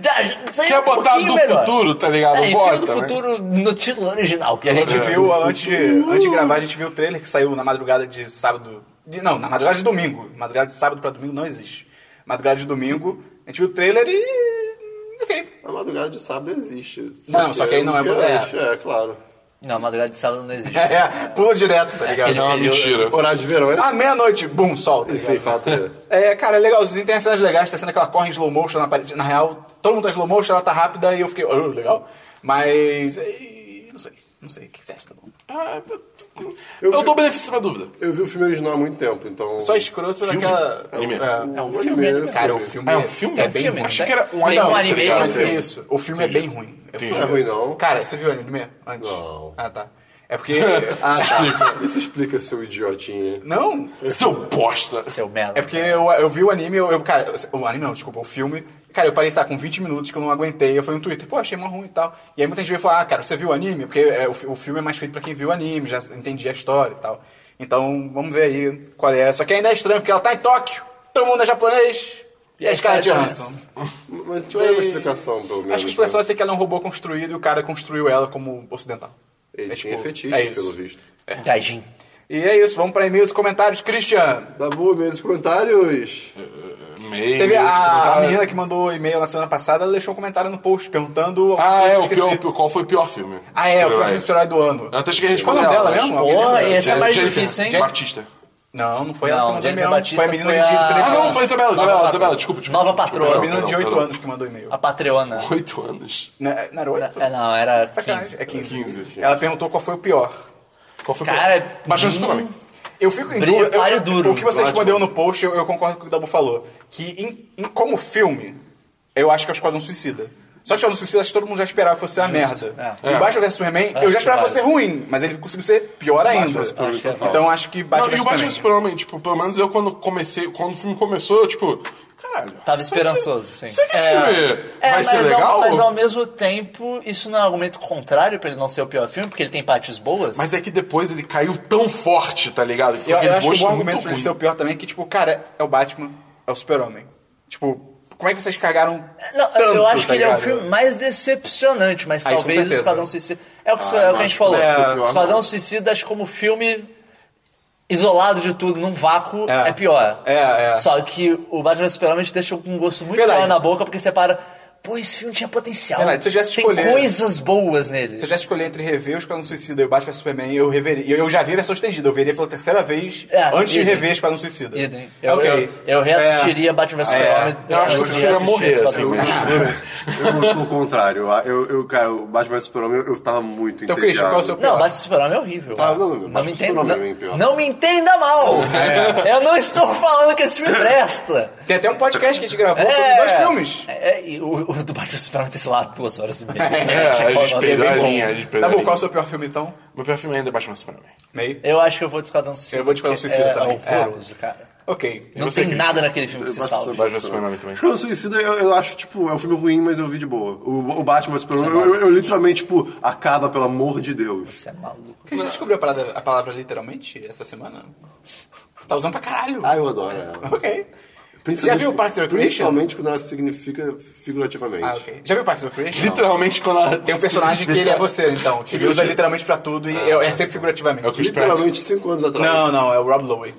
[SPEAKER 3] Já- já- seria
[SPEAKER 2] Quer
[SPEAKER 3] um
[SPEAKER 2] botar
[SPEAKER 3] pouquinho
[SPEAKER 2] do
[SPEAKER 3] melhor.
[SPEAKER 2] futuro, tá ligado?
[SPEAKER 3] É, e
[SPEAKER 2] Bota,
[SPEAKER 3] filme do
[SPEAKER 2] né?
[SPEAKER 3] futuro no título original.
[SPEAKER 1] E a gente
[SPEAKER 2] É.
[SPEAKER 1] viu, antes de, antes de gravar, a gente viu o trailer que saiu na madrugada de sábado. de- Não, na madrugada de domingo. Madrugada de sábado pra domingo não existe. Madrugada de domingo, a gente viu o trailer e. Ok. (laughs)
[SPEAKER 4] A madrugada de sábado existe.
[SPEAKER 1] Não, só que aí não é
[SPEAKER 4] vigilante, É, claro.
[SPEAKER 3] Não, madrugada de sábado não existe.
[SPEAKER 1] É, é, pula direto, tá ligado?
[SPEAKER 2] Não,
[SPEAKER 3] Ele-
[SPEAKER 2] é mentira.
[SPEAKER 4] Horário de verão, é
[SPEAKER 1] À meia-noite, bum, sol. tá
[SPEAKER 4] Enfim,
[SPEAKER 1] ligado?
[SPEAKER 4] fato é.
[SPEAKER 1] É, cara, é legalzinho, tem as cenas legais, tá sendo aquela corre em slow motion na parede. Na real, todo mundo tá em slow motion, ela tá rápida e eu fiquei, oh, legal. Mas. e- Não sei, não sei, o que que você acha, tá bom?
[SPEAKER 2] Ah, eu
[SPEAKER 4] Eu
[SPEAKER 2] eu
[SPEAKER 4] vi-
[SPEAKER 2] dou benefício pra dúvida.
[SPEAKER 4] Eu vi o filme original há muito tempo, então.
[SPEAKER 1] Só escroto
[SPEAKER 2] Filme?
[SPEAKER 1] naquela.
[SPEAKER 2] Anime?
[SPEAKER 1] É,
[SPEAKER 3] É um
[SPEAKER 4] O
[SPEAKER 3] filme,
[SPEAKER 4] anime,
[SPEAKER 3] né?
[SPEAKER 1] Cara, o
[SPEAKER 4] filme.
[SPEAKER 1] filme
[SPEAKER 2] Ah, é um filme?
[SPEAKER 1] É
[SPEAKER 2] É um
[SPEAKER 1] bem
[SPEAKER 3] filme,
[SPEAKER 1] ruim.
[SPEAKER 2] Achei que era um
[SPEAKER 3] Tem
[SPEAKER 2] anime.
[SPEAKER 3] um
[SPEAKER 2] tá
[SPEAKER 3] anime,
[SPEAKER 2] ligado?
[SPEAKER 3] né?
[SPEAKER 1] É isso. O filme é bem ruim. É
[SPEAKER 2] Entendi.
[SPEAKER 4] Não é ruim, não.
[SPEAKER 1] Cara, você viu o anime antes?
[SPEAKER 4] Não.
[SPEAKER 1] Ah, tá. É porque... (laughs) ah, tá.
[SPEAKER 4] Isso explica seu idiotinha.
[SPEAKER 1] Não.
[SPEAKER 2] Seu bosta.
[SPEAKER 3] Seu merda.
[SPEAKER 1] É porque eu, eu vi o anime, eu, eu- Cara, o anime não, desculpa, o filme. Cara, eu parei, sabe, com 20 minutos que eu não aguentei. Eu falei no Twitter, pô, achei mó ruim e tal. E aí muita gente veio falar, ah, cara, você viu o anime? Porque é, o, fi- o filme é mais feito pra quem viu o anime, já entendi a história e tal. Então, vamos ver aí qual é. Só que ainda é estranho, porque ela tá em Tóquio, todo mundo é japonês. E a Scarlett Johansson.
[SPEAKER 4] Mas tipo, é uma explicação, pelo menos.
[SPEAKER 1] Acho que a explicação
[SPEAKER 4] né?
[SPEAKER 1] é ser que ela é um robô construído e o cara construiu ela como ocidental.
[SPEAKER 4] Ele
[SPEAKER 1] é
[SPEAKER 4] tinha
[SPEAKER 1] tipo,
[SPEAKER 4] fetiche,
[SPEAKER 1] é isso.
[SPEAKER 4] pelo visto.
[SPEAKER 3] Gaijin.
[SPEAKER 1] E é isso, vamos pra e-mails e comentários. Christian,
[SPEAKER 4] Dabu, meus comentários.
[SPEAKER 2] Meio,
[SPEAKER 1] teve
[SPEAKER 2] meio,
[SPEAKER 1] a, a
[SPEAKER 2] comentário.
[SPEAKER 1] menina que mandou e-mail na semana passada, ela deixou um comentário no post perguntando. alguma
[SPEAKER 2] Ah,
[SPEAKER 1] coisa
[SPEAKER 2] é,
[SPEAKER 1] que
[SPEAKER 2] o
[SPEAKER 1] eu esqueci.
[SPEAKER 2] pior, o pior- qual foi o pior filme?
[SPEAKER 1] Ah, é, o pior filme
[SPEAKER 2] Super-herói.
[SPEAKER 1] super-herói do ano.
[SPEAKER 2] Eu até cheguei a
[SPEAKER 1] Qual o nome
[SPEAKER 2] responder.
[SPEAKER 1] dela
[SPEAKER 2] ela, mas-
[SPEAKER 1] mesmo?
[SPEAKER 3] Pô,
[SPEAKER 1] Alguém
[SPEAKER 3] essa é mais
[SPEAKER 2] Jennifer-
[SPEAKER 3] difícil, hein?
[SPEAKER 2] Jennifer Batista.
[SPEAKER 1] Não, não foi ela
[SPEAKER 3] Não,
[SPEAKER 1] que mandou
[SPEAKER 3] Jennifer
[SPEAKER 1] e-mail.
[SPEAKER 3] Batista
[SPEAKER 1] foi a menina
[SPEAKER 3] foi
[SPEAKER 1] de
[SPEAKER 3] a-
[SPEAKER 1] 13
[SPEAKER 2] Ah,
[SPEAKER 1] anos.
[SPEAKER 2] não, foi Isabela,
[SPEAKER 3] Nova
[SPEAKER 2] Isabela,
[SPEAKER 3] patroa.
[SPEAKER 2] Isabela, desculpa, desculpa.
[SPEAKER 3] Nova
[SPEAKER 2] desculpa,
[SPEAKER 3] patroa.
[SPEAKER 1] Foi a
[SPEAKER 2] perdão,
[SPEAKER 1] menina de
[SPEAKER 2] perdão,
[SPEAKER 1] 8
[SPEAKER 2] perdão.
[SPEAKER 1] anos que mandou e-mail.
[SPEAKER 3] A Patreona.
[SPEAKER 2] Oito anos.
[SPEAKER 1] Não, não era 8?
[SPEAKER 3] É, não, era 15.
[SPEAKER 1] É 15.
[SPEAKER 2] 15.
[SPEAKER 1] Ela perguntou qual foi o pior.
[SPEAKER 2] Qual foi o
[SPEAKER 3] Cara,
[SPEAKER 2] pior? Baixando
[SPEAKER 3] hum.
[SPEAKER 2] o nome.
[SPEAKER 1] Eu fico em
[SPEAKER 3] Brilho
[SPEAKER 1] dúvida. eu-
[SPEAKER 3] páreo
[SPEAKER 1] eu-
[SPEAKER 3] duro.
[SPEAKER 1] O que você
[SPEAKER 2] Ótimo.
[SPEAKER 1] respondeu no post, eu, eu concordo com o que o Dabu falou. Que em, em- como filme, eu acho que é o Esquadrão Suicida. Só que Esquadrão Suicida, acho que todo mundo já esperava que fosse uma merda.
[SPEAKER 2] É.
[SPEAKER 1] E Batman vs Superman, eu já esperava que fosse ruim, mas ele conseguiu ser pior ainda.
[SPEAKER 3] Superman, acho que é bom.
[SPEAKER 1] então acho que Batman
[SPEAKER 2] Não, e
[SPEAKER 1] vs
[SPEAKER 2] o Batman
[SPEAKER 1] Superman.
[SPEAKER 2] vs Superman, tipo, pelo menos eu quando comecei, quando o filme começou, eu, tipo, caralho.
[SPEAKER 3] Tava
[SPEAKER 2] isso
[SPEAKER 3] esperançoso,
[SPEAKER 2] aqui-
[SPEAKER 3] sim.
[SPEAKER 2] Isso aqui
[SPEAKER 3] É.
[SPEAKER 2] filme
[SPEAKER 3] É,
[SPEAKER 2] vai
[SPEAKER 3] mas,
[SPEAKER 2] ser legal?
[SPEAKER 3] Ao, mas ao mesmo tempo, isso não é um argumento contrário pra ele não ser o pior filme, porque ele tem partes boas.
[SPEAKER 2] Mas é que depois ele caiu tão forte, tá ligado? Que foi
[SPEAKER 1] Eu, eu
[SPEAKER 2] aquele
[SPEAKER 1] acho que um
[SPEAKER 2] gosto
[SPEAKER 1] bom
[SPEAKER 2] muito
[SPEAKER 1] argumento pra ele
[SPEAKER 2] ruim.
[SPEAKER 1] ser o pior também é que, tipo, cara, é o Batman, é o Super-Homem. Tipo, como é que vocês cagaram
[SPEAKER 3] Não,
[SPEAKER 1] tanto,
[SPEAKER 3] eu acho que
[SPEAKER 1] tá
[SPEAKER 3] ele é o
[SPEAKER 1] ligado?
[SPEAKER 3] filme mais decepcionante, mas
[SPEAKER 1] Ah, isso com
[SPEAKER 3] talvez o
[SPEAKER 1] certeza.
[SPEAKER 3] Esquadrão Suicida. É o que,
[SPEAKER 2] Ah,
[SPEAKER 3] você- é o que
[SPEAKER 2] não,
[SPEAKER 3] a gente falou.
[SPEAKER 1] é,
[SPEAKER 3] tipo,
[SPEAKER 2] pior
[SPEAKER 3] Esquadrão
[SPEAKER 2] não.
[SPEAKER 3] Suicida, acho que como filme isolado de tudo, num vácuo, é,
[SPEAKER 1] É.
[SPEAKER 3] pior.
[SPEAKER 1] É, é.
[SPEAKER 3] Só que o Batman vs Superman te deixa com um gosto muito
[SPEAKER 1] Verdade.
[SPEAKER 3] pior na boca, porque você para. Pô, esse filme tinha potencial.
[SPEAKER 1] Verdade, se eu tivesse
[SPEAKER 3] Tem
[SPEAKER 1] escolher-
[SPEAKER 3] coisas boas nele.
[SPEAKER 1] Se eu tivesse que escolher entre rever os Esquadrão Suicida e o Batman vs Superman, eu reveria. e Eu já vi a versão estendida, eu veria pela terceira vez
[SPEAKER 3] É,
[SPEAKER 1] antes de
[SPEAKER 3] idem.
[SPEAKER 1] rever Esquadrão Suicida. É,
[SPEAKER 3] Idem. Eu,
[SPEAKER 1] Ok. É.
[SPEAKER 3] eu, eu reassistiria Batman vs Superman.
[SPEAKER 2] Eu acho que
[SPEAKER 3] antes
[SPEAKER 2] você
[SPEAKER 3] de
[SPEAKER 2] chega a
[SPEAKER 3] assistir
[SPEAKER 2] morrer,
[SPEAKER 3] Esquadrão
[SPEAKER 2] assim,
[SPEAKER 3] Suicida.
[SPEAKER 4] Eu sou o contrário. Ah, Eu, eu, cara, o Batman vs Superman, eu, eu tava muito
[SPEAKER 1] Então, Christian, qual é o seu
[SPEAKER 3] Não,
[SPEAKER 1] pior?
[SPEAKER 3] Batman Super-Homem é horrível.
[SPEAKER 4] Tá, não, meu,
[SPEAKER 3] não,
[SPEAKER 4] Batman
[SPEAKER 3] me entenda,
[SPEAKER 4] Super-Homem é bem
[SPEAKER 3] não,
[SPEAKER 4] pior.
[SPEAKER 3] não me entenda mal. Eu não estou falando que esse filme presta.
[SPEAKER 1] Tem até um podcast que a gente gravou sobre
[SPEAKER 3] É.
[SPEAKER 1] dois filmes.
[SPEAKER 3] É, e o, o do Batman Super-Homem tem, sei lá, duas horas e meia. Tipo,
[SPEAKER 2] É, a gente perdeu a linha, a gente perdeu
[SPEAKER 1] Tá
[SPEAKER 2] a
[SPEAKER 1] bom,
[SPEAKER 2] linha.
[SPEAKER 1] qual é o seu pior filme então?
[SPEAKER 2] Meu pior filme ainda é Batman vs Superman.
[SPEAKER 1] Meio.
[SPEAKER 3] Eu acho que eu vou de Esquadrão Suicida.
[SPEAKER 1] Eu vou de Esquadrão
[SPEAKER 3] porque
[SPEAKER 1] Suicida
[SPEAKER 3] é
[SPEAKER 1] também. É.
[SPEAKER 3] horroroso, cara.
[SPEAKER 1] Ok.
[SPEAKER 3] Não
[SPEAKER 2] você,
[SPEAKER 3] tem
[SPEAKER 2] Christian?
[SPEAKER 3] nada naquele filme que se
[SPEAKER 4] Batman
[SPEAKER 3] salve.
[SPEAKER 2] Batman vs Superman também.
[SPEAKER 4] Acho que o Suicida eu, eu acho, tipo, é um filme ruim, mas eu vi de boa. O, o Batman vs Superman, eu, eu- eu literalmente, tipo, acaba, pelo amor de Deus.
[SPEAKER 3] Você é maluco.
[SPEAKER 1] Você já descobriu a, parada- a palavra literalmente essa semana? Tá usando pra caralho.
[SPEAKER 4] Ah, eu adoro ela.
[SPEAKER 1] Ok. Já viu o Parks and Recreation?
[SPEAKER 4] Principalmente quando ela significa figurativamente.
[SPEAKER 1] Ah, ok. Já viu Parks and Recreation?
[SPEAKER 2] Literalmente quando ela...
[SPEAKER 1] Tem um personagem que ele é você, então. Que ele usa literalmente pra tudo e
[SPEAKER 3] Ah.
[SPEAKER 1] é é sempre
[SPEAKER 2] É o
[SPEAKER 1] figurativamente.
[SPEAKER 2] que espero.
[SPEAKER 4] Literalmente cinco anos atrás.
[SPEAKER 1] Não, não, é o Rob Lowe.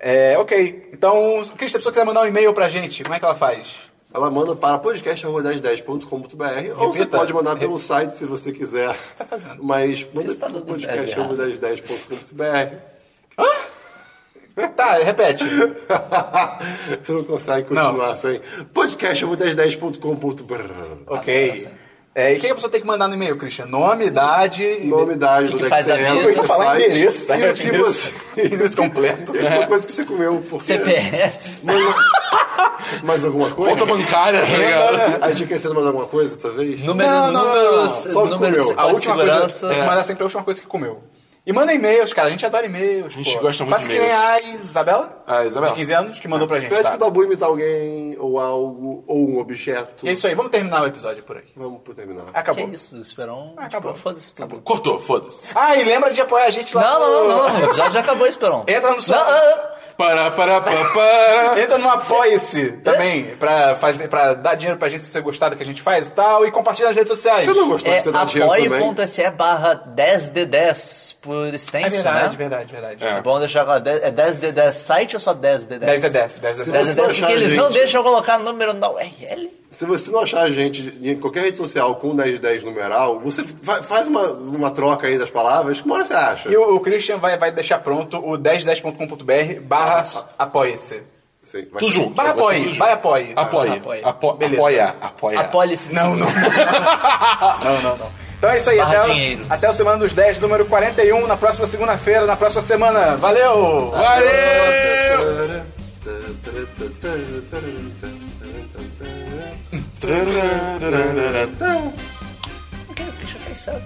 [SPEAKER 1] É, ok. Então, Cris, se a pessoa quiser mandar um e-mail pra gente, como é que ela faz?
[SPEAKER 4] Ela manda para podcast.1010.com.br ou você
[SPEAKER 1] Repita.
[SPEAKER 4] pode mandar pelo site se você quiser. O que
[SPEAKER 1] (laughs) você tá fazendo?
[SPEAKER 4] Mas manda
[SPEAKER 3] Você tá
[SPEAKER 4] para
[SPEAKER 3] dando dez errado.
[SPEAKER 4] podcast.1010.com.br.
[SPEAKER 1] Tá, repete.
[SPEAKER 4] (laughs) você não consegue continuar
[SPEAKER 1] Não.
[SPEAKER 4] sem podcast.1010.com.br.
[SPEAKER 1] Ok. É, e o que a pessoa tem que mandar no e-mail, Christian? Nome, idade... e-
[SPEAKER 4] Nome, idade, onde é que
[SPEAKER 3] faz
[SPEAKER 4] você
[SPEAKER 3] da vida?
[SPEAKER 4] entra,
[SPEAKER 1] Eu ia
[SPEAKER 4] o que
[SPEAKER 1] falar
[SPEAKER 4] faz,
[SPEAKER 1] endereço, tá?
[SPEAKER 4] E o que
[SPEAKER 1] Endereço. (laughs)
[SPEAKER 4] você...
[SPEAKER 1] Endereço
[SPEAKER 4] (laughs)
[SPEAKER 1] completo. É.
[SPEAKER 4] E alguma coisa que você comeu, porque...
[SPEAKER 3] CPF.
[SPEAKER 4] Mais alguma coisa? É,
[SPEAKER 2] Conta bancária,
[SPEAKER 1] é
[SPEAKER 2] tá ligado?
[SPEAKER 4] A gente quer mais alguma coisa dessa vez?
[SPEAKER 3] Número,
[SPEAKER 1] né? Não, não, não, não, não.
[SPEAKER 3] números,
[SPEAKER 4] Só o que
[SPEAKER 3] número de
[SPEAKER 4] comeu.
[SPEAKER 1] A
[SPEAKER 3] código de
[SPEAKER 1] última
[SPEAKER 3] segurança.
[SPEAKER 1] coisa... Tem que mandar sempre a última coisa que comeu. E manda e-mails, cara. A gente adora e-mails,
[SPEAKER 2] A gente
[SPEAKER 1] pô.
[SPEAKER 2] gosta muito
[SPEAKER 1] Faça
[SPEAKER 2] de
[SPEAKER 1] que nem a
[SPEAKER 2] e-mails.
[SPEAKER 1] Isabela.
[SPEAKER 2] A Isabela.
[SPEAKER 1] De 15 anos, que mandou pra gente,
[SPEAKER 4] Pede
[SPEAKER 1] tá?
[SPEAKER 4] pro Dabu imitar alguém, ou algo, ou um objeto.
[SPEAKER 1] E é isso aí. Vamos terminar o episódio por aqui.
[SPEAKER 4] Vamos pro terminar.
[SPEAKER 3] Que
[SPEAKER 1] Acabou.
[SPEAKER 3] é isso, Esperão?
[SPEAKER 1] acabou.
[SPEAKER 3] Tipo, foda-se tudo.
[SPEAKER 2] Cortou, foda-se.
[SPEAKER 1] Ah, e lembra de apoiar a gente lá
[SPEAKER 3] Não,
[SPEAKER 1] no-
[SPEAKER 3] não, não, não. O episódio já acabou, Esperão.
[SPEAKER 1] Entra no seu...
[SPEAKER 3] Não, ah, ah.
[SPEAKER 2] Para, para, para,
[SPEAKER 1] (laughs)
[SPEAKER 2] para.
[SPEAKER 1] Entra no Apoia-se também, pra, fazer, pra dar dinheiro pra gente se você gostar do que a gente faz e tal, e compartilha nas redes sociais.
[SPEAKER 4] Você não gostou
[SPEAKER 3] É
[SPEAKER 4] que você dá dinheiro também?
[SPEAKER 3] apoio.se barra 10d10 por
[SPEAKER 1] É
[SPEAKER 3] extenso,
[SPEAKER 1] verdade,
[SPEAKER 3] né?
[SPEAKER 1] verdade, verdade.
[SPEAKER 2] É.
[SPEAKER 1] É.
[SPEAKER 3] É bom deixar claro, é 10d10 site ou só 10d10?
[SPEAKER 1] 10 é 10, 10 é 10.
[SPEAKER 3] 10
[SPEAKER 4] Se você achar,
[SPEAKER 3] porque eles não
[SPEAKER 4] gente-
[SPEAKER 3] deixam eu colocar número na URL.
[SPEAKER 4] Se você não achar a gente em qualquer rede social com 1010 numeral, você fa- faz uma, uma troca aí das palavras, que uma hora você acha?
[SPEAKER 1] E o, o Christian vai, vai deixar pronto o 1010.com.br barra apoia-se.
[SPEAKER 4] Sei, vai-
[SPEAKER 2] Tudo junto.
[SPEAKER 1] Vai, apoie,
[SPEAKER 2] Tudo junto.
[SPEAKER 1] vai, apoie. Tá.
[SPEAKER 2] Apoie.
[SPEAKER 3] Apoie.
[SPEAKER 2] Apo-
[SPEAKER 1] Beleza.
[SPEAKER 2] Apoia. Apoia.
[SPEAKER 3] Apoia-se.
[SPEAKER 1] É. Não, não. não, não, não. Então é isso aí,
[SPEAKER 3] Barra
[SPEAKER 1] até,
[SPEAKER 3] dinheiros.
[SPEAKER 1] o- até o Semana dos 10, número 41, na próxima segunda-feira, na próxima semana. Valeu!
[SPEAKER 2] Valeu!
[SPEAKER 1] Hum.
[SPEAKER 3] Não quero deixar pensado.